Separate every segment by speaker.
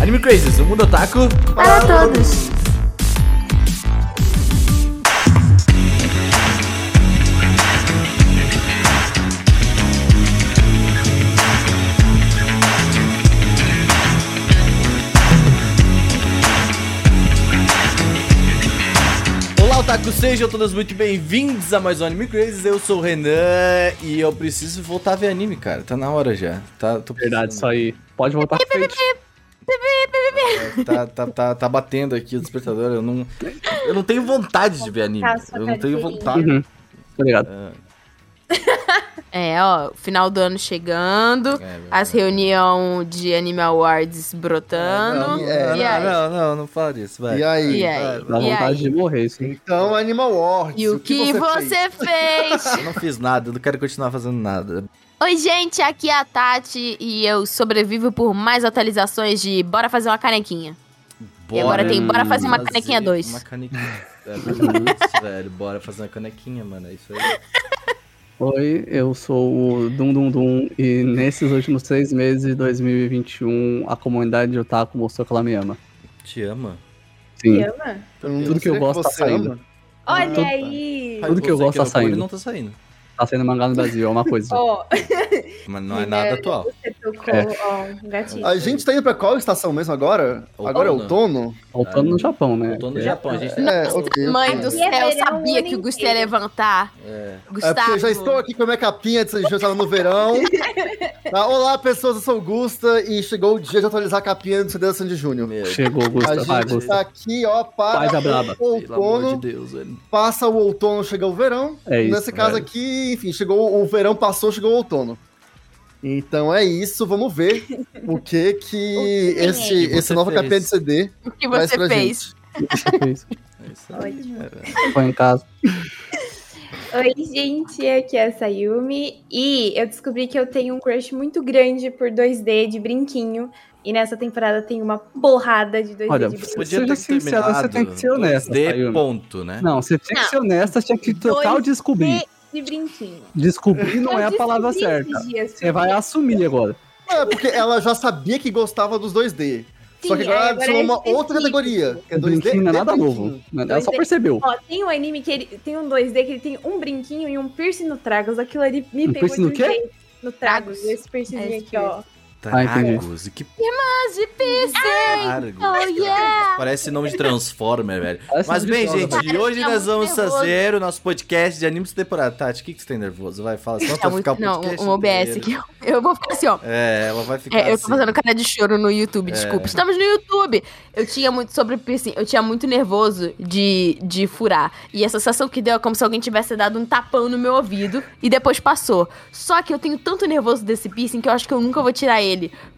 Speaker 1: Anime Crazes, o mundo otaku
Speaker 2: Para todos.
Speaker 1: Olá, otaku, sejam todos muito bem-vindos a mais um Anime Crazes. Eu sou o Renan e eu preciso voltar a ver anime, cara. Tá na hora já. Tá, tô
Speaker 3: Verdade, isso
Speaker 1: precisando.
Speaker 3: aí. Pode voltar pra frente.
Speaker 1: Tá, tá, tá, tá batendo aqui o despertador. Eu não, eu não tenho vontade de ver anime.
Speaker 2: Tá, sua
Speaker 1: Eu não tenho
Speaker 2: carteirinha.
Speaker 1: vontade.
Speaker 3: Uhum. Tá ligado?
Speaker 4: É, ó, final do ano chegando,
Speaker 1: É,
Speaker 4: as reuniões de Anime Awards brotando.
Speaker 1: É, Não,
Speaker 4: e aí?
Speaker 1: não, não, não fala disso, vai.
Speaker 5: E aí?
Speaker 4: E aí?
Speaker 3: Dá
Speaker 4: E
Speaker 3: vontade
Speaker 4: aí?
Speaker 3: de morrer, isso. aí.
Speaker 5: Então, Animal Wars.
Speaker 4: E o que você fez?
Speaker 1: Eu não fiz nada, eu não quero continuar fazendo nada.
Speaker 4: Oi, gente, aqui é a Tati e eu sobrevivo por mais atualizações de Bora Fazer uma Canequinha. E agora
Speaker 3: tem Bora
Speaker 4: Fazer Uma Canequinha dois.
Speaker 1: Uma canequinha. É, putz, velho, bora fazer uma canequinha, mano. É isso aí.
Speaker 3: Oi, eu sou o Dum Dum Dum e nesses últimos seis meses de 2021 a comunidade de otaku mostrou que ela me ama.
Speaker 1: Te ama.
Speaker 3: Sim.
Speaker 5: Tudo
Speaker 3: que eu gosto tá saindo.
Speaker 2: Olha
Speaker 3: Tudo-
Speaker 2: aí.
Speaker 1: Ai,
Speaker 3: Tudo que eu
Speaker 1: você
Speaker 3: gosto tá
Speaker 1: loucura,
Speaker 3: saindo.
Speaker 1: Não tá saindo.
Speaker 3: Tá sendo mangá no Brasil, é uma coisa.
Speaker 2: Ó,
Speaker 1: Mas não é nada atual.
Speaker 2: você tocou,
Speaker 3: É.
Speaker 2: ó, um gatinho.
Speaker 5: A gente tá indo pra qual estação mesmo agora? Agora é outono?
Speaker 3: Voltando no Japão, né?
Speaker 1: Voltando no Japão, a gente tá.
Speaker 5: É, ok.
Speaker 4: Mãe do
Speaker 2: E é
Speaker 4: céu, um
Speaker 2: verão o
Speaker 4: sabia
Speaker 2: ano
Speaker 4: que o Gusto ia
Speaker 2: inteiro.
Speaker 4: levantar.
Speaker 1: É.
Speaker 5: É porque
Speaker 4: Gustavo.
Speaker 5: eu já estou aqui com a minha capinha de São João no verão. Tá, olá, pessoas, eu sou o Gusta e chegou o dia de atualizar a capinha do CD da Sandy Júnior.
Speaker 1: Meu,
Speaker 3: Chegou,
Speaker 5: A
Speaker 3: Gusta. Vai,
Speaker 5: gente tá
Speaker 3: Gusta.
Speaker 5: aqui, ó,
Speaker 3: Faz
Speaker 5: para
Speaker 3: a braba.
Speaker 1: pelo amor
Speaker 5: o
Speaker 1: de
Speaker 5: outono.
Speaker 1: Deus, velho.
Speaker 5: Passa o outono, chega o verão.
Speaker 3: É isso.
Speaker 5: Nesse caso
Speaker 3: velho.
Speaker 5: aqui, enfim, chegou o verão, passou, chegou o outono. Então é isso, vamos ver o que que
Speaker 2: tem
Speaker 5: esse,
Speaker 1: aí? Você
Speaker 5: esse novo
Speaker 1: fez.
Speaker 5: capinha de CD
Speaker 4: O que
Speaker 5: traz
Speaker 4: você
Speaker 5: pra
Speaker 4: fez?
Speaker 5: gente.
Speaker 3: Foi isso.
Speaker 1: É isso aí, velho.
Speaker 3: Foi em casa.
Speaker 2: Oi, gente, aqui é a Sayumi. E eu descobri que eu tenho um crush muito grande por 2D de brinquinho. E nessa temporada tem uma porrada de 2D
Speaker 3: Olha,
Speaker 2: de brinquinho.
Speaker 1: Podia
Speaker 3: Seja
Speaker 1: ter
Speaker 3: sincero,
Speaker 1: terminado.
Speaker 3: você tem que ser honesta,
Speaker 1: De
Speaker 3: Sayumi.
Speaker 1: ponto, né?
Speaker 3: Não, você tinha que ser honesta, tinha que tocar o descobrir.
Speaker 2: De brinquinho.
Speaker 3: Descobrir não
Speaker 2: Eu
Speaker 3: é a palavra
Speaker 2: descobri
Speaker 3: certa.
Speaker 2: esses dias,
Speaker 3: Você vai assumir agora.
Speaker 5: É, porque ela já sabia que gostava dos 2D.
Speaker 2: Sim,
Speaker 5: só que agora
Speaker 2: aí
Speaker 5: ela adicionou uma
Speaker 2: específico.
Speaker 5: outra categoria. Que é 2D
Speaker 3: Brinquinho não é
Speaker 5: de
Speaker 3: nada
Speaker 5: brinquinho.
Speaker 3: novo. Ela só
Speaker 2: 2D.
Speaker 3: percebeu.
Speaker 2: Ó, tem um anime que ele tem um 2D que ele tem um brinquinho e um piercing no tragos. Aquilo ali me
Speaker 3: Um
Speaker 2: pegou
Speaker 3: piercing no
Speaker 2: de um
Speaker 3: quê?
Speaker 2: jeito. No tragos, esse piercing
Speaker 4: É esse
Speaker 2: aqui, ó.
Speaker 3: Ah, entendi.
Speaker 1: Targos, Tá e que
Speaker 4: Mas de pizza.
Speaker 1: targos.
Speaker 4: Oh, yeah.
Speaker 1: Parece nome de Transformer, velho.
Speaker 3: Parece
Speaker 1: Mas
Speaker 3: um
Speaker 1: bem,
Speaker 3: idiota,
Speaker 1: gente,
Speaker 3: velho.
Speaker 1: e hoje
Speaker 4: Tá
Speaker 1: nós
Speaker 4: muito
Speaker 1: vamos
Speaker 4: nervoso.
Speaker 1: fazer o nosso podcast de animes de temporada. Tati, o que, que você tem nervoso? Vai, fala. Senão
Speaker 4: Tá
Speaker 1: vai ficar
Speaker 4: muito,
Speaker 1: o
Speaker 4: não,
Speaker 1: podcast
Speaker 4: um OBS
Speaker 1: inteiro.
Speaker 4: aqui. Eu vou ficar assim, ó.
Speaker 1: É, ela vai ficar
Speaker 4: É,
Speaker 1: assim.
Speaker 4: eu
Speaker 1: É.
Speaker 4: tô fazendo cara de choro no YouTube, desculpa. Estamos no YouTube. Eu tinha muito sobre piercing, eu tinha muito nervoso de, de furar. E a sensação que deu é como se alguém tivesse dado um tapão no meu ouvido e depois passou. Só que eu tenho tanto nervoso desse piercing que eu acho que eu nunca vou tirar ele.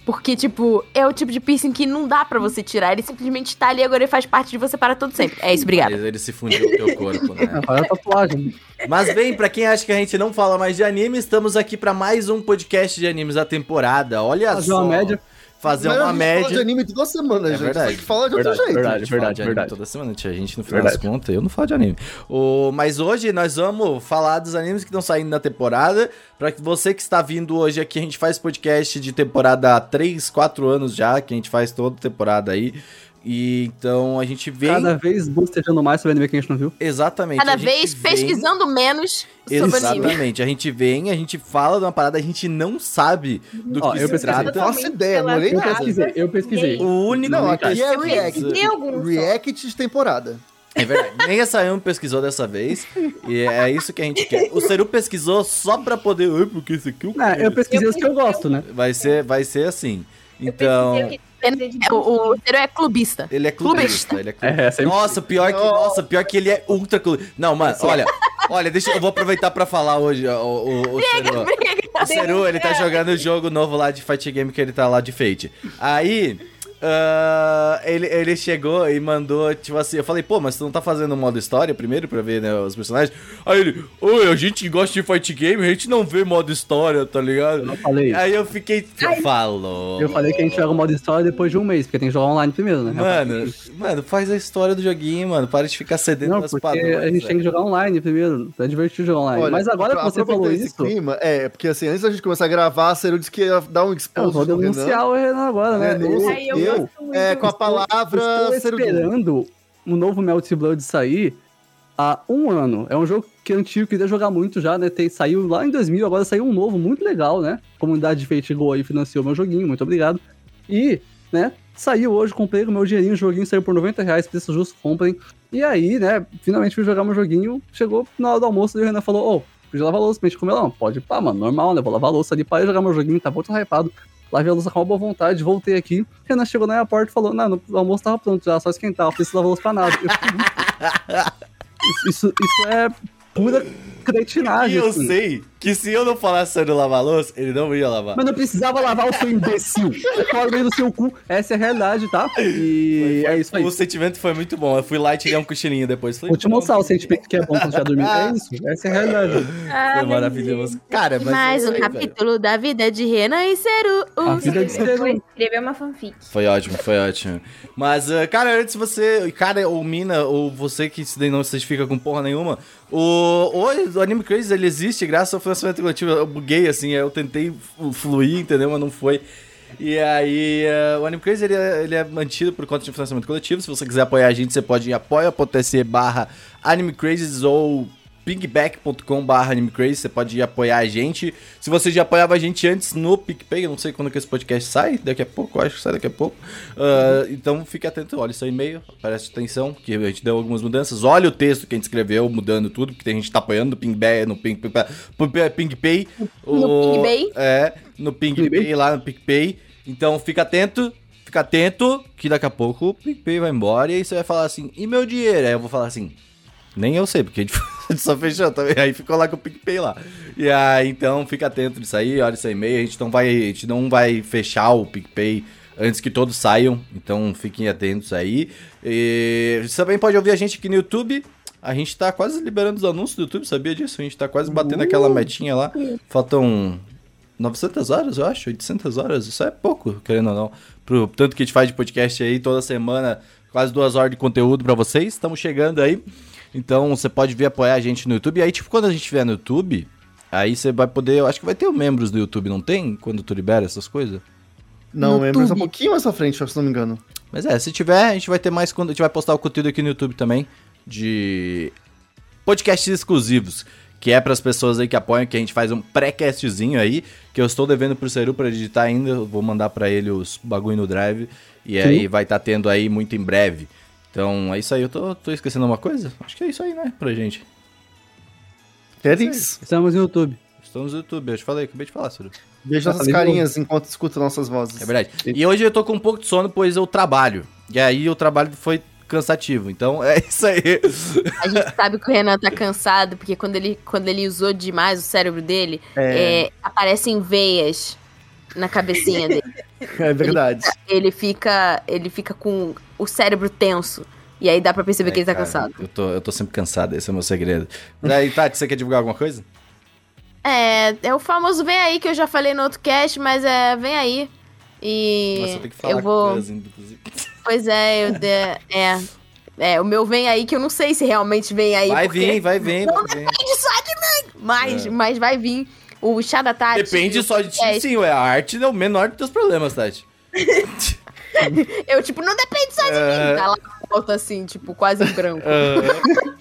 Speaker 4: Porque, tipo, é o tipo de piercing que não dá pra você tirar. Ele simplesmente tá ali agora ele faz parte de você para todo sempre. É isso, obrigada.
Speaker 1: Ele, ele se fundiu com o teu corpo, né?
Speaker 3: Olha É, a tatuagem.
Speaker 1: Mas bem, pra quem acha que a gente não fala mais de anime, estamos aqui pra mais um podcast de animes da temporada. Olha
Speaker 3: Fazer
Speaker 1: só.
Speaker 3: uma média.
Speaker 1: Fazer
Speaker 5: Mas a
Speaker 1: uma
Speaker 5: gente fala de
Speaker 1: média.
Speaker 5: anime toda semana,
Speaker 1: É
Speaker 5: gente.
Speaker 1: verdade.
Speaker 5: Só que fala de outro
Speaker 3: Verdade,
Speaker 5: jeito.
Speaker 3: verdade.
Speaker 1: A gente fala de anime
Speaker 3: verdade.
Speaker 1: Toda semana, tia, a gente no final
Speaker 3: Verdade.
Speaker 1: das contas, eu não falo de anime. O, mas hoje nós vamos falar dos animes que estão saindo na temporada. Pra que você que está vindo hoje aqui, a gente faz podcast de temporada há 3, 4 anos já, que a gente faz toda temporada aí. E então a gente vem.
Speaker 3: Cada vez bustejando mais sobre anime que a gente não viu.
Speaker 1: Exatamente. a
Speaker 4: Cada
Speaker 1: gente
Speaker 4: vez
Speaker 1: vem-
Speaker 4: pesquisando menos sobre anime.
Speaker 1: Exatamente. A gente vem, a gente fala de uma parada, a gente não sabe do
Speaker 3: Ó,
Speaker 1: que
Speaker 3: eu
Speaker 1: se
Speaker 3: pesquisei.
Speaker 1: trata.
Speaker 5: Não faço ideia, não olhei
Speaker 3: Eu
Speaker 5: nada.
Speaker 3: pesquisei, eu pesquisei.
Speaker 1: O único
Speaker 5: Não, aqui é
Speaker 1: pesquisa-
Speaker 5: react.
Speaker 2: Tem alguns.
Speaker 5: React de temporada.
Speaker 1: É verdade. Nem essa Yami pesquisou dessa vez. E é isso que a gente quer. O Seru pesquisou só pra poder. Ai, porque isso aqui eu
Speaker 3: É, eu pesquisei os que eu gosto, né?
Speaker 1: Vai ser, vai ser assim.
Speaker 2: Eu pensei
Speaker 1: Então,
Speaker 2: que ele fazia de
Speaker 4: É, O, o Ciro é clubista.
Speaker 1: ele é clubista. Ele é clubista.
Speaker 3: É, sempre-
Speaker 1: Nossa, pior que.
Speaker 5: Não.
Speaker 1: Nossa, pior que ele é ultra clubista. Não, mano, olha. Olha, deixa eu vou aproveitar pra falar hoje, ó, o, o, o Seru. O Seru, ele tá jogando o jogo novo lá de Fight Game que ele tá lá de Fate. Aí. ah, ele, ele chegou e mandou, tipo assim, eu falei, pô, mas tu não tá fazendo o modo história primeiro pra ver né, os personagens? Aí ele, oi, a gente que gosta de fight game, a gente não vê modo história, tá ligado?
Speaker 3: Eu não falei.
Speaker 1: Aí eu fiquei, falou.
Speaker 3: Eu falei que a gente joga o modo história depois de um mês, porque tem que jogar online primeiro, né?
Speaker 1: Mano, mano, faz a história do joguinho, mano. Para de ficar cedendo
Speaker 3: Não,
Speaker 1: aos
Speaker 3: porque
Speaker 1: padrões.
Speaker 3: a gente tem que
Speaker 1: velho.
Speaker 3: jogar online primeiro. É divertido jogar online.
Speaker 5: Olha,
Speaker 3: Mas agora que
Speaker 5: pra
Speaker 3: você falou
Speaker 5: aproveitar esse
Speaker 3: isso,
Speaker 5: Clima, é, porque assim, antes da gente começar a gravar, a Ceru disse que ia dar um
Speaker 3: eu
Speaker 5: expulso.
Speaker 3: vou denunciar o Renan agora, né?
Speaker 5: Denúncia.
Speaker 2: Aí eu
Speaker 5: Eu, respondeu é, com a palavra
Speaker 3: Estou esperando o novo Melt Blood sair há um ano. É um jogo que é antigo, queria jogar muito já, né? Tem, saiu lá em 2000, agora saiu um novo, muito legal, né? A comunidade de Fate Go aí financiou meu joguinho, muito obrigado. E, né, saiu hoje, comprei com meu dinheirinho, o joguinho saiu por 90 reais, preço justo, comprem. E aí, né, finalmente fui jogar meu joguinho, chegou na hora do almoço e o Renan falou, ô, oh, podia lavar a louça pra gente comer lá? Não, pode, pá, mano, normal, né, vou lavar a louça ali, parei de jogar meu joguinho, tá muito hypado. Lavei a louça com uma boa vontade, voltei aqui. Renan chegou na minha porta e falou: Não, o almoço tava pronto já, só esquentar, eu preciso lavar a louça pra nada. Eu fiquei, Isso, isso, isso é pura
Speaker 1: E
Speaker 3: cretinagem.
Speaker 1: eu
Speaker 3: assim.
Speaker 1: sei que se eu não falasse sobre lavar louça, ele não ia lavar.
Speaker 3: Mas não precisava lavar o seu imbecil. Fora bem do seu cu. Essa é a realidade, tá? E é isso aí.
Speaker 1: O sentimento foi muito bom. Eu fui lá e tirei um cochilinho depois. Falei,
Speaker 3: Vou te
Speaker 1: "Não,
Speaker 3: mostrar o sentimento que é bom quando já dormiu. É isso. Essa é a realidade.
Speaker 1: Foi maravilhoso. Cara, mas.
Speaker 4: Mais
Speaker 1: é isso
Speaker 4: um
Speaker 1: aí, velho.
Speaker 4: capítulo da vida de Renan e Seru.
Speaker 3: A vida de
Speaker 2: Eu vou
Speaker 3: ser
Speaker 2: escrever uma fanfic.
Speaker 1: Foi ótimo, foi ótimo. Mas, eh, cara, antes você. Cara, ou Mina, ou você que se não se identifica com porra nenhuma, o, o, o Anime Crazy ele existe graças ao financiamento coletivo. Eu buguei, assim, eu tentei fu- fluir, entendeu? Mas não foi. E aí, eh, o Anime Crazy ele é, ele é mantido por conta de financiamento coletivo. Se você quiser apoiar a gente, você pode ir em apoia.se barra animecrazes ou pigback.com barra animecrazy, você pode ir apoiar a gente. Se você já apoiava a gente antes no PicPay, eu não sei quando que esse podcast sai, daqui a pouco, eu acho que sai daqui a pouco. Ah, então fique atento, olha seu e-mail, preste atenção, que a gente deu algumas mudanças. Olha o texto que a gente escreveu, mudando tudo, porque tem gente que tá apoiando no PingBay, no Ping, Ping, Ping, PingPay.
Speaker 4: No
Speaker 1: o-
Speaker 4: PicPay?
Speaker 1: É, no PingPay,
Speaker 3: PicPay?
Speaker 1: lá no PicPay. Então fica atento, fica atento, que daqui a pouco o PicPay vai embora e aí você vai falar assim, e meu dinheiro? Aí eu vou falar assim, nem eu sei, porque a gente só fechou também. Aí ficou lá com o PicPay lá. E aí, então, fica atento nisso aí, olha seu e-mail. A gente não vai, a gente não vai fechar o PicPay antes que todos saiam. Então, fiquem atentos aí. E você também pode ouvir a gente aqui no YouTube. A gente tá quase liberando os anúncios do YouTube, sabia disso? A gente tá quase batendo aquela metinha lá. Faltam 900 horas, eu acho, 800 horas. Isso é pouco, querendo ou não. Pro tanto que a gente faz de podcast aí toda semana, quase duas horas de conteúdo pra vocês. Estamos chegando aí. Então você pode vir apoiar a gente no YouTube. E aí, tipo, quando a gente estiver no YouTube, aí você vai poder. Eu acho que vai ter o membros do YouTube, não tem? Quando tu libera essas coisas?
Speaker 5: Não,
Speaker 4: No
Speaker 5: lembro, mas é um
Speaker 4: YouTube.
Speaker 5: pouquinho mais pra frente, se não me engano.
Speaker 1: Mas é, se tiver, a gente vai ter mais. quando A gente vai postar o conteúdo aqui no YouTube também. De podcasts exclusivos. Que é pras pessoas aí que apoiam, que a gente faz um pré-castzinho aí. Que eu estou devendo pro Seru pra editar ainda. eu Vou mandar pra ele os bagulho no drive. E aí vai estar tendo aí muito em breve. Então é isso aí. Eu tô, tô esquecendo alguma coisa? Acho que é isso aí, né? Pra gente.
Speaker 5: É isso.
Speaker 3: Estamos no YouTube.
Speaker 1: Estamos no YouTube. Eu te falei, acabei de falar, Seru.
Speaker 5: Veja
Speaker 3: Já
Speaker 5: nossas
Speaker 3: falei
Speaker 5: carinhas enquanto escuta nossas vozes.
Speaker 1: É verdade. E hoje eu tô com um pouco de sono, pois eu trabalho. E aí o trabalho foi cansativo. Então é isso aí.
Speaker 4: A gente sabe que o Renan tá cansado, porque quando ele, quando ele usou demais o cérebro dele, é, aparecem veias na cabecinha dele.
Speaker 5: É verdade.
Speaker 4: Ele fica, ele fica com o cérebro tenso. E aí dá pra perceber que ele tá
Speaker 1: É, Cara,
Speaker 4: cansado.
Speaker 1: Eu tô, eu tô sempre cansado, esse é o meu segredo. Daí, Tati, você quer divulgar alguma coisa?
Speaker 4: É, é o famoso vem aí que eu já falei no outro cast, mas é vem aí. E
Speaker 1: Nossa, eu tenho que falar
Speaker 4: É, eu vou.
Speaker 1: com o Gus, inclusive.
Speaker 4: Pois é, eu de- é, é, o meu vem aí que eu não sei se realmente vem aí.
Speaker 1: Vai
Speaker 4: porque é
Speaker 1: vir, vai vir, vai vir.
Speaker 4: Depende só de mim, mas,
Speaker 1: É.
Speaker 4: mas vai vir o chá da tarde.
Speaker 1: Depende só de
Speaker 4: É.
Speaker 1: ti, sim, ué. A arte é o menor dos teus problemas, Tati.
Speaker 4: Eu, tipo, não depende só de
Speaker 1: É.
Speaker 4: mim. Tá lá volta assim, tipo, quase em branco.
Speaker 1: Ah,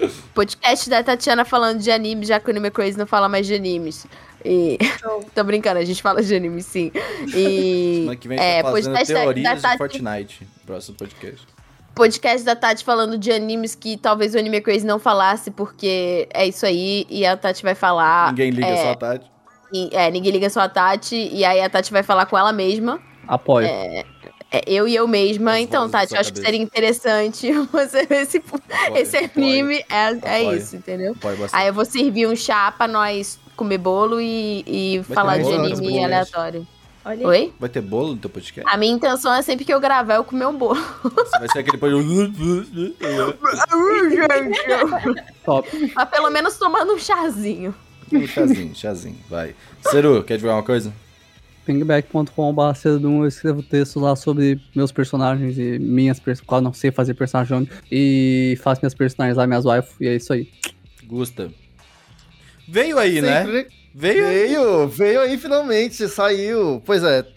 Speaker 1: É.
Speaker 4: Podcast da Tatiana falando de anime, já que o Anime Crazy não fala mais de animes. E... Tô brincando, a gente fala de anime sim. E.
Speaker 1: semana que vem
Speaker 4: é,
Speaker 1: é, tá fazendo
Speaker 4: podcast da- da
Speaker 1: teorias de
Speaker 4: Tati.
Speaker 1: Fortnite. Próximo podcast.
Speaker 4: podcast da Tati falando de animes que talvez o Anime Crazy não falasse, porque é isso aí, e a Tati vai falar.
Speaker 1: Ninguém liga,
Speaker 4: é.
Speaker 1: só a Tati.
Speaker 4: e- é, ninguém liga só a Tati, e aí a Tati vai falar com ela mesma.
Speaker 3: Apoio.
Speaker 4: É, eu e eu mesma.
Speaker 1: As
Speaker 4: então,
Speaker 1: vozes da
Speaker 4: Tati,
Speaker 1: sua
Speaker 4: eu acho que
Speaker 1: cabeça.
Speaker 4: seria interessante você ver esse,
Speaker 1: Apoio,
Speaker 4: esse
Speaker 1: apoio,
Speaker 4: anime. É,
Speaker 1: Apoio.
Speaker 4: é isso, entendeu?
Speaker 1: apoio bastante.
Speaker 4: Aí eu vou servir um chá pra nós comer bolo e, e
Speaker 1: ter
Speaker 4: falar de
Speaker 1: bolo,
Speaker 4: anime
Speaker 1: bolo.
Speaker 4: aleatório.
Speaker 2: Olha aí.
Speaker 4: Oi?
Speaker 1: Vai ter bolo no teu podcast?
Speaker 4: A minha intenção é sempre que eu gravar, eu comer um bolo.
Speaker 1: Vai ser aquele podcast.
Speaker 3: Top.
Speaker 4: Mas pelo menos tomando um chazinho.
Speaker 1: Um chazinho, chazinho, vai. Seru, quer divulgar uma coisa?
Speaker 3: pingback.com.br eu escrevo textos lá sobre meus personagens e minhas personagens, qual eu não sei fazer personagem homem, e faço minhas personagens lá, minhas wife, e é isso aí.
Speaker 1: Gusta. Veio aí, né?
Speaker 5: Sempre
Speaker 1: Veio aí.
Speaker 5: Veio, veio aí finalmente, saiu. Pois é. Vocês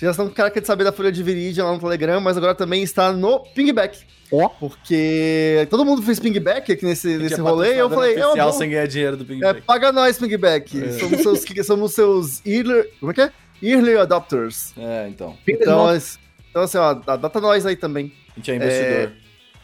Speaker 5: já estão com cara de saber da Folha de Viridian lá no Telegram, mas agora também está no Pingback.
Speaker 3: Ó.
Speaker 5: Porque todo mundo fez pingback aqui nesse, nesse rolê e eu falei, eu
Speaker 1: um Oficial
Speaker 5: vou...
Speaker 1: sem ganhar dinheiro do Ping
Speaker 5: É,
Speaker 1: Pong.
Speaker 5: paga nós, pingback.
Speaker 1: É.
Speaker 5: Somos seus, que- somos seus early... Como é que é? Early adopters.
Speaker 1: É, então.
Speaker 5: Então, as- então assim, ó, adota nós aí também.
Speaker 1: A gente é investidor.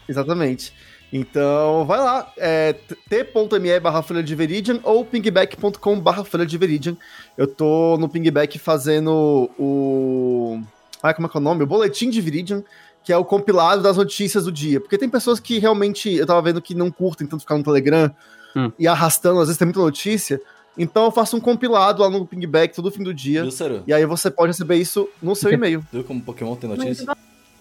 Speaker 5: Exatamente. Então, vai lá, é t.me barra Folha de Veridian ou pingback.com barra Folha de Veridian. Eu tô no pingback fazendo o... Ah, como é que é o nome? O Boletim de Veridian, que é o compilado das notícias do dia. Porque tem pessoas que realmente, eu tava vendo que não curtem tanto ficar no Telegram
Speaker 3: Hum.
Speaker 5: e arrastando, às vezes tem muita notícia. Então eu faço um compilado lá no pingback todo fim do dia.
Speaker 1: Viu, Seru?
Speaker 5: E aí você pode receber isso no seu e-mail.
Speaker 1: Viu como Pokémon tem notícia?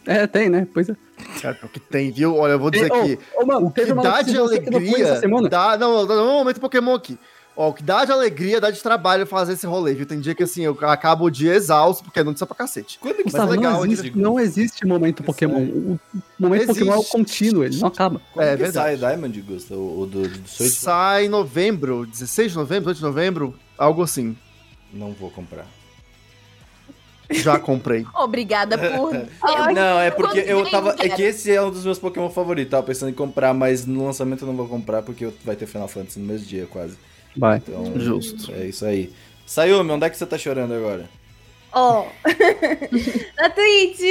Speaker 3: É, tem, né? Pois é.
Speaker 5: Cara, o que tem, viu? Olha, eu vou dizer
Speaker 3: Ô,
Speaker 5: aqui.
Speaker 3: ô, mano,
Speaker 5: O que
Speaker 3: teve uma
Speaker 5: dá de
Speaker 3: notícia que você que não foi essa
Speaker 5: alegria.
Speaker 3: semana.
Speaker 5: Dá, não, não, não, um momento Pokémon aqui. Ó, o que dá de alegria, dá de trabalho fazer esse rolê, viu? Tem dia que assim, eu acabo o dia exausto, porque não precisa pra cacete.
Speaker 1: Quando é que
Speaker 5: Mas é
Speaker 3: Gustavo,
Speaker 5: legal, né?
Speaker 3: não,
Speaker 5: hein, é.
Speaker 3: existe, não existe momento Pokémon. O momento
Speaker 5: Existe.
Speaker 3: Pokémon é o contínuo, ele não acaba.
Speaker 1: Quando
Speaker 5: É,
Speaker 1: que
Speaker 5: verdade.
Speaker 1: sai Diamond, Gusta? O, o do, do Switch?
Speaker 5: Sai em novembro, 16 de novembro, 8 de novembro, algo assim.
Speaker 1: Não vou comprar.
Speaker 5: Já comprei.
Speaker 4: Obrigada por.
Speaker 1: Não, é porque
Speaker 4: Quantos
Speaker 1: eu
Speaker 4: games
Speaker 1: tava. É
Speaker 4: era?
Speaker 1: que esse é um dos meus Pokémon favoritos. Tava pensando em comprar, mas no lançamento eu não vou comprar porque vai ter Final Fantasy no mesmo dia, quase.
Speaker 3: Vai.
Speaker 1: Então.
Speaker 5: Justo.
Speaker 1: É isso aí. Sayumi, onde é que você tá chorando agora?
Speaker 2: Ó. na Twitch.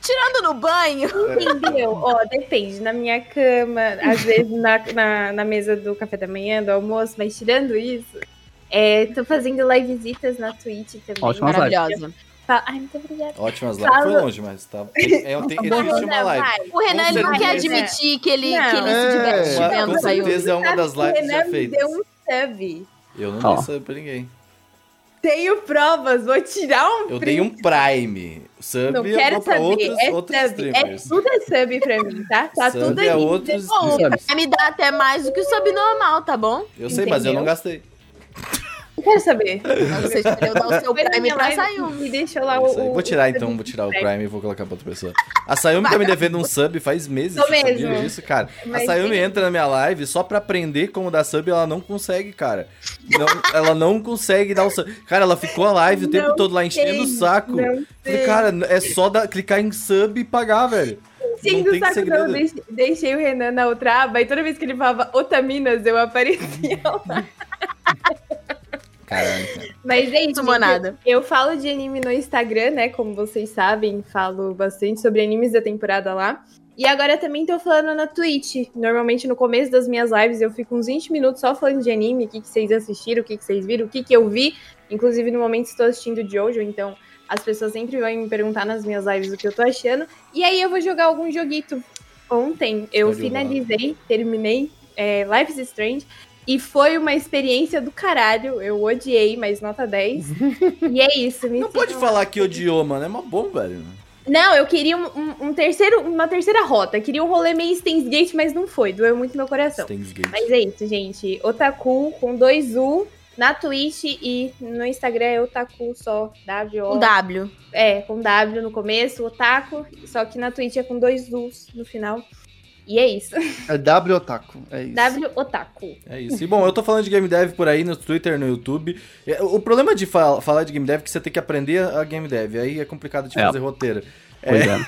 Speaker 4: Tirando no banho.
Speaker 2: Entendeu? Ó, depende. Na minha cama, às vezes na, na, na mesa do café da manhã, do almoço, mas tirando isso. É, tô fazendo live visitas na Twitch também.
Speaker 3: Ótimo.
Speaker 4: Maravilhosa.
Speaker 2: Fa- Ai, muito obrigada.
Speaker 1: Ótimas lives.
Speaker 2: Fala-
Speaker 1: Foi longe, mas tá. É, eu tenho- ele existe uma
Speaker 2: Não,
Speaker 1: live.
Speaker 2: né? vai.
Speaker 4: O Renan ele não
Speaker 2: Com
Speaker 4: quer
Speaker 2: certeza.
Speaker 4: admitir que ele,
Speaker 2: Não.
Speaker 4: que ele se
Speaker 5: É.
Speaker 4: diverte
Speaker 1: Uma-
Speaker 4: vendo
Speaker 1: com
Speaker 4: saiu.
Speaker 1: certeza é uma
Speaker 2: Sabe
Speaker 1: das
Speaker 2: que o
Speaker 1: lives
Speaker 2: Renan
Speaker 1: já
Speaker 2: me
Speaker 1: feitas.
Speaker 2: deu um sub.
Speaker 1: Eu não
Speaker 3: Ó.
Speaker 1: dei sub pra ninguém.
Speaker 2: Tenho provas, vou tirar um
Speaker 1: Eu
Speaker 2: print.
Speaker 1: dei um Prime. Sub
Speaker 2: Não
Speaker 1: eu
Speaker 2: quero
Speaker 1: vou pra
Speaker 2: saber.
Speaker 1: outros,
Speaker 2: é
Speaker 1: outros
Speaker 2: sub. É,
Speaker 1: streamers.
Speaker 2: tudo é sub pra mim, tá? Tá
Speaker 1: Sub
Speaker 2: tudo
Speaker 1: é
Speaker 2: aí.
Speaker 1: outros
Speaker 4: Bom,
Speaker 1: streamers.
Speaker 4: vai me dar até mais do que o sub normal, tá bom?
Speaker 1: Eu sei, mas eu não
Speaker 2: entendeu?
Speaker 1: gastei.
Speaker 2: Eu quero saber.
Speaker 4: Você escolheu Então dar o seu
Speaker 2: Foi na
Speaker 4: prime
Speaker 2: minha
Speaker 4: pra um.
Speaker 2: live
Speaker 4: saiu.
Speaker 2: que Me deixou
Speaker 1: É
Speaker 2: lá
Speaker 1: isso aí.
Speaker 2: o. é
Speaker 1: Vou tirar então, vou tirar o Prime e vou colocar pra outra pessoa. A Sayumi tá me devendo um sub faz meses.
Speaker 2: Tô
Speaker 1: você sabia
Speaker 2: mesmo.
Speaker 1: disso, cara?
Speaker 2: Mas
Speaker 1: a Sayumi
Speaker 2: tem-
Speaker 1: entra na minha live só pra aprender como dar sub e ela não consegue, cara. Não- ela não consegue dar o sub. Cara, ela ficou a live o tempo
Speaker 2: Não
Speaker 1: todo lá enchendo o saco.
Speaker 2: Não
Speaker 1: Falei,
Speaker 2: sei.
Speaker 1: cara, é só dar- clicar em sub e pagar, velho.
Speaker 2: Sim,
Speaker 1: não
Speaker 2: do
Speaker 1: tem
Speaker 2: saco
Speaker 1: segredo.
Speaker 2: não, eu deixei, deixei o Renan na outra aba e toda vez que ele falava Otaminas, eu aparecia lá.
Speaker 1: Caralho, cara.
Speaker 2: Mas, gente,
Speaker 4: Sumonada.
Speaker 2: eu falo de anime no Instagram, né? Como vocês sabem, falo bastante sobre animes da temporada lá. E agora também tô falando na Twitch. Normalmente no começo das minhas lives eu fico uns 20 minutos só falando de anime, o que, que vocês assistiram, o que, que vocês viram, o que, que eu vi. Inclusive, no momento estou assistindo Jojo, então as pessoas sempre vão me perguntar nas minhas lives o que eu tô achando. E aí eu vou jogar algum joguito. Ontem eu
Speaker 1: Olha lá.
Speaker 2: finalizei, terminei é, Life is Strange. E foi uma experiência do caralho. Eu odiei, mas nota 10. e é isso, me
Speaker 1: Não pode falar que odiou, mano. É mó bom, velho.
Speaker 2: não, eu queria um, um- um terceiro, uma terceira rota. Queria um rolê meio Stainsgate, mas não foi. Doeu muito meu coração.
Speaker 1: Stains Gate.
Speaker 2: Mas é isso, gente. Otaku com dois U na Twitch e no Instagram é Otaku só. W
Speaker 4: Um
Speaker 2: O.
Speaker 4: W.
Speaker 2: É, com W no começo, Otaku. Só que na Twitch é com dois U's no final. E é isso.
Speaker 5: É W Otaku, é isso.
Speaker 2: W Otaku.
Speaker 1: É isso. E bom, eu tô falando de game dev por aí no Twitter, no YouTube. É, O problema de fa- falar de game dev é que você tem que aprender a game dev. Aí é complicado de
Speaker 3: É.
Speaker 1: fazer roteiro.
Speaker 3: Pois é.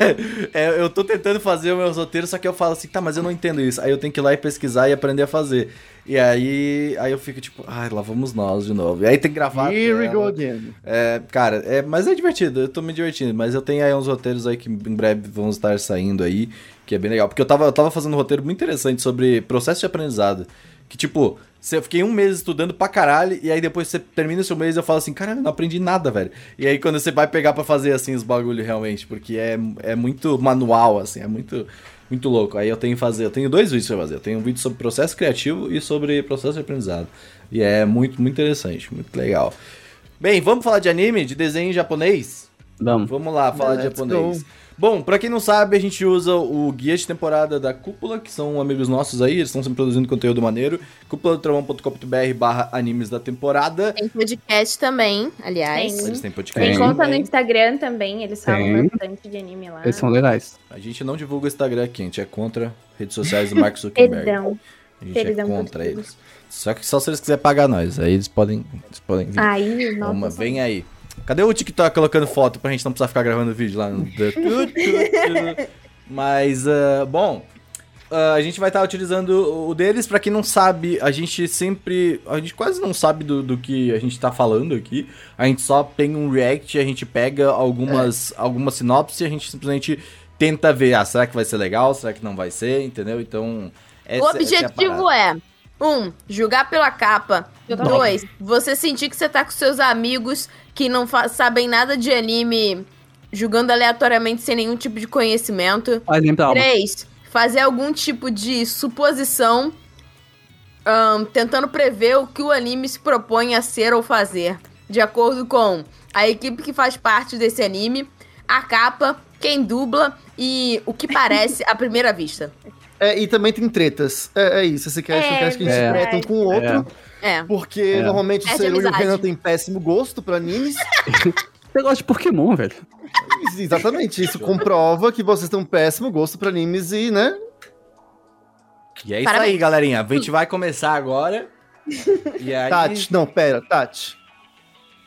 Speaker 1: É, eu tô tentando fazer o meu roteiro, só que eu falo assim, tá, mas eu não entendo isso. Aí eu tenho que ir lá e pesquisar e aprender a fazer. E aí, aí eu fico tipo, ai, lá vamos nós de novo. E aí tem que gravar.
Speaker 5: Here we
Speaker 1: tela.
Speaker 5: go again.
Speaker 1: É, cara, é, mas é divertido, eu tô me divertindo. Mas eu tenho aí uns roteiros aí que em breve vão estar saindo aí, que é bem legal. Porque eu tava, eu tava fazendo um roteiro muito interessante sobre processo de aprendizado. Que tipo, se eu fiquei um mês estudando pra caralho, e aí depois você termina o seu mês e eu falo assim, caralho, não aprendi nada, velho. E aí quando você vai pegar pra fazer assim os bagulho realmente, porque é, é muito manual, assim, é muito. Muito louco. Aí eu tenho que fazer, eu tenho dois vídeos pra fazer. Eu tenho um vídeo sobre processo criativo e sobre processo de aprendizado. E é muito, muito interessante, muito legal. Bem, vamos falar de anime, de desenho japonês?
Speaker 3: Vamos.
Speaker 1: Vamos lá falar de
Speaker 5: Let's
Speaker 1: japonês. Bom, pra quem não sabe, a gente usa o guia de temporada da Cúpula, que são amigos nossos aí, eles estão sempre produzindo conteúdo maneiro. cúpuladotravão.com.br barra animes da temporada.
Speaker 4: Tem podcast também, aliás.
Speaker 2: Tem.
Speaker 1: Eles têm
Speaker 2: Tem
Speaker 1: podcast.
Speaker 3: Tem.
Speaker 2: conta né? no
Speaker 1: também.
Speaker 2: Instagram também, eles falam
Speaker 3: Tem.
Speaker 2: bastante de anime lá.
Speaker 3: Eles são legais.
Speaker 1: A gente não divulga o Instagram aqui, a gente é contra redes sociais do Mark Zuckerberg.
Speaker 2: Perdão.
Speaker 1: A gente é
Speaker 2: Perdão por
Speaker 1: contra
Speaker 2: tudo. Ah,
Speaker 1: eles. Só que só se eles quiserem pagar nós, aí eles podem, eles podem vir.
Speaker 2: Aí, nossa.
Speaker 1: Uma, vem aí. Cadê o TikTok colocando foto pra gente não precisar ficar gravando vídeo lá no. Mas, ah, bom. ah, a gente vai estar utilizando o deles. Pra quem não sabe, a gente sempre. A gente quase não sabe do, do que a gente tá falando aqui. A gente só tem um react, a gente pega
Speaker 4: É.
Speaker 1: algumas, algumas sinopses e a gente simplesmente tenta ver. Ah, será que vai ser legal? Será que não vai ser? Entendeu? Então.
Speaker 4: O objetivo é, um, julgar pela capa.
Speaker 2: Totalmente.
Speaker 4: Dois, você sentir que você tá com seus amigos que não fa- sabem nada de anime, julgando aleatoriamente sem nenhum tipo de conhecimento.
Speaker 3: Faz nem trauma.
Speaker 4: Três, fazer algum tipo de suposição, ahn, tentando prever o que o anime se propõe a ser ou fazer, de acordo com a equipe que faz parte desse anime, a capa, quem dubla e o que parece à primeira vista.
Speaker 5: É, e também tem tretas. É, é isso, esse cast é,
Speaker 2: É,
Speaker 5: um cast que a gente
Speaker 2: verdade.
Speaker 5: treta um com o outro,
Speaker 4: É.
Speaker 5: porque
Speaker 3: É.
Speaker 5: normalmente
Speaker 4: É
Speaker 5: o
Speaker 4: de
Speaker 5: Seru e o
Speaker 4: amizade.
Speaker 5: Renan têm péssimo gosto pra animes.
Speaker 3: Você gosta de Pokémon, velho.
Speaker 5: Exatamente, isso comprova que vocês têm um péssimo gosto pra animes e, né?
Speaker 1: E é isso
Speaker 4: Parabéns.
Speaker 1: aí, galerinha. A gente vai começar agora. E aí.
Speaker 5: Tati, não, pera, Tati.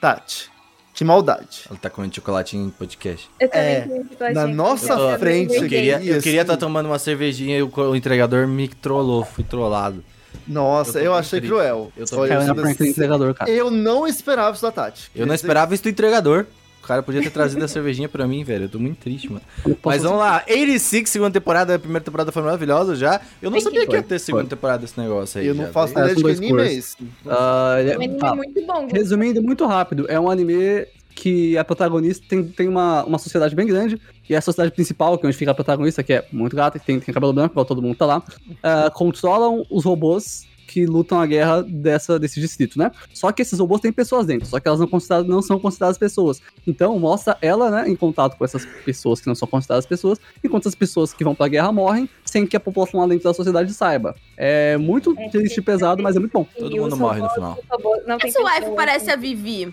Speaker 5: Tati, que maldade.
Speaker 1: Ela tá comendo chocolatinho no podcast.
Speaker 2: Eu
Speaker 5: É,
Speaker 2: também tenho chiclete
Speaker 5: na
Speaker 2: aqui.
Speaker 5: nossa
Speaker 2: Eu tô-
Speaker 5: frente
Speaker 1: Eu
Speaker 5: Isso,
Speaker 1: queria
Speaker 5: isso.
Speaker 1: eu queria estar tomando uma cervejinha e o, co- o entregador me trollou, fui trollado. Eu tô
Speaker 5: Nossa, eu,
Speaker 1: bem
Speaker 5: achei
Speaker 1: triste.
Speaker 5: cruel.
Speaker 1: Eu tô
Speaker 5: Olha,
Speaker 3: Caiu na
Speaker 5: eu-
Speaker 3: frente do É, entregador, cara.
Speaker 5: Eu não esperava isso da Tati.
Speaker 1: Eu não esperava isso do entregador. O cara podia ter trazido a cervejinha pra mim, velho. Eu tô muito triste, mano.
Speaker 3: Eu posso-
Speaker 1: Mas vamos lá. 86, segunda temporada. A primeira temporada foi maravilhosa já. Eu não
Speaker 2: Tem
Speaker 1: sabia
Speaker 2: que-
Speaker 1: que ia ter segunda temporada desse negócio aí.
Speaker 5: Eu
Speaker 1: já,
Speaker 5: não faço
Speaker 1: velho.
Speaker 5: ideia de
Speaker 3: um
Speaker 5: que
Speaker 3: dois
Speaker 5: anime é
Speaker 3: cursos.
Speaker 5: esse.
Speaker 3: Ah, ele é-
Speaker 2: O anime
Speaker 3: tá.
Speaker 2: é muito bom. Gus.
Speaker 3: Resumindo muito rápido, é um anime que a protagonista tem, tem uma, uma sociedade bem grande, e a sociedade principal, que é onde fica a protagonista, que é muito gata, que tem, tem cabelo branco, igual todo mundo tá lá, ah, controlam os robôs que lutam a guerra dessa, desse distrito, né? Só que esses robôs têm pessoas dentro, só que elas não, consideradas- não são consideradas pessoas. Então mostra ela, né, em contato com essas pessoas que não são consideradas pessoas, enquanto as pessoas que vão pra guerra morrem, sem que a população lá dentro da sociedade saiba. É muito
Speaker 2: É,
Speaker 3: triste e pesado, mas é muito bom.
Speaker 1: Todo
Speaker 2: E
Speaker 1: mundo
Speaker 2: os
Speaker 1: morre no
Speaker 2: robôs,
Speaker 1: final.
Speaker 2: por favor, Não tem
Speaker 4: Essa wife
Speaker 2: pessoas,
Speaker 4: parece
Speaker 2: né?
Speaker 4: a Vivi.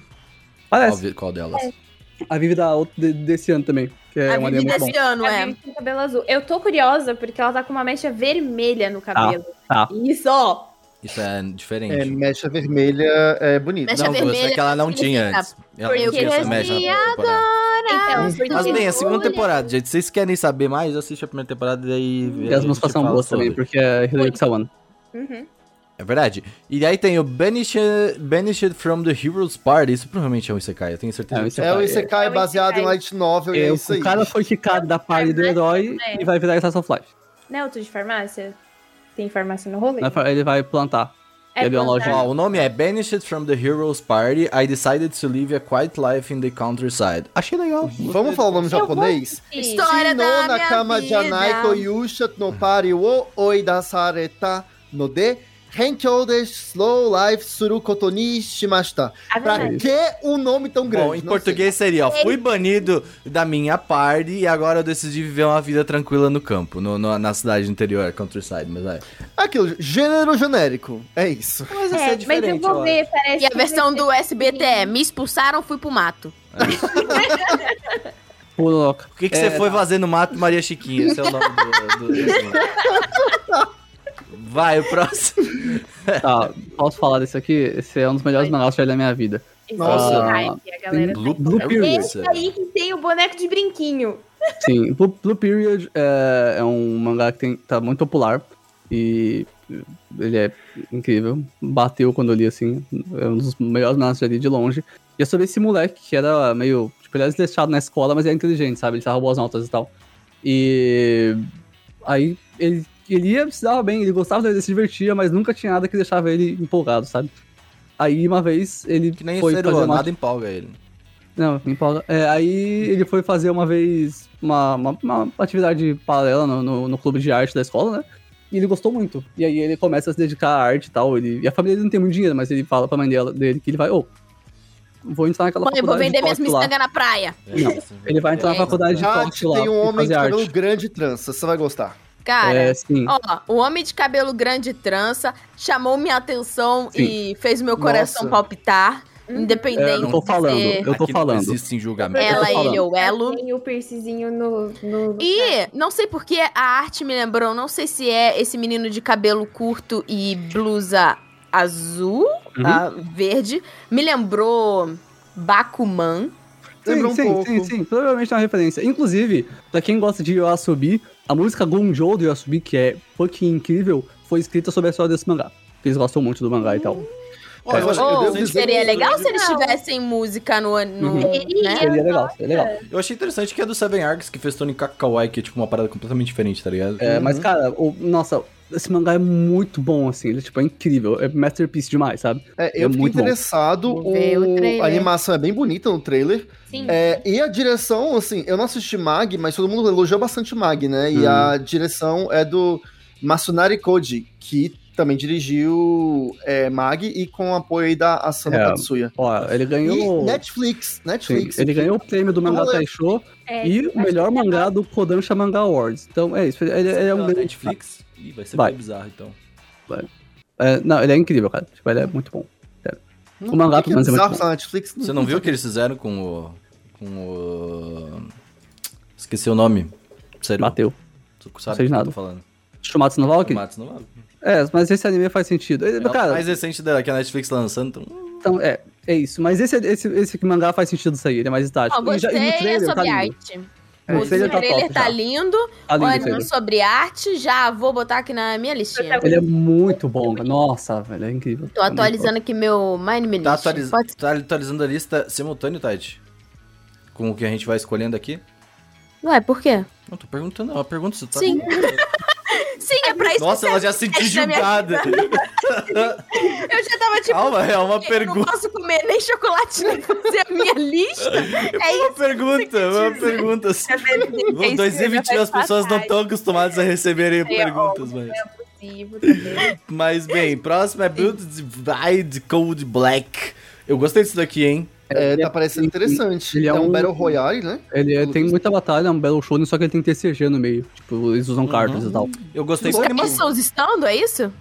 Speaker 1: Qual,
Speaker 3: Parece
Speaker 1: vi- qual delas?
Speaker 3: a Vivi da outra de- desse ano também, que é
Speaker 4: a
Speaker 3: um
Speaker 4: Vivi
Speaker 3: anime muito bom.
Speaker 4: desse ano,
Speaker 2: A
Speaker 4: é.
Speaker 2: Vivi com cabelo azul. Eu tô curiosa porque ela tá com uma mecha vermelha no cabelo.
Speaker 3: tá.
Speaker 2: Isso, ó.
Speaker 1: Isso é diferente.
Speaker 5: É, mecha vermelha é bonita.
Speaker 4: Mecha
Speaker 1: não, eu sei
Speaker 4: vermelha
Speaker 1: que ela não
Speaker 4: significa
Speaker 1: tinha antes. Ela não
Speaker 2: porque
Speaker 1: tinha essa média
Speaker 4: eles
Speaker 1: na temporada.
Speaker 2: Então,
Speaker 4: Então,
Speaker 2: porque
Speaker 1: Mas bem, a
Speaker 2: olha,
Speaker 1: segunda temporada, gente. Se vocês querem saber mais, assiste a primeira temporada e aí.
Speaker 3: E as músicas são boas também, porque é Hiroyuki Sawan.
Speaker 2: Uhum.
Speaker 1: É verdade. E aí tem o Banished, Banished from the Heroes Party. Isso provavelmente é um Isekai, eu tenho certeza.
Speaker 3: É um
Speaker 1: disso.
Speaker 3: isekai.
Speaker 5: É o
Speaker 2: É
Speaker 5: Isekai
Speaker 2: o
Speaker 5: baseado
Speaker 2: Isekai.
Speaker 5: em Light Novel e
Speaker 3: É,
Speaker 5: é isso aí.
Speaker 3: o cara foi quicado da party do herói
Speaker 2: É.
Speaker 3: e vai virar Slice of Life.
Speaker 2: Não é outro de farmácia? Tem farmácia no rolê?
Speaker 3: Na fa- Ele vai plantar.
Speaker 2: É
Speaker 3: ele é uma
Speaker 2: plantar.
Speaker 3: loja-
Speaker 1: Ó, o nome é Banished from the Heroes Party. I decided to live a quiet life in the countryside. Achei legal.
Speaker 5: Vamos falar o nome japonês?
Speaker 2: Sim.
Speaker 4: Estou- História da minha
Speaker 5: Nakama
Speaker 4: vida.
Speaker 5: Janai Koyusha no Pari wo Oidasareta no de Henkyou de Slow Life Suru Koto ni Shimashita.
Speaker 4: É
Speaker 2: A
Speaker 5: Pra
Speaker 2: verdade.
Speaker 5: que um nome tão grande?
Speaker 1: Bom, em
Speaker 5: Não
Speaker 1: português seria, ó, fui banido da minha party e agora eu decidi viver uma vida tranquila no campo, no- no- na cidade interior, countryside, mas é.
Speaker 5: sei. Aquilo, gênero genérico. É isso.
Speaker 1: Mas
Speaker 2: É, mas eu vou ver, parece.
Speaker 4: E a versão do SBT é
Speaker 2: assim.
Speaker 4: Me expulsaram, fui pro mato.
Speaker 3: Pô, louca.
Speaker 1: O que, que você foi fazer no Mato Maria Chiquinha? Esse é o nome do. do- do- Vai, o próximo.
Speaker 3: Tá, posso falar desse aquque? Esse é um dos melhores mangás que eu já li da minha vida.
Speaker 5: Nossa.
Speaker 2: Nossa, hype, a galera.
Speaker 1: Blue,
Speaker 3: Blue Period.
Speaker 2: Esse aí que tem o boneco de brinquinho.
Speaker 3: Sim, Blue, Blue Period é, é um mangá que tem, tá muito popular e ele é incrível. Bateu quando eu li, assim, é um dos melhores mangás que eu já li de longe. E é sobre esse moleque que era meio, tipo, ele era desleixado na escola, mas era inteligente, sabe? Ele tirava boas notas e tal. E aí ele, ele ia, se dava bem, ele gostava dele, ele se divertia, mas nunca tinha nada que deixava ele empolgado, sabe? Aí uma vez ele
Speaker 1: Que nem né?
Speaker 3: foi
Speaker 1: o ser
Speaker 3: fazer
Speaker 1: humano,
Speaker 3: uma
Speaker 1: nada empolga ele.
Speaker 3: não, me empolga. É, aí ele foi fazer uma vez uma, uma, uma atividade paralela no, no, no clube de arte da escola, né? E ele gostou muito. E aí ele começa a se dedicar à arte e tal. Ele, e a família dele não tem muito dinheiro, mas ele fala pra mãe dela, dele que ele vai, ô, vou entrar naquela
Speaker 4: Mãe, vou
Speaker 3: faculdade
Speaker 4: vender
Speaker 3: de
Speaker 4: minhas
Speaker 3: tóxico lá.
Speaker 4: miçanga na praia.
Speaker 1: É,
Speaker 3: Não, Ele vai entrar na
Speaker 4: É,
Speaker 3: faculdade de
Speaker 5: Tati,
Speaker 3: tóxico lá.
Speaker 5: tem um
Speaker 3: pra
Speaker 5: homem de
Speaker 3: fazer
Speaker 5: cabelo
Speaker 3: arte.
Speaker 5: grande e trança. Você vai gostar.
Speaker 4: Cara,
Speaker 3: É, sim.
Speaker 4: ó, o homem de cabelo grande e trança chamou minha atenção e fez meu coração
Speaker 5: Nossa.
Speaker 4: palpitar. Independente
Speaker 3: É, eu tô
Speaker 4: de
Speaker 3: falando.
Speaker 4: ser
Speaker 3: Eu tô
Speaker 1: Aqui não
Speaker 3: falando.
Speaker 1: Existe em julgamento.
Speaker 3: É Eu tô
Speaker 4: ela, é- ele
Speaker 3: falando.
Speaker 4: ou elo.
Speaker 2: Tem o piercingzinho no. no...
Speaker 4: E não sei porque a arte me lembrou, não sei se é esse menino de cabelo curto e blusa azul,
Speaker 3: Uhum.
Speaker 4: ah, verde, me lembrou Bakuman.
Speaker 3: Sim,
Speaker 5: Lembrou um
Speaker 3: sim,
Speaker 5: pouco.
Speaker 3: sim, sim. Provavelmente é uma referência. Inclusive, pra quem gosta de Yoasobi, a música Gonjo do Yoasobi, que é fucking incrível, foi escrita sobre a história desse mangá. Porque eles gostam muito do mangá e tal.
Speaker 1: Ó,
Speaker 3: É,
Speaker 1: eu acho- eu
Speaker 4: Oh,
Speaker 1: devo dizer-
Speaker 4: seria legal se eles
Speaker 2: Não.
Speaker 4: tivessem música no. no
Speaker 3: Uhum.
Speaker 4: né?
Speaker 2: Eu
Speaker 3: Seria legal, seria legal.
Speaker 1: Eu achei interessante que é do Seven Arcs, que fez Tony Kakawai, que é tipo uma parada completamente diferente, tá ligado?
Speaker 3: É, mas,
Speaker 5: Uhum.
Speaker 3: cara, o- nossa, esse mangá é muito bom, assim. Ele, tipo, é incrível. É masterpiece demais, sabe?
Speaker 5: É, eu
Speaker 3: É
Speaker 5: fiquei
Speaker 3: muito bom.
Speaker 5: interessado.
Speaker 4: Vou ver o
Speaker 5: o-
Speaker 4: trailer.
Speaker 5: A animação é bem bonita no trailer.
Speaker 2: Sim.
Speaker 5: É, e a direção, assim, eu não assisti Mag, mas todo mundo elogiou bastante Mag, né? E
Speaker 3: Hum.
Speaker 5: a direção é do Masunari Koji, que também dirigiu é, Mag e com o apoio aí da Asano
Speaker 3: É.
Speaker 5: Katsuya.
Speaker 3: Ó, ele ganhou.
Speaker 5: E Netflix,
Speaker 3: Sim,
Speaker 5: Netflix.
Speaker 3: ele ganhou o prêmio do mangá
Speaker 5: Olha.
Speaker 3: Taisho
Speaker 2: É,
Speaker 3: e o melhor mangá do Kodansha Manga Awards. Então, é isso. Ele, ele é um
Speaker 1: Ah,
Speaker 3: grande-
Speaker 1: Netflix? Ih, vai ser
Speaker 3: Vai.
Speaker 1: meio bizarro, então.
Speaker 3: É, não, ele é incrível, cara. Tipo, ele é muito bom.
Speaker 5: Não,
Speaker 3: o mangá,
Speaker 5: por Hum, que
Speaker 3: pelo menos, é muito
Speaker 5: que bizarro
Speaker 3: bom.
Speaker 5: essa Netflix.
Speaker 1: Você não viu o que eles fizeram com o... Com o... Esqueci o nome. Sério.
Speaker 3: Bateu.
Speaker 1: Tu
Speaker 3: Não
Speaker 1: sabe
Speaker 3: sei
Speaker 1: o
Speaker 3: de
Speaker 1: que eu
Speaker 3: nada.
Speaker 1: tô falando.
Speaker 3: Shumatsu no Valkyrie?
Speaker 1: Matos não vale.
Speaker 3: É, mas esse anime faz sentido. Ele-
Speaker 1: É o
Speaker 3: cara,
Speaker 1: mais recente da, que é a Netflix lançando, então...
Speaker 3: então, é, é isso. Mas esse, esse, esse mangá faz sentido sair, ele é mais estático.
Speaker 4: Ó, gostei, é sobre
Speaker 3: tá lindo.
Speaker 4: arte.
Speaker 3: É,
Speaker 4: o
Speaker 3: o trailer tá top
Speaker 4: tá
Speaker 3: já.
Speaker 4: lindo,
Speaker 3: Tá lindo o
Speaker 4: o anime
Speaker 3: trailer.
Speaker 4: sobre arte, já vou botar aqui na minha listinha.
Speaker 3: Ele é muito bom, cara. nossa, velho, é incrível.
Speaker 4: Tô
Speaker 3: É muito
Speaker 4: atualizando aqui meu Mind Me
Speaker 1: Tá,
Speaker 4: List.
Speaker 1: atualiz...
Speaker 4: Pode-
Speaker 1: tá atualizando a lista simultâneo, Tati? Com o que a gente vai escolhendo aqui?
Speaker 4: Ué, por quê?
Speaker 1: Não, tô perguntando, ela pergunta se tá...
Speaker 4: Sim. Sim, é pra isso
Speaker 1: Nossa,
Speaker 4: que
Speaker 1: ela já se sentiu
Speaker 4: na minha
Speaker 1: julgada.
Speaker 4: eu já tava tipo.
Speaker 1: Calma, é uma
Speaker 4: eu não
Speaker 1: pergunta.
Speaker 4: posso comer nem chocolate nem fazer a minha lista? É isso.
Speaker 1: Uma pergunta, uma pergunta. assim.
Speaker 4: É isso,
Speaker 1: 2021 as
Speaker 2: vai
Speaker 1: pessoas não
Speaker 2: passar.
Speaker 1: estão acostumadas a receberem perguntas, mas... Mas bem, próximo é Build Divide Cold Black. Eu gostei disso daqui, hein?
Speaker 5: É, tá parecendo interessante.
Speaker 3: ele é
Speaker 5: é um
Speaker 3: um-
Speaker 5: Battle Royale, né?
Speaker 3: Ele é- tem muita batalha, é um Battle Shonen, só que ele tem TCG no meio. Tipo, eles usam cartas e tal.
Speaker 1: Eu gostei
Speaker 4: Os
Speaker 1: da
Speaker 4: caras
Speaker 1: animação.
Speaker 4: são os stand, é isso?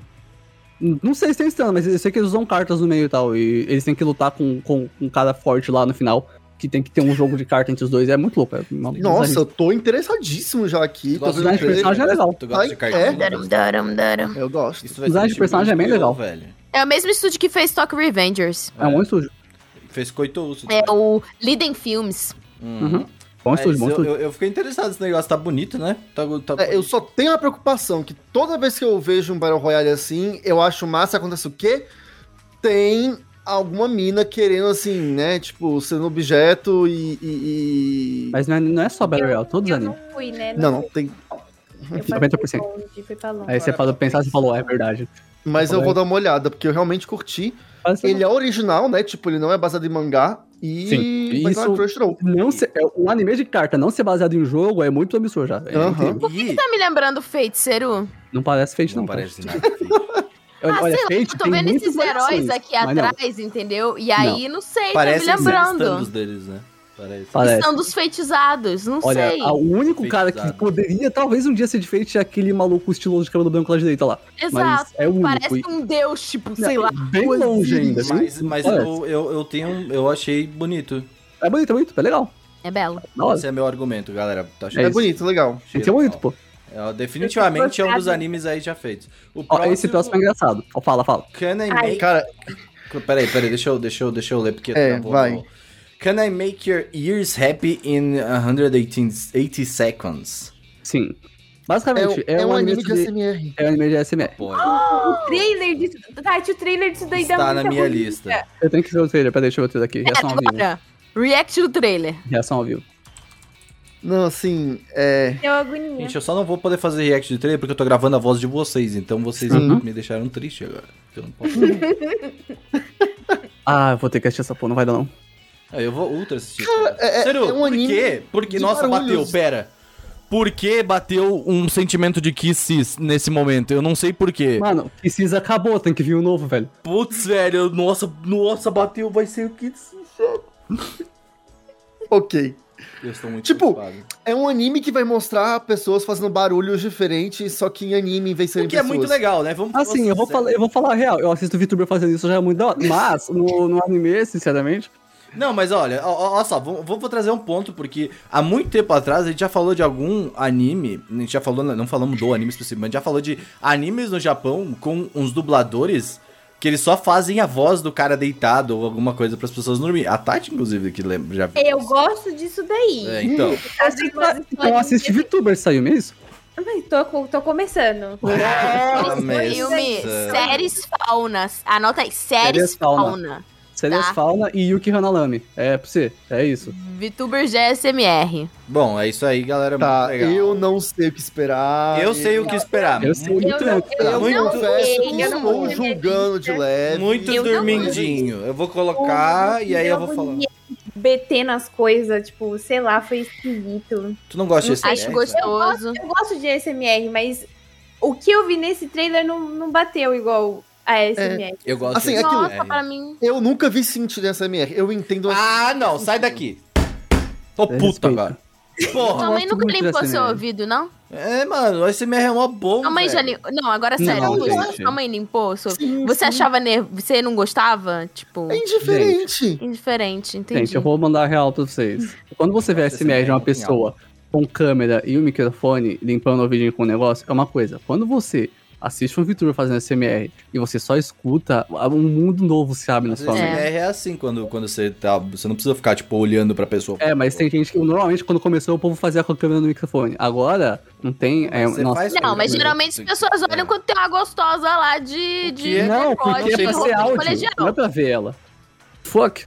Speaker 3: Não sei se tem stand, mas eu sei que eles usam cartas no meio e tal. E eles têm que lutar com, com, com um cara forte lá no final. Que tem que ter um jogo de carta entre os dois. É muito louco. É uma
Speaker 5: Nossa, eu tô interessadíssimo já aqui.
Speaker 1: Tu
Speaker 5: Tô
Speaker 1: gosta
Speaker 5: vendo
Speaker 3: design
Speaker 5: o
Speaker 3: de
Speaker 5: trailer.
Speaker 3: personagem é legal.
Speaker 1: né? Tu gosta de
Speaker 5: Ai,
Speaker 1: cartão? né?
Speaker 4: Darum, darum, darum.
Speaker 5: Eu gosto.
Speaker 1: Isso vai
Speaker 3: Design
Speaker 1: ser
Speaker 3: de personagem é bem
Speaker 1: tipo
Speaker 3: legal.
Speaker 1: Velho.
Speaker 4: É o mesmo estúdio que fez Talk Revengers.
Speaker 3: É um bom estúdio.
Speaker 1: Fez coito uso.
Speaker 4: É o Liden Films.
Speaker 3: É
Speaker 1: Uhum.
Speaker 3: Bom
Speaker 1: Mas
Speaker 3: estúdio, bom
Speaker 1: eu,
Speaker 3: estúdio.
Speaker 1: eu, eu fiquei interessado nesse negócio. Tá bonito, né? Tá, tá...
Speaker 5: É, eu só tenho a preocupação que toda vez que eu vejo um Battle Royale assim, eu acho massa, acontece o quê? Tem alguma mina querendo, assim, né? Tipo, sendo objeto e. e- e-
Speaker 3: Mas não é, não é só Battle Royale, todos os
Speaker 2: eu
Speaker 3: animes.
Speaker 2: não fui, né?
Speaker 5: Não, não, tem.
Speaker 2: Eu
Speaker 3: Enfim, 90%.
Speaker 2: passei longe, fui pra longe.
Speaker 3: Aí você fala, pensar, você falou, é verdade.
Speaker 5: Mas eu vou dar uma olhada, porque eu realmente curti.
Speaker 3: Mas
Speaker 5: Ele é original, né? Tipo, ele não é baseado em mangá. E.
Speaker 3: Sim, e
Speaker 5: Mas não
Speaker 3: isso-
Speaker 5: é Crunchyroll.
Speaker 3: não ser, é um anime de carta não ser baseado em jogo é muito absurdo já. É
Speaker 5: Aham.
Speaker 3: incrível.
Speaker 1: Ih,
Speaker 4: Tá me lembrando Feiticeiro?
Speaker 3: Não parece feito, não.
Speaker 1: não
Speaker 3: cara.
Speaker 1: parece nada. feio.
Speaker 4: Ah,
Speaker 3: Olha,
Speaker 4: sei lá,
Speaker 3: Fate
Speaker 4: eu tô
Speaker 3: tem
Speaker 4: vendo
Speaker 3: muitas
Speaker 4: esses heróis
Speaker 3: variações,
Speaker 4: aqui
Speaker 3: mas não.
Speaker 4: atrás, entendeu? E aí, não, sei,
Speaker 1: Parece
Speaker 4: tô me lembrando.
Speaker 1: os deles, né? Parece.
Speaker 3: Parece.
Speaker 4: São dos feitiçados, não
Speaker 3: Olha,
Speaker 4: sei.
Speaker 3: a- o único cara que
Speaker 1: Feitiçado.
Speaker 3: poderia talvez um dia ser de Fate é aquele maluco estiloso de cabelo branco lá direita lá.
Speaker 4: Exato.
Speaker 3: Mas é o único. é
Speaker 4: Parece um deus, tipo, sei lá.
Speaker 3: Bem longe ainda, assim. viu?
Speaker 1: Mas, mas
Speaker 3: Olha,
Speaker 1: eu, eu, eu tenho. Eu achei bonito.
Speaker 3: É bonito, é bonito, é legal.
Speaker 4: É belo.
Speaker 3: Da hora.
Speaker 1: Esse é meu argumento, galera. Tô achando
Speaker 5: É,
Speaker 3: isso.
Speaker 5: bonito, legal.
Speaker 1: achei
Speaker 3: Tem que ser bonito,
Speaker 1: legal.
Speaker 3: pô.
Speaker 1: É, definitivamente é um dos animes aí já feitos. O
Speaker 3: Ó, esse próximo é engraçado. Ó, fala, fala.
Speaker 1: Can I
Speaker 2: Ai.
Speaker 1: make...
Speaker 5: Cara,
Speaker 1: Peraí, peraí, deixa eu, deixa eu, deixa eu ler, porque tá
Speaker 5: É,
Speaker 1: travou,
Speaker 5: vai.
Speaker 1: travou. Can I make your ears happy in 180 seconds?
Speaker 3: Sim.
Speaker 5: é,
Speaker 3: Basicamente, é,
Speaker 5: é
Speaker 3: um anime, de,
Speaker 5: SMR.
Speaker 3: é um anime de SMR.
Speaker 1: Pô,
Speaker 2: O trailer disso. Tati, o trailer disso daí dá
Speaker 1: está na
Speaker 2: Ah, muita
Speaker 1: minha
Speaker 2: ruim.
Speaker 1: lista.
Speaker 3: Eu tenho que ver o trailer, peraí, deixa eu um. ver o trailer aqui. Reação ao vivo.
Speaker 4: É, Agora, react do trailer.
Speaker 3: Reação ao vivo.
Speaker 5: Não, assim. É.
Speaker 2: Deu agonia.
Speaker 1: Gente, eu só não vou poder fazer react de trailer porque eu tô gravando a voz de vocês, então vocês
Speaker 5: Uhum.
Speaker 1: me deixaram triste agora. Eu não posso.
Speaker 3: Ah, eu vou ter que assistir essa porra, não vai dar não.
Speaker 1: Ah, eu vou ultra assistir.
Speaker 5: é- é-
Speaker 1: Sério,
Speaker 5: é um
Speaker 1: por
Speaker 5: anime
Speaker 1: quê? Porque,
Speaker 5: de
Speaker 1: nossa,
Speaker 5: barulhos.
Speaker 1: bateu, pera. Por que bateu um sentimento de kisses nesse momento? Eu não sei por quê.
Speaker 3: Mano, precisa acabou, tem que vir um novo, velho.
Speaker 1: Putz, velho, eu- nossa, nossa, bateu, vai ser o kisses.
Speaker 5: Ok.
Speaker 1: Eu estou muito
Speaker 5: Tipo,
Speaker 1: preocupado.
Speaker 5: É um anime que vai mostrar pessoas fazendo barulhos diferentes, só que em anime em vez de
Speaker 1: O
Speaker 5: serem
Speaker 1: que é
Speaker 5: pessoas.
Speaker 1: muito legal, né? Vamos
Speaker 3: Assim, eu vou,
Speaker 1: sério.
Speaker 3: falar, eu vou falar a real. Eu assisto o VTuber fazendo isso já é muito da hora. Mas, no, no anime, sinceramente.
Speaker 1: Não, mas olha, ó- ó- olha só, vou, vou- vou trazer um ponto, porque há muito tempo atrás a gente já falou de algum anime, a gente já falou, não falamos do anime especificamente, a gente já falou de animes no Japão com uns dubladores que eles só fazem a voz do cara deitado ou alguma coisa para as pessoas dormir. A Tati, inclusive, que lembra, já viu.
Speaker 2: Eu
Speaker 1: isso.
Speaker 2: gosto disso daí.
Speaker 1: É, então.
Speaker 2: Acho que umas
Speaker 3: Então
Speaker 2: histórias
Speaker 3: assiste
Speaker 2: de-
Speaker 3: VTuber, saiu mesmo?
Speaker 2: Ai, Tô, co- tô começando.
Speaker 5: Ah,
Speaker 1: Nossa,
Speaker 4: É, Filme,
Speaker 5: é.
Speaker 1: Nossa.
Speaker 4: séries faunas. Anota aí, séries
Speaker 3: Séries fauna.
Speaker 4: fauna.
Speaker 3: Serias
Speaker 4: Tá.
Speaker 3: Fauna e Yuki Hanalami. É, pra você. É isso.
Speaker 4: VTuber GSMR.
Speaker 1: Bom, é isso aí, galera.
Speaker 5: Tá,
Speaker 1: muito legal.
Speaker 5: eu não sei o que esperar.
Speaker 1: Eu sei o que esperar.
Speaker 3: Ah, Eu sei muito. tá?
Speaker 2: não-
Speaker 5: Eu
Speaker 1: Muito-
Speaker 5: não confesso
Speaker 2: sei,
Speaker 5: que
Speaker 2: eu não vou
Speaker 5: estou
Speaker 2: ler minha
Speaker 5: julgando
Speaker 2: lista.
Speaker 5: de leve.
Speaker 1: Muito
Speaker 4: Eu não
Speaker 1: dormidinho. Eu vou colocar e aí eu vou falar.
Speaker 2: BT nas coisas, tipo, sei lá, foi esquisito.
Speaker 1: Tu não gosta
Speaker 4: Não
Speaker 1: desse
Speaker 4: Acho gostoso.
Speaker 2: Eu gosto de ASMR, mas o que eu vi nesse trailer não, não bateu igual a ASMR.
Speaker 1: Eu gosto
Speaker 5: Assim,
Speaker 1: desse
Speaker 5: aquilo-
Speaker 4: Nossa,
Speaker 1: ASMR.
Speaker 4: pra mim.
Speaker 5: Eu nunca vi sentido nessa MR. Eu entendo.
Speaker 1: Ah, não, sai daqui. Tô
Speaker 3: Eu
Speaker 1: puto
Speaker 3: respeito.
Speaker 1: agora. Porra.
Speaker 4: Tua mãe
Speaker 3: gosto
Speaker 4: nunca
Speaker 3: muito
Speaker 4: limpou
Speaker 3: dessa
Speaker 4: seu
Speaker 3: merda.
Speaker 4: ouvido, não?
Speaker 1: É, mano, o SMR é mó bom.
Speaker 4: Tua mãe já
Speaker 1: velho.
Speaker 4: limpou. Não, agora
Speaker 3: Não,
Speaker 4: sério.
Speaker 3: gente.
Speaker 4: Tua mãe limpou seu
Speaker 5: Sim,
Speaker 4: Você
Speaker 5: sim.
Speaker 4: achava nervo. Você não gostava? Tipo,
Speaker 5: assim, É indiferente.
Speaker 4: indiferente, entendi. Hum.
Speaker 3: Gente, eu vou mandar a real pra vocês. Quando você vê a
Speaker 1: Nossa, esse
Speaker 3: SMR de uma
Speaker 1: cara é genial.
Speaker 3: pessoa com câmera e um microfone limpando o ouvidinho com um negócio, é uma coisa. Quando você assiste um VTuber fazendo SMR e você só escuta, um mundo novo se abre na
Speaker 1: Mas
Speaker 3: sua mente.
Speaker 1: SMR é. assim quando, quando você tá. Você não precisa ficar, tipo, olhando pra pessoa.
Speaker 3: É, mas tem gente que normalmente quando começou o povo fazia com a câmera no microfone. Agora, não tem. É,
Speaker 1: Você
Speaker 3: nossa,
Speaker 1: faz
Speaker 4: Não,
Speaker 1: com-
Speaker 4: mas
Speaker 1: com-
Speaker 4: geralmente as pessoas olham
Speaker 1: É.
Speaker 4: quando tem uma gostosa lá de. de
Speaker 1: é-
Speaker 3: não, porque
Speaker 1: tem
Speaker 3: é pra
Speaker 1: roupa
Speaker 3: ser
Speaker 1: de
Speaker 3: áudio,
Speaker 4: tipo, colegial.
Speaker 3: não é pra ver ela. Fuck.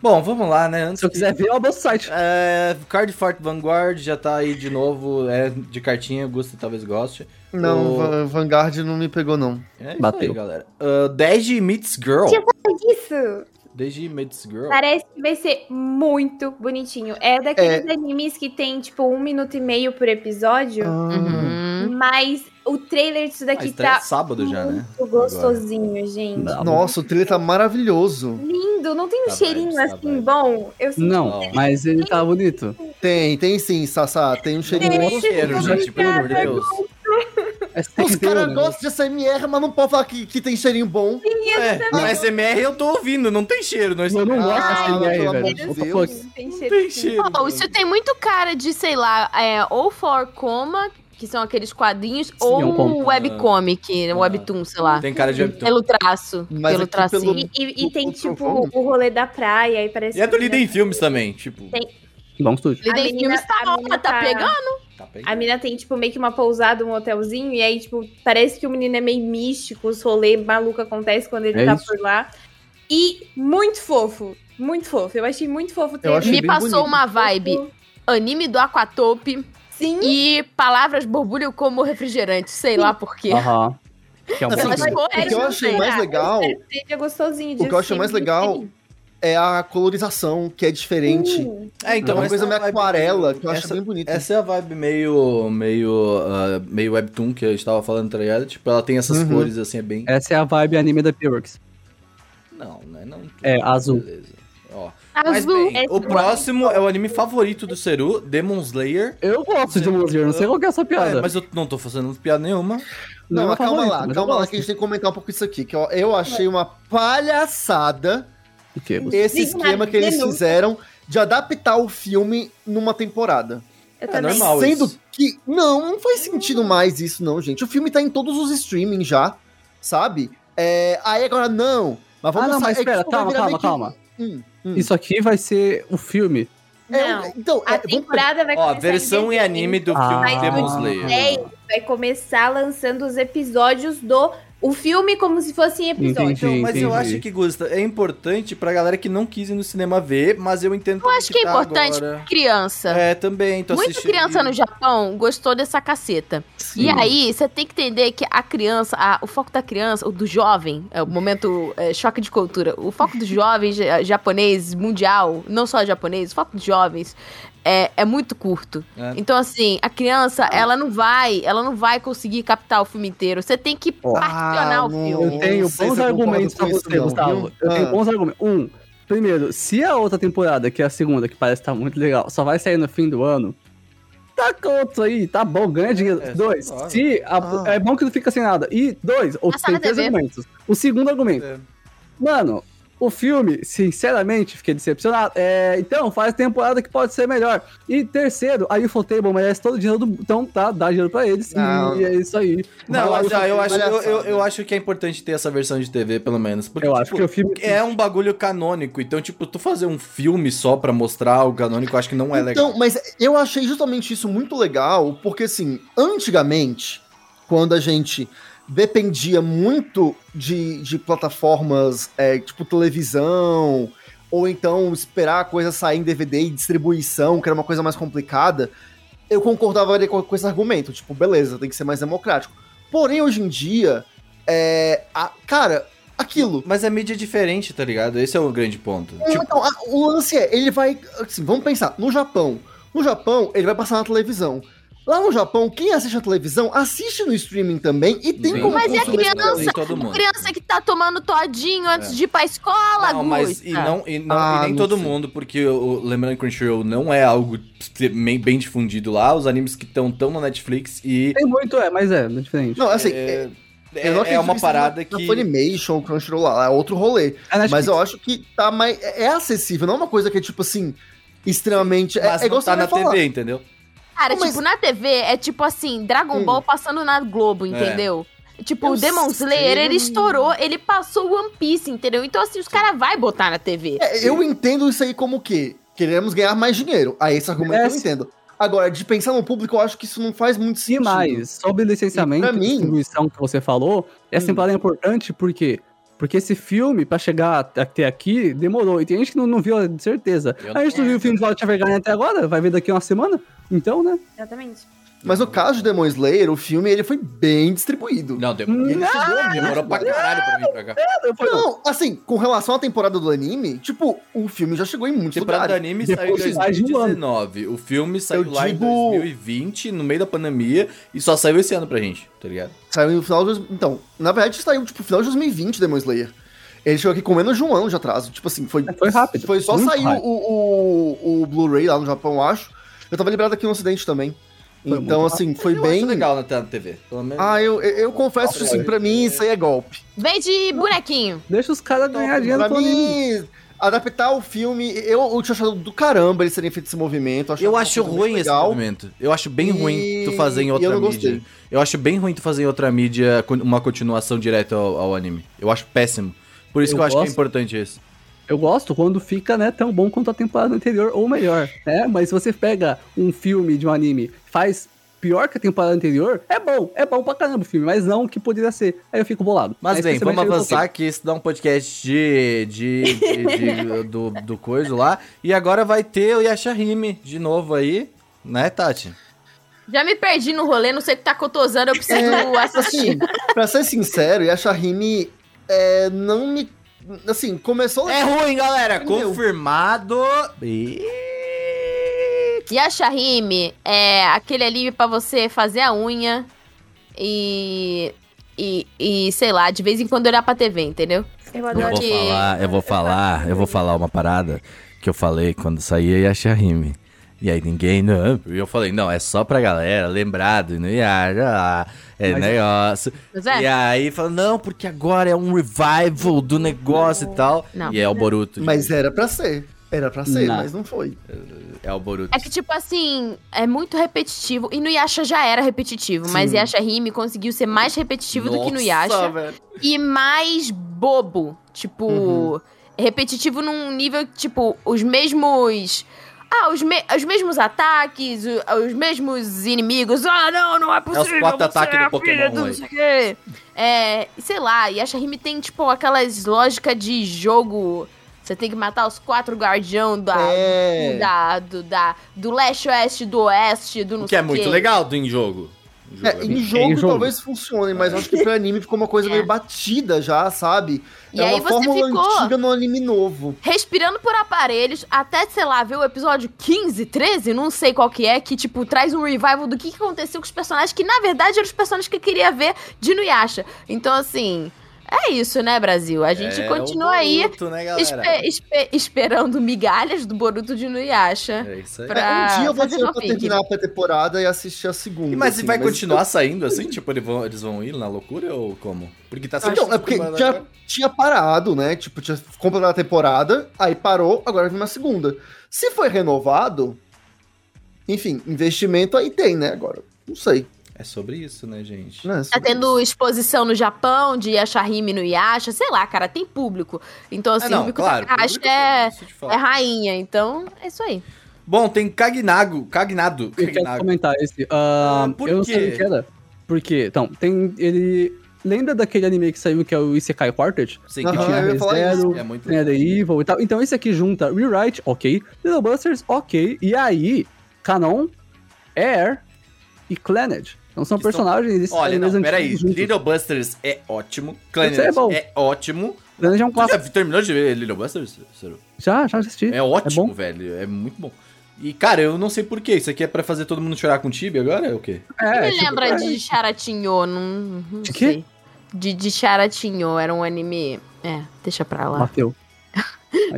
Speaker 1: Bom, vamos lá, né? Antes
Speaker 3: Se eu
Speaker 1: que-
Speaker 3: quiser ver, eu abro o site.
Speaker 1: É, Card Fort Vanguard já tá aí de novo. É de cartinha, Gusta talvez goste.
Speaker 5: Não,
Speaker 1: O-
Speaker 5: Va- Vanguard não me pegou, não.
Speaker 1: É isso
Speaker 3: Bateu.
Speaker 1: aí, galera. Ah, Deji Meets Girl.
Speaker 2: Isso!
Speaker 1: Deji Meets Girl.
Speaker 2: Parece que vai ser muito bonitinho. É daqueles animes que tem, tipo, um minuto e meio por
Speaker 5: Ah.
Speaker 2: episódio,
Speaker 4: Uhum.
Speaker 2: mas o trailer disso
Speaker 1: Ah,
Speaker 2: daqui
Speaker 1: estreia
Speaker 2: tá
Speaker 1: sábado já, né?
Speaker 2: muito gostosinho, gente.
Speaker 3: Não.
Speaker 5: Nossa, o trailer tá maravilhoso.
Speaker 2: Lindo, não tem um
Speaker 1: Tá
Speaker 2: cheirinho
Speaker 1: bem, tá
Speaker 2: assim
Speaker 1: bem.
Speaker 2: bom? Eu sinto
Speaker 3: Não,
Speaker 1: Não.
Speaker 3: mas ele tá bonito.
Speaker 5: Tem, tem sim, Sassá. Tem um cheirinho.
Speaker 1: Tem um cheiro, gente, pelo amor de Deus.
Speaker 3: É
Speaker 5: Os caras
Speaker 3: né?
Speaker 5: gostam de SMR, mas não pode falar que, que tem cheirinho bom.
Speaker 1: É, no SMR eu tô ouvindo, não tem cheiro. Não,
Speaker 3: Eu não
Speaker 1: Ah,
Speaker 3: gosto dessa
Speaker 5: Ah,
Speaker 3: ideia,
Speaker 5: pelo
Speaker 3: velho.
Speaker 1: é
Speaker 5: amor de
Speaker 3: What the
Speaker 5: Deus.
Speaker 3: fuck?
Speaker 2: Tem
Speaker 1: não
Speaker 2: cheiro. assim.
Speaker 1: tem
Speaker 2: sim.
Speaker 1: cheiro.
Speaker 4: Pô, isso tem muito cara de, sei lá, é, ou for coma, que são aqueles quadrinhos, ou
Speaker 3: é um ponto.
Speaker 4: webcomic, webtoon, sei lá.
Speaker 1: Tem cara de webtoon.
Speaker 4: Pelo traço,
Speaker 5: Mas
Speaker 4: Então. pelo
Speaker 5: aqui
Speaker 4: tracinho.
Speaker 5: pelo-
Speaker 2: E, e- e tem,
Speaker 5: O- o
Speaker 2: tipo,
Speaker 5: Procon?
Speaker 2: o rolê da praia e parece.
Speaker 1: E é do
Speaker 2: que-
Speaker 1: Liden Filmes também, tipo.
Speaker 2: Tem.
Speaker 3: Bom estúdio.
Speaker 4: Lidem
Speaker 2: A menina-
Speaker 4: Filmes tá,
Speaker 2: a menina
Speaker 4: tá
Speaker 2: tá-
Speaker 4: pegando?
Speaker 1: Tá bem.
Speaker 2: A mina tem, tipo, meio que uma pousada, um hotelzinho, e aí, tipo, parece que o menino é meio místico, os rolê maluco acontece quando ele
Speaker 3: É
Speaker 2: tá
Speaker 3: isso.
Speaker 2: por lá. E muito fofo, muito fofo. Eu achei muito fofo ter
Speaker 5: Eu achei
Speaker 4: Me
Speaker 5: bem
Speaker 4: passou
Speaker 5: bonito.
Speaker 4: uma vibe anime do Aquatope
Speaker 2: Sim,
Speaker 4: e palavras borbulham como refrigerante, sei lá por quê.
Speaker 3: Aham. Que é um
Speaker 5: Assim,
Speaker 3: bom
Speaker 4: Elas
Speaker 3: estúdio.
Speaker 5: O que eu
Speaker 4: não
Speaker 5: achei
Speaker 4: sei.
Speaker 5: mais legal
Speaker 2: seja gostosinho.
Speaker 5: O que eu acho mais legal é a colorização, que é diferente.
Speaker 2: Hum.
Speaker 1: É, então,
Speaker 5: Então, uma
Speaker 1: essa
Speaker 5: coisa
Speaker 1: é a
Speaker 5: meio
Speaker 1: vibe-
Speaker 5: aquarela, que eu acho
Speaker 1: essa-
Speaker 5: bem bonita.
Speaker 1: Essa é a vibe meio. meio. ah, meio webtoon que eu estava falando, tá ligado? Tipo, ela tem essas
Speaker 5: Uhum.
Speaker 1: cores assim, é bem.
Speaker 3: Essa é a vibe anime da P-Works.
Speaker 1: Não, né? Não, tudo.
Speaker 3: É, azul.
Speaker 1: Beleza. Ó. Mas
Speaker 4: Azul.
Speaker 1: bem, o próximo é o anime favorito do Seru, Demon Slayer.
Speaker 3: Eu gosto de Monster, não sei qual que é essa
Speaker 1: Ah,
Speaker 3: piada.
Speaker 1: mas eu não tô fazendo piada nenhuma.
Speaker 5: Não,
Speaker 3: é meu
Speaker 5: mas calma
Speaker 3: favorito,
Speaker 5: lá,
Speaker 3: mas eu
Speaker 5: calma lá,
Speaker 3: gosto.
Speaker 5: que a gente tem que comentar um pouco isso aqui. Que eu, eu achei uma palhaçada
Speaker 3: O quê? Você-
Speaker 5: esse
Speaker 2: Diga uma
Speaker 5: esquema que eles
Speaker 2: denúncia.
Speaker 5: fizeram de adaptar o filme numa temporada.
Speaker 2: Eu
Speaker 1: É
Speaker 2: também.
Speaker 1: normal. Mal
Speaker 5: Sendo
Speaker 1: isso.
Speaker 5: que. Não, não faz sentido mais isso, não, gente. O filme tá em todos os streaming já, sabe? É, aí agora não. Mas vamos
Speaker 3: Ah, não,
Speaker 5: sa-
Speaker 3: mas
Speaker 5: é que
Speaker 3: espera,
Speaker 5: isso vai
Speaker 3: calma,
Speaker 5: virar
Speaker 3: calma,
Speaker 5: meio que-
Speaker 3: calma.
Speaker 5: Hum, hum.
Speaker 3: Isso aqui vai ser o filme.
Speaker 5: É,
Speaker 2: Não.
Speaker 5: então, é,
Speaker 2: A
Speaker 5: vamos-
Speaker 2: temporada vai
Speaker 1: Ó, a
Speaker 2: começar.
Speaker 1: versão em
Speaker 2: dezembro.
Speaker 1: anime do
Speaker 3: Ah.
Speaker 1: filme
Speaker 2: Tá Mas é
Speaker 1: Demon
Speaker 3: no
Speaker 1: Slayer.
Speaker 2: Disney vai começar lançando os episódios do. O filme como se fossem episódios.
Speaker 3: Entendi.
Speaker 1: Então, mas eu
Speaker 3: entendi.
Speaker 1: acho que Gusta é importante pra galera que não quis ir no cinema ver, mas eu entendo tá
Speaker 4: Eu acho que é importante
Speaker 1: Agora.
Speaker 4: criança.
Speaker 1: É, também. Tô
Speaker 4: Muito
Speaker 1: assistindo.
Speaker 4: criança no Japão gostou dessa caceta. E aí, você tem que entender que a criança, a- o foco da criança, ou do jovem, é o momento é, choque de cultura, o foco do jovem ja- japonês mundial, não só japonês, o foco dos jovens é, é muito curto.
Speaker 1: É.
Speaker 4: Então, assim, a criança, ela não vai, ela não vai conseguir captar o filme inteiro. Você tem que
Speaker 3: Ó.
Speaker 4: particionar
Speaker 5: Ah,
Speaker 4: o
Speaker 5: não.
Speaker 4: filme.
Speaker 3: Eu tenho
Speaker 5: sei
Speaker 3: bons
Speaker 5: se eu concordo
Speaker 3: argumentos pra
Speaker 5: com isso
Speaker 3: você,
Speaker 5: não,
Speaker 3: Gustavo.
Speaker 5: viu?
Speaker 3: Eu tenho
Speaker 5: Ah.
Speaker 3: bons argumentos. Um, primeiro, se a outra temporada, que é a segunda, que parece estar muito legal, só vai sair no fim do ano, tá conto aí, tá bom, ganha dinheiro.
Speaker 1: É,
Speaker 3: dois,
Speaker 1: claro.
Speaker 3: se a-
Speaker 5: Ah.
Speaker 3: é bom que não fica sem nada. E dois, ou
Speaker 4: Passa
Speaker 3: tem
Speaker 4: na
Speaker 3: três
Speaker 4: TV.
Speaker 3: argumentos. O segundo argumento,
Speaker 1: É.
Speaker 3: mano, O filme, sinceramente, fiquei decepcionado. É, então, faz temporada que pode ser melhor. E terceiro, a Ufotable merece todo o dinheiro do. Então, tá, dá dinheiro pra eles.
Speaker 5: Não.
Speaker 3: E é isso aí.
Speaker 1: Não,
Speaker 3: Vai lá,
Speaker 1: mas, ah, eu, acho, eu,
Speaker 5: palhaçada.
Speaker 1: eu, eu acho que é importante ter essa versão de TV, pelo menos. Porque,
Speaker 3: Eu
Speaker 1: tipo,
Speaker 3: acho que o filme.
Speaker 1: é um bagulho canônico. Então, tipo, tu fazer um filme só pra mostrar o canônico, eu acho que não é legal.
Speaker 5: Então, mas eu achei justamente isso muito legal, porque assim, antigamente, quando a gente dependia muito de, de plataformas é, tipo televisão, ou então esperar a coisa sair em DVD e distribuição, que era uma coisa mais complicada, eu concordava ali com, com esse argumento, tipo, beleza, tem que ser mais democrático. Porém, hoje em dia, é, a- cara, aquilo.
Speaker 1: Mas é mídia diferente, tá ligado? Esse é o grande ponto. Tipo,
Speaker 5: Então, a- o lance é, ele vai. Assim, vamos pensar, no Japão. No Japão, ele vai passar na televisão. Lá no Japão, quem assiste a televisão assiste no streaming também e tem
Speaker 1: Sim. é
Speaker 5: como.
Speaker 4: Mas e a
Speaker 5: consumir-
Speaker 4: criança?
Speaker 1: em todo mundo.
Speaker 4: Criança que tá tomando todinho antes de ir pra escola,
Speaker 1: É. Não, mas
Speaker 4: Gusta.
Speaker 1: e, não, e, não,
Speaker 5: Ah,
Speaker 1: e nem
Speaker 5: não
Speaker 1: todo
Speaker 5: sei.
Speaker 1: mundo, porque o, lembrando que Crunchyroll não é algo bem bem difundido lá, os animes que estão tão na Netflix e
Speaker 3: Tem muito, é, mas é, é diferente.
Speaker 5: Não, assim.
Speaker 1: é,
Speaker 5: eu
Speaker 1: é- é
Speaker 5: não acredito
Speaker 1: uma
Speaker 5: que
Speaker 1: parada
Speaker 5: seja na-
Speaker 1: que
Speaker 5: Na Funimation, Crunchyroll, lá, é outro rolê.
Speaker 3: A Netflix-
Speaker 5: Mas eu acho que tá mais. É é acessível, não é uma coisa que é tipo assim. Extremamente. é-
Speaker 1: mas
Speaker 5: é,
Speaker 1: não
Speaker 5: igual
Speaker 1: tá
Speaker 5: você
Speaker 1: na
Speaker 5: vai falar.
Speaker 1: TV, entendeu?
Speaker 4: Cara,
Speaker 5: Mas-
Speaker 4: tipo, na TV é tipo assim, Dragon
Speaker 5: Hum. É.
Speaker 4: Ball passando na Globo, entendeu? Tipo,
Speaker 5: Eu
Speaker 4: o Demon Slayer,
Speaker 5: sei. né?
Speaker 4: ele estourou, ele passou o One Piece, entendeu? Então, assim, os caras vão botar na TV.
Speaker 5: É, eu entendo isso aí como que queremos ganhar mais dinheiro. Aí esse argumento
Speaker 3: É,
Speaker 5: eu
Speaker 3: sim.
Speaker 5: entendo. Agora, de pensar no público, eu acho que isso não faz muito
Speaker 3: E
Speaker 5: sentido.
Speaker 3: mais, sobre licenciamento
Speaker 5: E
Speaker 3: e,
Speaker 5: pra mim-
Speaker 3: distribuição que você falou, essa
Speaker 5: Hum.
Speaker 3: temporada é importante por quê? Porque esse filme, pra chegar at- até aqui, demorou. E tem gente que não, não viu, de certeza.
Speaker 1: Eu
Speaker 3: a gente não viu o filme de Vault Vergara até agora, vai ver daqui uma semana. Então, né?
Speaker 2: Exatamente.
Speaker 5: Mas no caso de Demon Slayer, o filme ele foi bem distribuído.
Speaker 1: Não, demorou,
Speaker 5: Ele chegou a
Speaker 1: demorou pra caralho pra vir pra cá.
Speaker 5: Não, assim, com relação à temporada do anime, tipo, o filme já chegou em muitos
Speaker 1: temporada do
Speaker 5: lugares.
Speaker 1: anime
Speaker 3: Depois
Speaker 1: saiu em
Speaker 3: de mais de um ano.
Speaker 1: 2019. O filme saiu
Speaker 5: Eu
Speaker 1: lá
Speaker 5: digo-
Speaker 1: em 2020, no meio da pandemia, e só saiu esse ano pra gente, tá ligado?
Speaker 5: Saiu no final de... Então, na verdade, saiu, tipo, final de 2020, Demon Slayer. Ele chegou aqui com menos de um ano de atraso. Tipo assim, foi...
Speaker 3: É, foi rápido.
Speaker 5: Foi só
Speaker 3: Muito
Speaker 5: sair
Speaker 3: rápido.
Speaker 5: o, o, o Blu-ray lá no Japão, eu acho. Eu tava liberado aqui no Ocidente também.
Speaker 3: Foi
Speaker 5: então,
Speaker 3: muito
Speaker 5: assim, foi
Speaker 1: Eu
Speaker 5: bem...
Speaker 1: acho legal na tela- TV. Pelo menos.
Speaker 5: Ah, eu, eu, eu confesso que, assim, pra mim, isso aí é golpe.
Speaker 4: Vende bonequinho.
Speaker 3: Deixa os caras ganhar dinheiro
Speaker 5: pra
Speaker 3: com anime.
Speaker 5: mim, adaptar o filme... Eu, eu tinha achado do caramba eles terem feito esse movimento.
Speaker 1: Eu
Speaker 5: uma
Speaker 1: acho
Speaker 5: coisa bem
Speaker 1: ruim esse
Speaker 5: legal.
Speaker 1: movimento. Eu acho bem
Speaker 5: E-
Speaker 1: ruim tu fazer em outra
Speaker 5: e eu não
Speaker 1: mídia.
Speaker 5: gostei.
Speaker 1: Eu acho bem ruim tu fazer em outra mídia con- uma continuação direta ao, ao anime. Eu acho péssimo. Por isso
Speaker 3: Eu
Speaker 1: que eu acho que é
Speaker 3: gosto.
Speaker 1: importante isso.
Speaker 3: Eu gosto quando fica, né, tão bom quanto a temporada anterior, ou melhor, né? Mas se você pega um filme de um anime, faz pior que a temporada anterior, é bom, é bom pra caramba o filme, mas não o que poderia ser. Aí eu fico bolado.
Speaker 1: Mas
Speaker 5: É
Speaker 3: Aí,
Speaker 1: bem, vamos
Speaker 3: especialmente, eu
Speaker 1: avançar que isso dá um podcast de. de, de- de- do, do coisa lá. E agora vai ter o Yashahime de novo aí. Né, Tati?
Speaker 4: Já me perdi no rolê, não sei o que tá cotosando, eu preciso
Speaker 5: É,
Speaker 4: assistir.
Speaker 5: Assim, pra ser sincero, Yashahime é, não me. Assim, começou.
Speaker 1: É ruim, galera!
Speaker 5: Meu.
Speaker 1: Confirmado! E...
Speaker 4: E a Shahime é aquele ali pra você fazer a unha e, e. E, sei lá, de vez em quando olhar pra TV, entendeu?
Speaker 2: Eu
Speaker 1: Eu
Speaker 2: adoro.
Speaker 1: vou
Speaker 4: que-
Speaker 1: falar, eu vou falar, eu vou falar uma parada que eu falei quando saía Yashahime. E aí ninguém, não. E eu falei, não, é só pra galera, lembrado, né? não ia, já lá, é
Speaker 3: Mas-
Speaker 1: negócio.
Speaker 4: Mas é?
Speaker 1: E aí fala, não, porque agora é um revival do negócio e tal.
Speaker 4: Não.
Speaker 1: E é o Boruto.
Speaker 5: Mas era pra ser. Era pra ser,
Speaker 3: Não.
Speaker 5: mas não foi.
Speaker 1: É o Boruto.
Speaker 4: É que, tipo assim, é muito repetitivo. E no Yasha já era repetitivo, mas
Speaker 5: Sim.
Speaker 4: Yasha Rime conseguiu ser mais repetitivo do que no
Speaker 1: Nossa,
Speaker 4: Yasha.
Speaker 5: velho.
Speaker 4: E mais bobo. Tipo,
Speaker 5: Uhum.
Speaker 4: repetitivo num nível que, tipo, os mesmos. Ah, os, me- os mesmos ataques, o- ah, os mesmos inimigos. Ah, não, não é possível.
Speaker 1: quatro
Speaker 4: você
Speaker 1: ataques
Speaker 4: é
Speaker 1: do
Speaker 4: a filha
Speaker 1: Pokémon,
Speaker 4: do não
Speaker 1: aí.
Speaker 4: sei o quê. É, sei lá, Yasha Rime tem, tipo, aquelas lógicas de jogo. Você tem que matar os quatro guardião da,
Speaker 5: É.
Speaker 4: da, do, da, do leste, oeste, do oeste, do não
Speaker 1: O que é
Speaker 4: sei
Speaker 1: muito
Speaker 4: quê.
Speaker 1: legal do em jogo. Em jogo
Speaker 5: É,
Speaker 1: é
Speaker 5: em
Speaker 1: bem-
Speaker 5: jogo,
Speaker 3: Em jogo.
Speaker 5: talvez funcione, mas acho que pra anime ficou uma coisa
Speaker 4: É.
Speaker 5: meio batida já, sabe?
Speaker 4: E
Speaker 5: é
Speaker 4: aí
Speaker 5: uma
Speaker 4: você
Speaker 5: fórmula
Speaker 4: ficou-
Speaker 5: antiga no anime novo.
Speaker 4: Respirando por aparelhos, até, sei lá, ver o episódio 15, 13, não sei qual que é, que, tipo, traz um revival do que que aconteceu com os personagens, que, na verdade, eram os personagens que eu queria ver de Nuyasha. Então, assim, É isso, né, Brasil? A gente
Speaker 1: É
Speaker 4: continua
Speaker 1: o
Speaker 4: aí é,
Speaker 1: Boruto, né, galera?
Speaker 4: espe- espe- esperando migalhas do Boruto de Nuyasha.
Speaker 1: É isso aí.
Speaker 4: pra
Speaker 5: um dia eu vou
Speaker 4: fazer
Speaker 5: tirar pra
Speaker 4: fanfic.
Speaker 5: terminar a temporada e assistir a segunda.
Speaker 1: E, mas
Speaker 5: assim,
Speaker 1: vai continuar saindo assim? Tipo, eles vão, eles vão ir na loucura ou como? Porque tá saindo.
Speaker 5: Então, é porque
Speaker 1: semana
Speaker 5: já
Speaker 1: agora.
Speaker 5: tinha parado, né? Tipo, tinha completado a temporada, aí parou, agora vem uma segunda. Se foi renovado, enfim, investimento aí tem, né? Agora, não sei.
Speaker 1: É sobre isso, né, gente?
Speaker 5: Né?
Speaker 4: Tá tendo exposição no Japão de Yashahime no Yasha, sei lá, cara, tem público. Então, assim, o Miku
Speaker 1: É,
Speaker 4: Takahashi
Speaker 1: público,
Speaker 4: é,
Speaker 1: isso de
Speaker 4: é
Speaker 1: falar.
Speaker 4: rainha, então é isso aí.
Speaker 1: Bom, tem Cagnago. Cagnado.
Speaker 3: Eu quero
Speaker 1: Cagnago.
Speaker 3: comentar esse. Ah,
Speaker 1: Ah, por
Speaker 3: eu não
Speaker 1: quê?
Speaker 3: sei o que era. Por quê? Então, tem. Ele. Lembra daquele anime que saiu que é o Isekai Quartet?
Speaker 1: Sim,
Speaker 5: Aham,
Speaker 3: que tinha
Speaker 5: eu ia falar
Speaker 3: ReZero,
Speaker 1: é muito
Speaker 3: tem a The Evil e tal. Então esse aqui junta Rewrite, ok. Little Busters, ok. E aí, Canon, Air e Clannad. Então são
Speaker 1: Que são-
Speaker 3: personagens desses
Speaker 1: Olha,
Speaker 3: animes
Speaker 1: não,
Speaker 3: antigos
Speaker 1: peraí.
Speaker 3: juntos.
Speaker 1: Little Busters é ótimo.
Speaker 3: Isso é
Speaker 1: Clannad
Speaker 3: bom.
Speaker 1: é, ótimo.
Speaker 3: Clannad é um
Speaker 1: Você
Speaker 3: clássico.
Speaker 1: já terminou de ver Little Busters? Ciro?
Speaker 3: Já, já assisti.
Speaker 1: É ótimo,
Speaker 3: bom?
Speaker 1: velho. É muito bom. E, cara, eu não sei porquê. Isso aqui é pra fazer todo mundo chorar com o Tibi agora? É o quê?
Speaker 3: É,
Speaker 4: Me
Speaker 3: tipo,
Speaker 4: lembra
Speaker 3: é.
Speaker 4: de Charatinho, não, não
Speaker 3: De quê?
Speaker 4: sei. De, de Charatinho, era um anime... É, deixa pra lá.
Speaker 3: Bateu.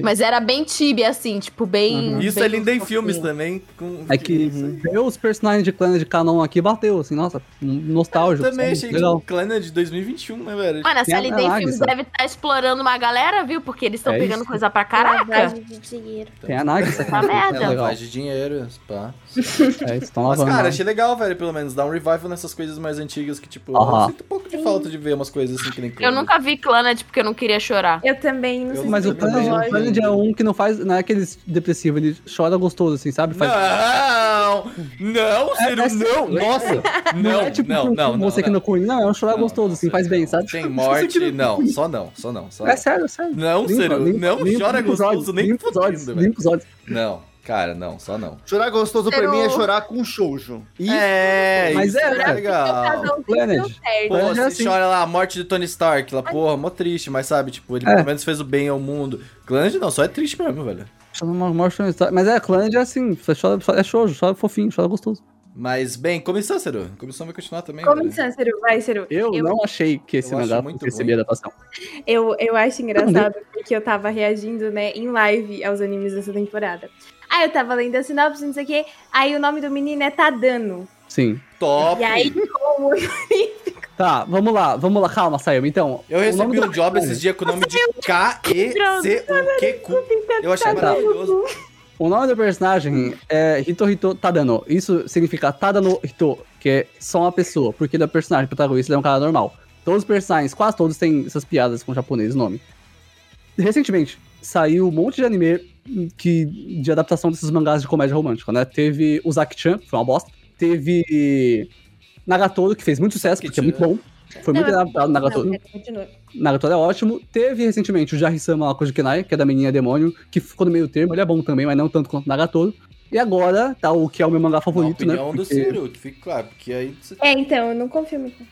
Speaker 4: Mas era bem tibi, assim, tipo, bem...
Speaker 3: Uhum.
Speaker 1: Isso
Speaker 4: bem
Speaker 1: é lindo em
Speaker 4: fofinho.
Speaker 1: filmes também. Com...
Speaker 3: É que
Speaker 1: Uhum.
Speaker 3: ver os personagens de Clannad de Canon aqui bateu, assim, nossa, nostálgico.
Speaker 1: Eu também
Speaker 3: sabe?
Speaker 1: achei que
Speaker 3: Legal.
Speaker 1: o Clannad de 2021, né, velho?
Speaker 4: Mano, a
Speaker 3: Tem a
Speaker 4: Sally Day
Speaker 3: Nag,
Speaker 4: Filmes
Speaker 3: sabe?
Speaker 4: deve estar explorando uma galera, viu? Porque eles estão
Speaker 3: É
Speaker 4: pegando
Speaker 3: isso.
Speaker 4: coisa pra caraca.
Speaker 2: Lavagem de dinheiro.
Speaker 3: Tem a Nag,
Speaker 4: Tá merda.
Speaker 1: É, Ela
Speaker 3: né, legal.
Speaker 1: faz de dinheiro, pá.
Speaker 3: É, eles estão
Speaker 1: Mas,
Speaker 3: lavando.
Speaker 1: cara,
Speaker 3: né?
Speaker 1: achei legal, velho, pelo menos. Dar um revival nessas coisas mais antigas que, tipo, eu
Speaker 3: Aham.
Speaker 1: sinto um pouco de falta de ver umas coisas assim que nem
Speaker 4: Eu nunca vi Clannad porque eu não queria chorar.
Speaker 2: Eu também, não
Speaker 1: Eu-
Speaker 2: sei
Speaker 3: Mas
Speaker 2: se
Speaker 3: o
Speaker 1: Também
Speaker 3: Planet,
Speaker 1: não.
Speaker 3: o Planet é um que não faz. Não é aquele depressivo, ele chora gostoso, assim, sabe?
Speaker 1: é
Speaker 3: Faz.
Speaker 1: Não! Não, Ciro,
Speaker 3: é
Speaker 1: não! um Nossa! Não,
Speaker 3: é tipo
Speaker 1: não,
Speaker 3: um-
Speaker 1: não, não,
Speaker 3: você que
Speaker 1: não.
Speaker 3: não conhece. Não, é um chorar
Speaker 1: Não,
Speaker 3: gostoso, assim,
Speaker 1: não,
Speaker 3: faz
Speaker 1: Ciro,
Speaker 3: bem,
Speaker 1: não.
Speaker 3: sabe?
Speaker 1: Tem morte, não. Só não, só não, só
Speaker 3: É
Speaker 1: não.
Speaker 3: sério, sério.
Speaker 1: Não,
Speaker 3: Limpa,
Speaker 1: Ciro,
Speaker 3: limpa,
Speaker 1: não
Speaker 3: limpa,
Speaker 1: chora
Speaker 3: limpa os olhos,
Speaker 1: gostoso nem
Speaker 3: limpa os olhos,
Speaker 1: fodido, velho.
Speaker 3: limpa os olhos.
Speaker 1: Não, cara, não, só não.
Speaker 5: Chorar gostoso pra
Speaker 4: Zero.
Speaker 5: mim é chorar com shoujo. E
Speaker 1: É,
Speaker 3: Mas
Speaker 1: isso
Speaker 3: é,
Speaker 1: que
Speaker 3: né?
Speaker 1: legal.
Speaker 2: Cada um tem
Speaker 3: Planet.
Speaker 2: seu certo.
Speaker 1: Pô,
Speaker 3: Mas
Speaker 1: você
Speaker 3: é assim.
Speaker 1: chora lá a morte de Tony Stark, lá, porra, mó triste, mas sabe, tipo, ele
Speaker 3: É.
Speaker 1: pelo menos fez o bem ao mundo. Clange não, só é triste mesmo, velho.
Speaker 3: Chama uma- uma chora- Mas é, Clândia é assim, você chora, chora- é shoujo, chora fofinho, chora gostoso.
Speaker 1: Mas, bem, comissão, Ciro. Comissão vai continuar
Speaker 3: é,
Speaker 1: também,
Speaker 2: Como
Speaker 1: velho.
Speaker 2: que Cícero vai, Cícero?
Speaker 3: Eu,
Speaker 2: eu
Speaker 3: não achei que esse
Speaker 1: eu acho
Speaker 3: mangá
Speaker 1: muito
Speaker 3: recebia
Speaker 1: ruim.
Speaker 3: adaptação.
Speaker 2: Eu, eu acho engraçado porque eu tava reagindo, né, em live aos animes dessa temporada. Aí eu tava lendo a sinopse, não sei o quê. Aí o nome do menino é Tadano.
Speaker 3: Sim.
Speaker 1: Top!
Speaker 2: E aí, como
Speaker 3: Tá, vamos lá, vamos lá, calma, Sayama. Então,
Speaker 1: Eu
Speaker 3: o
Speaker 1: recebi
Speaker 3: nome
Speaker 1: um
Speaker 3: do-
Speaker 1: job esses dias com o nome de K-E-C-U-Q-Q. Eu achei
Speaker 3: Tá.
Speaker 1: maravilhoso.
Speaker 3: O nome do personagem é Hitohito Tadano. Isso significa Tadano Hito, que é só uma pessoa, porque ele é personagem, o protagonista ele é um cara normal. Todos os personagens, quase todos, têm essas piadas com japonês nome. Recentemente, saiu um monte de anime que, de adaptação desses mangás de comédia romântica, né? Teve o Zaki-chan, que foi uma bosta. Teve Nagatoro, que fez muito sucesso, porque é muito bom. Foi muito
Speaker 2: Não,
Speaker 3: adaptado Nagatoro.
Speaker 2: Não, continua.
Speaker 3: Naruto é ótimo. Teve recentemente o Jarrisama Akoji Kenai, que é da Menina Demônio, que ficou no meio termo. Ele é bom também, mas não tanto quanto Nagatoro. E agora tá o que é o meu mangá
Speaker 1: Na
Speaker 3: favorito, né?
Speaker 1: opinião do
Speaker 3: Porque-
Speaker 1: Ciro, que fica claro, porque aí você
Speaker 2: É, então, eu não confio muito.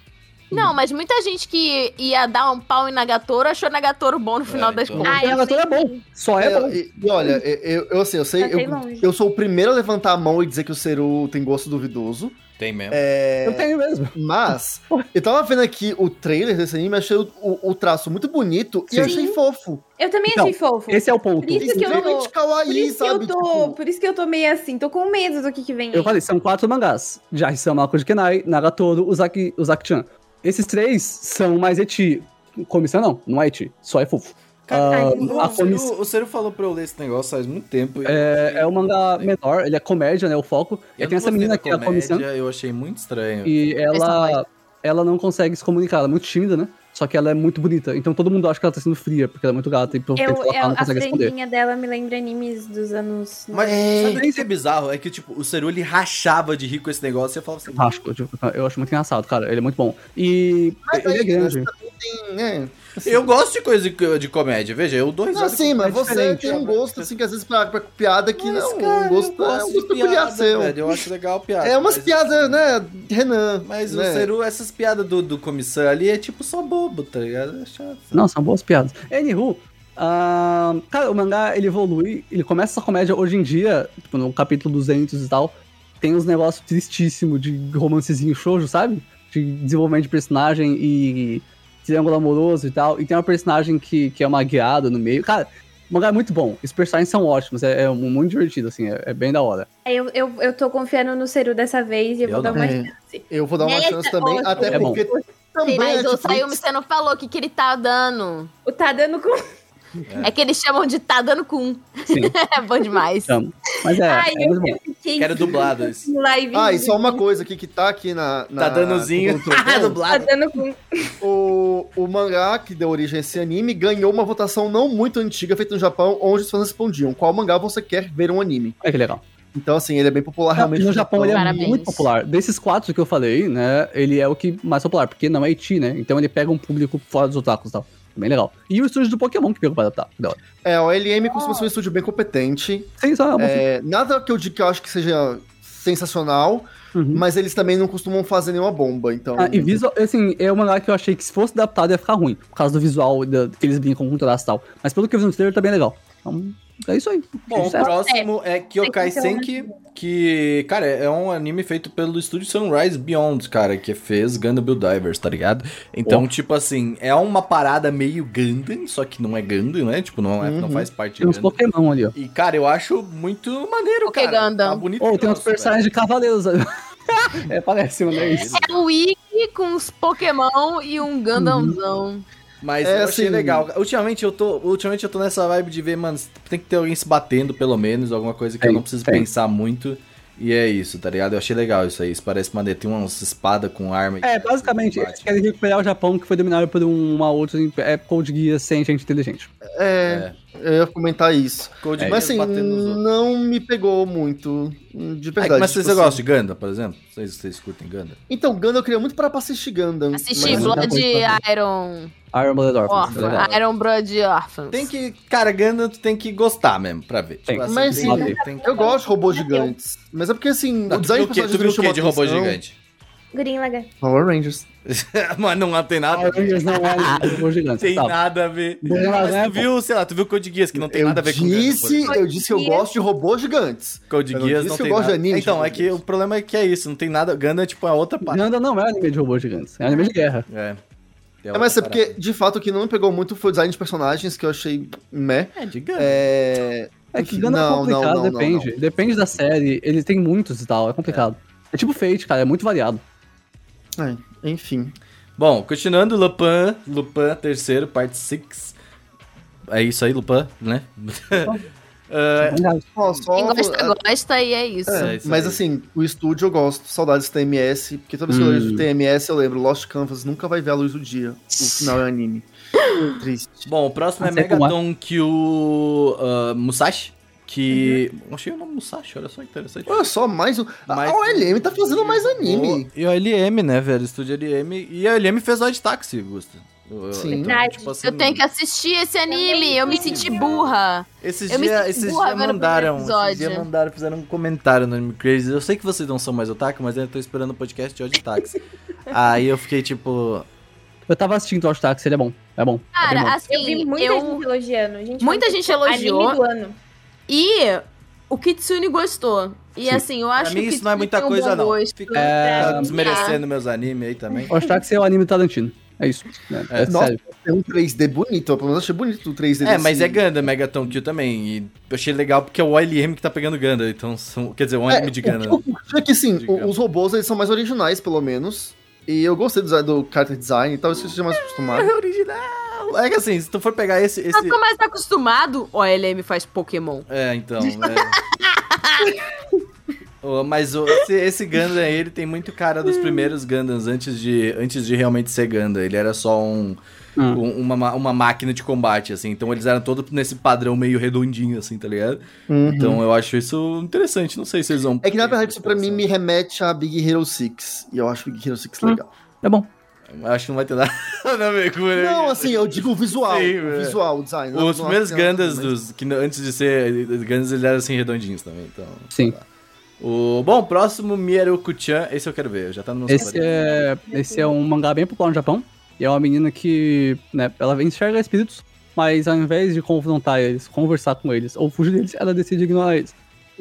Speaker 4: Não, mas muita gente que ia dar um pau em Nagatoro achou Nagatoro bom no final
Speaker 1: É,
Speaker 4: das
Speaker 1: então.
Speaker 4: contas.
Speaker 3: Ah, Nagatoro é bom. Só é, bom.
Speaker 5: e, e olha, e- eu, eu, assim, eu sei,
Speaker 2: Tá bem
Speaker 5: eu,
Speaker 2: longe.
Speaker 5: eu sou o primeiro a levantar a mão e dizer que o Seru tem gosto duvidoso.
Speaker 1: tem mesmo.
Speaker 5: É,
Speaker 3: Eu tenho mesmo.
Speaker 5: mas eu tava vendo aqui o trailer desse anime, achei o, o- o traço muito bonito e
Speaker 3: Sim.
Speaker 5: achei fofo.
Speaker 2: Eu também
Speaker 3: Então,
Speaker 2: achei fofo.
Speaker 3: Esse é o ponto.
Speaker 2: Por isso que eu tô-
Speaker 5: Extremamente
Speaker 2: por
Speaker 5: kawaii,
Speaker 2: isso que
Speaker 5: sabe? Tipo,
Speaker 2: eu tô, por isso que eu tô meio assim, tô com medo do que, que vem
Speaker 3: Eu
Speaker 2: aí.
Speaker 3: falei, são quatro mangás. Jarrisama Akoji Kenai, Nagatoro, Uzaki, Uzaki-chan. Esses três são mais eti. Comissão não, não é eti. Só é fofo.
Speaker 2: Ah,
Speaker 1: Cara,
Speaker 2: não,
Speaker 1: o,
Speaker 3: a
Speaker 1: Ciro,
Speaker 3: comissão-
Speaker 1: o Ciro falou pra eu ler esse negócio faz muito tempo.
Speaker 3: É, é um mangá
Speaker 1: Eu
Speaker 3: menor, ele é comédia, né? O foco. E
Speaker 1: não
Speaker 3: tem essa
Speaker 1: gostei
Speaker 3: menina
Speaker 1: da
Speaker 3: que é a comissão.
Speaker 1: Eu achei muito estranho.
Speaker 3: E
Speaker 4: Personagem.
Speaker 3: ela, ela não consegue se comunicar, ela é muito tímida, né? Só que ela é muito bonita. Então todo mundo acha que ela tá sendo fria, porque ela é muito gata e pelo que
Speaker 2: Eu,
Speaker 3: a gente fala,
Speaker 2: eu-
Speaker 3: ela não
Speaker 2: a
Speaker 3: consegue responder.
Speaker 2: franjinha dela me lembra animes dos anos... né,
Speaker 1: Mas
Speaker 5: É.
Speaker 1: sabe o que é bizarro? É que, tipo, o Ceru, ele rachava de rir com esse negócio e eu falava assim...
Speaker 3: Fantástico, eu, digo, tipo, eu acho muito engraçado, cara. Ele é muito bom. E
Speaker 5: Mas
Speaker 3: ele é
Speaker 5: aí, né,
Speaker 3: grande.
Speaker 5: Tem, né?
Speaker 1: Eu gosto de coisa de, de comédia, veja, eu dou
Speaker 5: Não,
Speaker 1: risada.
Speaker 5: sim, mas
Speaker 3: é
Speaker 5: você
Speaker 3: diferente,
Speaker 5: tem um
Speaker 1: né?
Speaker 5: gosto, assim, que às vezes pra, pra piada que
Speaker 1: Mas,
Speaker 5: não,
Speaker 1: cara,
Speaker 5: um gosto,
Speaker 1: eu
Speaker 5: é
Speaker 1: gosto
Speaker 5: um
Speaker 1: de
Speaker 5: gosto peculiar
Speaker 1: piada,
Speaker 5: seu.
Speaker 1: velho, eu acho legal piada.
Speaker 5: É umas
Speaker 1: mas-
Speaker 5: piadas, né, Renan.
Speaker 1: Mas
Speaker 5: né?
Speaker 1: o Ceru, essas piadas do, do comissão ali é tipo só bobo, tá ligado? É chato.
Speaker 3: Não, são boas piadas. Anywho, ah, cara, o mangá ele evolui, ele começa essa comédia hoje em dia, tipo, no capítulo 200 e tal, tem uns negócios tristíssimos de romancezinho shoujo, sabe? De desenvolvimento de personagem e triângulo amoroso e tal. E tem uma personagem que, que é uma guiada no meio. Cara, o mangá é muito bom. Os personagens são ótimos. É, é muito divertido, assim. É, é bem da hora.
Speaker 2: Eu, eu, eu tô confiando no Seru dessa vez e eu,
Speaker 1: Eu
Speaker 2: vou dar
Speaker 1: não.
Speaker 2: uma
Speaker 5: É.
Speaker 2: chance.
Speaker 5: Eu vou dar uma
Speaker 4: Nessa
Speaker 5: chance também,
Speaker 2: outra-
Speaker 5: até
Speaker 3: É bom.
Speaker 5: porque também
Speaker 4: Mas o
Speaker 5: Netflix-
Speaker 4: Sayumi, você não falou o que, que ele tá dando.
Speaker 2: O tá dando com.
Speaker 4: É. que eles chamam de tá dando com.
Speaker 3: Sim.
Speaker 4: é bom demais.
Speaker 3: Chamo. Mas é,
Speaker 2: Ai,
Speaker 3: é muito bom.
Speaker 2: eu fiquei
Speaker 1: Quero dublado isso.
Speaker 2: em live.
Speaker 5: Ah, e só uma coisa aqui que tá aqui na. na
Speaker 1: Tá danozinho.
Speaker 5: no Trovão.
Speaker 2: Tá
Speaker 1: dublado.
Speaker 2: dando com.
Speaker 5: o, o mangá que deu origem a esse anime ganhou uma votação não muito antiga feita no Japão, onde os fãs respondiam qual mangá você quer ver um anime.
Speaker 3: Olha que legal.
Speaker 5: Então, assim, ele é bem popular realmente.
Speaker 3: no Japão ele é
Speaker 4: Parabéns.
Speaker 3: muito popular. Desses quatro que eu falei, né, ele é o que mais popular, porque não é Iti, né? Então ele pega um público fora dos otakus e tal. Bem legal. E o estúdio do Pokémon que pegou pra adaptar. Da hora.
Speaker 5: É, o LM costuma ser um estúdio bem competente.
Speaker 3: Sim, só é uma
Speaker 5: É, nada que eu diga que eu acho que seja sensacional,
Speaker 3: Uhum.
Speaker 5: mas eles também não costumam fazer nenhuma bomba, então...
Speaker 3: Ah, e visual, assim, é um mangá que eu achei que se fosse adaptado ia ficar ruim, por causa do visual, da, que eles brincam com o traço e tal. Mas pelo que eu vi no trailer, tá bem legal. Então, é isso aí.
Speaker 1: Bom, o
Speaker 3: Sucesso.
Speaker 1: próximo é Kyokai Senki, que, cara, é um anime feito pelo estúdio Sunrise Beyond, cara, que fez Gundam Buildivers, tá ligado? Então, tipo assim, é uma parada meio Gundam, só que não é Gundam, né? Tipo, não, é, não
Speaker 5: Uhum.
Speaker 1: faz parte
Speaker 3: tem uns
Speaker 1: Gundam.
Speaker 3: Pokémon ali, ó.
Speaker 1: E, cara, eu acho muito maneiro,
Speaker 4: Porque
Speaker 1: cara.
Speaker 4: Gundam.
Speaker 1: Tá bonito.
Speaker 3: Ou tem uns
Speaker 1: troço,
Speaker 3: personagens de cavaleiros. ali. é, parece, mano, é isso.
Speaker 4: É o Wiki com os Pokémon e um Gandãozão.
Speaker 1: Mas
Speaker 5: É,
Speaker 1: eu achei
Speaker 5: assim-
Speaker 1: legal. Ultimamente eu, tô, ultimamente eu tô nessa vibe de ver, mano, tem que ter alguém se batendo, pelo menos, alguma coisa que eu
Speaker 3: Tem,
Speaker 1: não preciso
Speaker 3: tem.
Speaker 1: pensar muito. E é isso, tá ligado? Eu achei legal isso aí. Isso parece maneiro. Tem umas espada com arma. e-
Speaker 3: É, basicamente, eles
Speaker 1: combate.
Speaker 3: querem recuperar o Japão que foi dominado por uma outra imp- é, Code Geass sem gente inteligente.
Speaker 5: É, eu ia comentar isso.
Speaker 3: tipo
Speaker 1: Code
Speaker 5: mas, assim,
Speaker 1: Geass É, batendo nos outros.
Speaker 5: não me pegou muito, de verdade.
Speaker 1: É, mas vocês
Speaker 5: tipo assim.
Speaker 1: gostam de Ganda, por exemplo? Vocês, vocês curtem Ganda?
Speaker 5: Então, Gundam, eu queria muito parar pra assistir Gundam.
Speaker 4: Assisti
Speaker 5: mas-
Speaker 3: Blood-
Speaker 4: Blood
Speaker 3: muita
Speaker 4: Iron
Speaker 3: Iron né? Blooded Orphans.
Speaker 4: Orphan.
Speaker 3: Legal.
Speaker 4: Iron Blood Orphans.
Speaker 1: Tem que. Cara, Ganda tu tem que gostar mesmo pra ver.
Speaker 3: Tem.
Speaker 5: Mas,
Speaker 1: tem,
Speaker 3: assim,
Speaker 1: tem que.
Speaker 5: Eu gosto de robôs gigantes. Mas é porque,
Speaker 1: Não,
Speaker 5: assim, o
Speaker 1: tu viu
Speaker 5: design
Speaker 1: o quê? Tu
Speaker 5: personagens
Speaker 1: viu
Speaker 5: me
Speaker 1: o quê
Speaker 5: chamou
Speaker 1: de robô
Speaker 5: atenção.
Speaker 1: gigante?
Speaker 2: Gurinho lagar.
Speaker 5: Power Rangers.
Speaker 1: mas não tem nada. a
Speaker 3: Power
Speaker 1: ver.
Speaker 3: Rangers não é robô
Speaker 1: Não
Speaker 3: gigante.
Speaker 1: tem
Speaker 3: tá.
Speaker 1: nada a ver.
Speaker 3: Bom,
Speaker 1: Mas
Speaker 3: né,
Speaker 1: tu viu, sei lá, tu viu Code Geass, que não tem
Speaker 5: eu
Speaker 1: nada a ver com
Speaker 5: disse,
Speaker 1: Gundam,
Speaker 5: Eu disse que eu gosto de robôs gigantes.
Speaker 1: por exemplo. Code
Speaker 5: eu não
Speaker 1: Geass
Speaker 5: disse
Speaker 1: não
Speaker 5: que eu
Speaker 1: tem
Speaker 5: gosto de
Speaker 1: nada.
Speaker 5: anime de
Speaker 1: então, é
Speaker 5: Code
Speaker 1: que o
Speaker 5: Geass. problema
Speaker 1: problema é que é isso, não tem nada. Ganda é tipo a outra parte.
Speaker 3: Ganda não é anime de robô gigantes, é anime de guerra.
Speaker 1: É.
Speaker 5: É, mas é
Speaker 1: outra
Speaker 5: porque, de fato, o que não me pegou muito foi o design de personagens, que eu achei meh.
Speaker 1: parada. É, de Ganda.
Speaker 5: É...
Speaker 3: É que Ganda é
Speaker 5: Não, não,
Speaker 3: complicado,
Speaker 5: não, não,
Speaker 3: depende. Depende da série, ele tem muitos e tal, é complicado. É, tipo Fate, cara, é muito variado.
Speaker 5: é, enfim.
Speaker 1: Bom, continuando, Lupin, Lupin terceiro, parte 6. É isso aí, Lupin, né?
Speaker 3: É
Speaker 1: Ah,
Speaker 5: Ó, só-
Speaker 4: Quem gosta, gosta e é isso.
Speaker 1: É.
Speaker 5: É,
Speaker 1: isso
Speaker 5: mas
Speaker 1: aí.
Speaker 5: assim, o estúdio eu gosto, saudades do TMS, porque toda vez que eu
Speaker 3: Hum.
Speaker 5: vejo TMS eu lembro, Lost Canvas nunca vai ver a luz do dia, o final é anime. Triste.
Speaker 1: Bom, o próximo é
Speaker 3: Não sei como é.
Speaker 1: Megadon Kyo ah, Musashi, que... Achei o nome Musashi, olha só que interessante.
Speaker 5: Olha só, mais um...
Speaker 1: Mais
Speaker 5: Uhum. a OLM tá fazendo mais anime.
Speaker 1: E o LM, né, velho? Estúdio LM. E a LM fez Odd Taxi, Gusta. então, tipo
Speaker 5: Sim.
Speaker 2: Verdade.
Speaker 1: assim,
Speaker 4: Eu tenho que assistir esse anime, eu me senti burra.
Speaker 1: Esses
Speaker 4: Eu me
Speaker 1: dias
Speaker 4: senti
Speaker 1: esses
Speaker 4: burra
Speaker 1: dia
Speaker 4: vendo o
Speaker 1: mandaram,
Speaker 4: primeiro
Speaker 1: esses dia
Speaker 4: episódio.
Speaker 1: mandaram, fizeram um comentário no Anime Crazy. Eu sei que vocês não são mais otaku, mas eu tô esperando o podcast de Odd Taxi. Aí eu fiquei tipo...
Speaker 3: Eu tava assistindo Watch Taxi, ele é bom. É bom. é bem bom.
Speaker 4: Cara,
Speaker 2: Eu vi
Speaker 4: assim,
Speaker 2: muita
Speaker 4: eu...
Speaker 2: gente elogiando. Gente,
Speaker 4: Muita gente elogiou.
Speaker 2: Anime do ano.
Speaker 4: E o Kitsune gostou. E
Speaker 3: Sim.
Speaker 4: assim, eu acho
Speaker 1: mim
Speaker 4: que
Speaker 1: isso não é
Speaker 4: Kitsune
Speaker 1: muita
Speaker 4: tem um
Speaker 1: coisa,
Speaker 4: bom
Speaker 1: não.
Speaker 4: gosto.
Speaker 1: Fica-
Speaker 3: É,
Speaker 1: Tá
Speaker 4: Ah.
Speaker 1: desmerecendo meus animes aí também.
Speaker 3: Watch Taxi é o anime Tarantino. É isso. É, é
Speaker 5: Nossa.
Speaker 3: sério.
Speaker 5: Tem um 3D bonito, eu pelo menos achei bonito o 3D
Speaker 1: É,
Speaker 5: desse-
Speaker 1: mas é Ganda, Megaton Kill também. E eu achei legal porque é o OLM que tá pegando Ganda. Então, são, quer dizer, um
Speaker 5: É,
Speaker 1: anime de Ganda.
Speaker 5: O que eu curti é que sim,
Speaker 1: Digamos.
Speaker 5: os robôs eles são mais originais, pelo menos. E eu gostei do, design- do character design e tal, isso que eu seja mais acostumado.
Speaker 1: original! É que assim, se tu for pegar esse.
Speaker 4: Eu
Speaker 1: esse...
Speaker 4: tô mais acostumado, o LM faz Pokémon.
Speaker 1: É, então. é. Ô, Mas o- esse, esse Gundam aí, ele tem muito cara dos primeiros Gundams antes de, antes de realmente ser Gundam. Ele era só um,
Speaker 3: Hum.
Speaker 1: um- uma, ma- uma máquina de combate, assim. Então eles eram todos nesse padrão meio redondinho, assim, tá ligado?
Speaker 5: Uhum.
Speaker 1: Então eu acho isso interessante. Não sei se eles vão.
Speaker 5: É que na verdade isso
Speaker 1: tá
Speaker 5: pra mim me remete a Big Hero 6. E eu acho Big Hero
Speaker 1: Hum.
Speaker 5: 6 legal.
Speaker 3: É bom.
Speaker 1: Acho que não vai ter nada a ver com ele.
Speaker 5: Não, assim, eu digo o visual.
Speaker 1: é. Sim,
Speaker 5: o
Speaker 1: é.
Speaker 5: visual, o design.
Speaker 1: Os
Speaker 5: Não,
Speaker 1: primeiros
Speaker 5: não, não,
Speaker 1: Gandas,
Speaker 5: mas-
Speaker 1: dos, que n- antes de ser os Gandas, eles eram assim redondinhos também, então. sei
Speaker 3: Sim.
Speaker 1: lá. O, bom, próximo, Mieruku-chan. Esse eu quero ver, já tá no meu
Speaker 3: Esse é, esse é um mangá bem popular no Japão. E é uma menina que, né, ela enxerga espíritos, mas ao invés de confrontar eles, conversar com eles ou fugir deles, ela decide ignorar eles.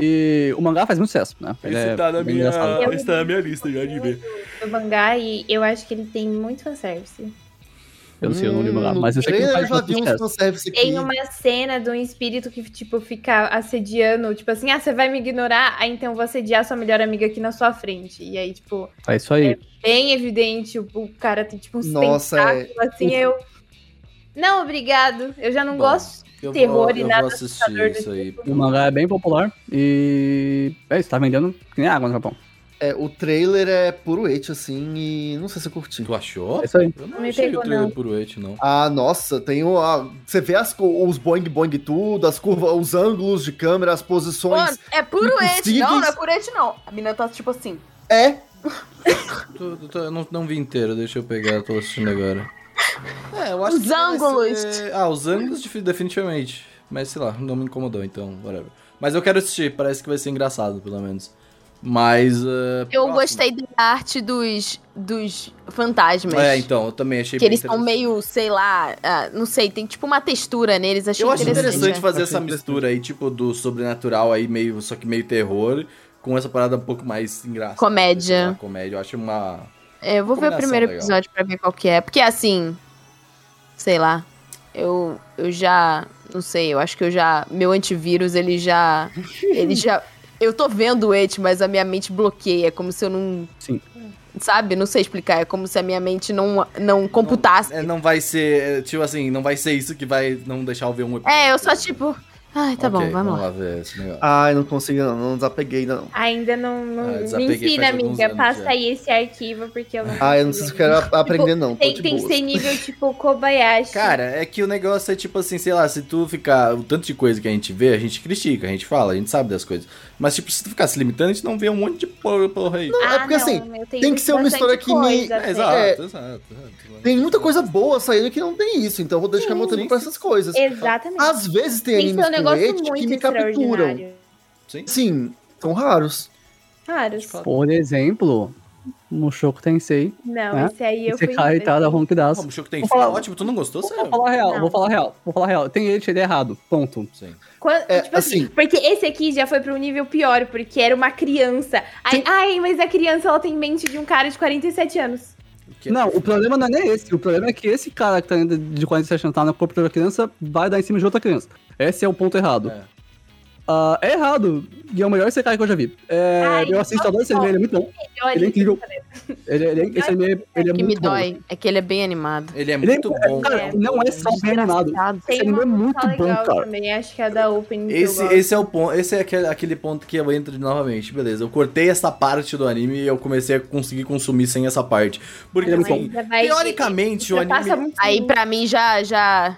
Speaker 3: E o mangá faz muito sucesso, né? Ele
Speaker 1: Esse
Speaker 3: é
Speaker 1: tá, na
Speaker 3: bem
Speaker 1: minha,
Speaker 3: engraçado.
Speaker 2: Eu-
Speaker 1: esse tá na minha lista já de ver.
Speaker 2: Do mangá e eu acho que ele tem muito fanservice.
Speaker 3: Eu não sei, eu não lembro lá. Mas eu sei que
Speaker 5: trailer
Speaker 3: não
Speaker 5: eu
Speaker 3: faz
Speaker 5: já vi
Speaker 3: bastante
Speaker 5: uns
Speaker 3: sucesso.
Speaker 5: fanservice aqui.
Speaker 2: Tem uma cena de um espírito que, tipo, fica assediando, tipo assim, ah, você vai me ignorar, ah, então eu vou assediar sua melhor amiga aqui na sua frente. E aí, tipo,
Speaker 3: É isso aí.
Speaker 2: bem evidente, o, o cara tem, tipo, uns
Speaker 5: Nossa,
Speaker 2: tentáculos, assim, eu... Não, obrigado, eu já não
Speaker 1: Bom,
Speaker 2: gosto.
Speaker 1: Eu
Speaker 2: Terror
Speaker 1: vou,
Speaker 2: e
Speaker 1: eu
Speaker 2: nada
Speaker 1: vou assistir isso aí.
Speaker 3: O mangá é bem popular e. É isso, tá vendendo que nem água no Japão.
Speaker 5: É, o trailer é puro et, assim, e não sei se eu curti.
Speaker 1: Tu achou?
Speaker 3: É isso aí.
Speaker 1: Eu não
Speaker 2: Não me
Speaker 1: achei
Speaker 2: pegou,
Speaker 1: o trailer
Speaker 2: não.
Speaker 1: por oito, não.
Speaker 5: Ah, nossa, tem o. a- você vê as, co- os boing boing tudo, as curvas, os ângulos de câmera, as posições.
Speaker 4: Mano, é puro ete.
Speaker 5: impossíveis.
Speaker 4: Não, não é puro ete, não. A mina tá tipo assim.
Speaker 5: É,
Speaker 1: Tu- tu- tu- eu não, não vi inteiro, deixa eu pegar, tô assistindo agora. É, eu
Speaker 4: Os
Speaker 1: que vai
Speaker 4: ângulos.
Speaker 1: ser- Ah, os ângulos defi- definitivamente. Mas sei lá, não me incomodou, então, whatever. Mas eu quero assistir, parece que vai ser engraçado, pelo menos. Mas. eh,
Speaker 4: Eu
Speaker 1: próximo.
Speaker 4: gostei da arte dos, dos fantasmas.
Speaker 1: É, então, eu também achei
Speaker 4: Que
Speaker 1: bem
Speaker 4: eles são
Speaker 1: interessante.
Speaker 4: meio, sei lá, ah, não sei, tem tipo uma textura neles, achei
Speaker 1: Eu acho
Speaker 4: interessante.
Speaker 1: interessante
Speaker 4: né?
Speaker 1: fazer
Speaker 5: Achei
Speaker 1: essa mistura aí, tipo, do sobrenatural aí, meio, só que meio terror, com essa parada um pouco mais engraçada.
Speaker 4: Comédia.
Speaker 1: Sei lá, Comédia, eu acho uma.
Speaker 4: É, eu vou ver o
Speaker 1: Combinação
Speaker 4: primeiro
Speaker 1: legal.
Speaker 4: episódio pra ver qual que é, porque assim, sei lá, eu, eu já, não sei, eu acho que eu já, meu antivírus, ele já, ele já, eu tô vendo o et, mas a minha mente bloqueia, é como se eu não,
Speaker 3: Sim.
Speaker 4: sabe, não sei explicar, é como se a minha mente não, não computasse.
Speaker 1: É, não vai ser. é, Tipo assim, não vai ser isso que vai não deixar eu ver um episódio.
Speaker 4: É, eu só tipo, ai, tá
Speaker 1: Ok,
Speaker 4: bom, vamos lá.
Speaker 1: ver esse negócio.
Speaker 5: Ai, não consegui, não, não desapeguei, não.
Speaker 2: Ainda não, não
Speaker 1: Ah,
Speaker 2: me
Speaker 1: desapeguei
Speaker 2: ensina,
Speaker 1: faz alguns
Speaker 2: amiga,
Speaker 1: anos
Speaker 2: passa
Speaker 1: já.
Speaker 2: aí esse arquivo, porque eu não...
Speaker 5: Ah, eu não sei se eu quero a- aprender, não. Tô
Speaker 2: Tipo, Tem,
Speaker 5: de
Speaker 2: tem que
Speaker 5: boa.
Speaker 2: ser nível, tipo, Kobayashi.
Speaker 1: Cara, é que o negócio é tipo assim, sei lá, se tu ficar. O tanto de coisa que a gente vê, a gente critica, a gente fala, a gente sabe das coisas. Mas, tipo, se tu ficar se limitando, a gente não vê um monte de porra, porra
Speaker 2: Ah,
Speaker 1: aí.
Speaker 5: é porque, assim,
Speaker 2: eu tenho
Speaker 5: tem que ser uma
Speaker 2: bastante
Speaker 5: história que me-
Speaker 2: coisa,
Speaker 1: É,
Speaker 2: até.
Speaker 1: exato,
Speaker 5: é.
Speaker 1: exato, exato.
Speaker 5: Tem muita coisa boa saindo que não tem isso, então eu vou dedicar meu
Speaker 1: Sim,
Speaker 5: tempo pra
Speaker 1: sim.
Speaker 5: essas coisas.
Speaker 2: Exatamente.
Speaker 5: Às vezes tem,
Speaker 2: Tem que
Speaker 5: animes
Speaker 2: ser um
Speaker 5: assim, com
Speaker 2: negócio
Speaker 5: et que
Speaker 2: muito
Speaker 5: me capturam.
Speaker 2: extraordinário.
Speaker 1: Sim.
Speaker 5: Sim, são raros.
Speaker 2: Raros.
Speaker 3: Por exemplo, Mushoku Tensei.
Speaker 2: Não,
Speaker 3: Né?
Speaker 2: esse aí eu
Speaker 3: Você
Speaker 2: fui...
Speaker 3: cai e tá da
Speaker 1: Pô,
Speaker 3: Ronkidaço.
Speaker 1: o Choco tem é
Speaker 3: Vou falar-
Speaker 1: ótimo, tu não gostou,
Speaker 3: Vou
Speaker 1: sério?
Speaker 3: falar real,
Speaker 2: Não.
Speaker 3: vou falar real, vou falar real. Tem ele, ele é errado. Ponto.
Speaker 1: Sim.
Speaker 2: Quan-
Speaker 5: É,
Speaker 2: tipo assim,
Speaker 5: assim-
Speaker 2: porque esse aqui já foi pra um nível pior, porque era uma criança. Ai, ai, mas a criança ela tem mente de um cara de 47 anos.
Speaker 1: Que-
Speaker 3: Não, o problema não é nem esse. O problema é que esse cara que tá ainda de 47 anos tá no corpo de uma criança vai dar em cima de outra criança. Esse é o ponto errado.
Speaker 1: É.
Speaker 3: Ah, É, errado. E é o melhor Sekai que eu já vi. É,
Speaker 2: Ai,
Speaker 3: eu assisto a dois esse
Speaker 2: não.
Speaker 3: anime, ele é muito bom.
Speaker 2: Olha,
Speaker 3: Ele é incrível. Ele, ele, esse anime, ele é
Speaker 4: O que
Speaker 3: muito
Speaker 4: me
Speaker 3: bom.
Speaker 4: dói é que ele é bem animado.
Speaker 1: Ele é
Speaker 3: Ele é-
Speaker 1: muito bom.
Speaker 3: cara,
Speaker 1: cara.
Speaker 3: não é só bem animado. Esse
Speaker 2: tem
Speaker 3: anime
Speaker 2: uma
Speaker 3: é muito
Speaker 2: tá
Speaker 3: bom,
Speaker 2: legal
Speaker 3: cara.
Speaker 2: também, acho que é a da Open. que eu
Speaker 1: Esse,
Speaker 2: gosto.
Speaker 1: esse é o ponto, esse é aquele, aquele ponto que eu entro novamente, beleza. Eu cortei essa parte do anime e eu comecei a conseguir consumir sem essa parte. Porque
Speaker 3: Ele é muito
Speaker 1: assim,
Speaker 2: Ainda vai-
Speaker 1: teoricamente o
Speaker 2: já passa
Speaker 1: anime
Speaker 2: muito
Speaker 4: Aí pra mim já, já,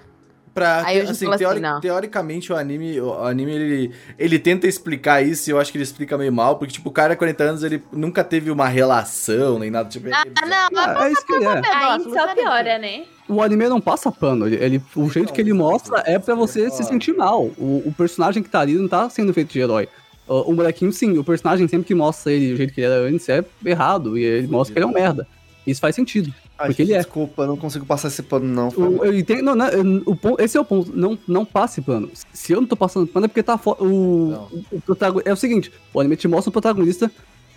Speaker 1: pra,
Speaker 4: Aí eu já
Speaker 1: assim,
Speaker 4: falo assim,
Speaker 1: teori-
Speaker 4: não.
Speaker 1: teoricamente o anime, o anime ele, ele tenta explicar isso e eu acho que ele explica meio mal, porque tipo, o cara de 40 anos ele nunca teve uma relação nem nada tipo.
Speaker 4: ah, não, mas
Speaker 3: Ah, é isso que ele é.
Speaker 2: Aí
Speaker 4: Nossa,
Speaker 2: só
Speaker 4: você-
Speaker 2: piora, né?
Speaker 3: O anime não passa pano. Ele, ele- o jeito que ele
Speaker 5: Então,
Speaker 3: mostra é pra você se sentir mal. O, o personagem que tá ali não tá sendo feito de herói. O, o molequinho, sim, o personagem sempre que mostra ele do jeito que ele era antes é errado. E ele mostra que ele é um merda. Isso faz sentido.
Speaker 5: Ai,
Speaker 3: Porque ele é.
Speaker 5: Desculpa, não consigo passar esse pano, não.
Speaker 3: O, eu entendo, não, não, eu- o ponto- esse é o ponto. Não, não passe pano. Se eu não tô passando pano, é porque tá fora.
Speaker 1: Não.
Speaker 3: O, o protago- É o seguinte: o anime te mostra o protagonista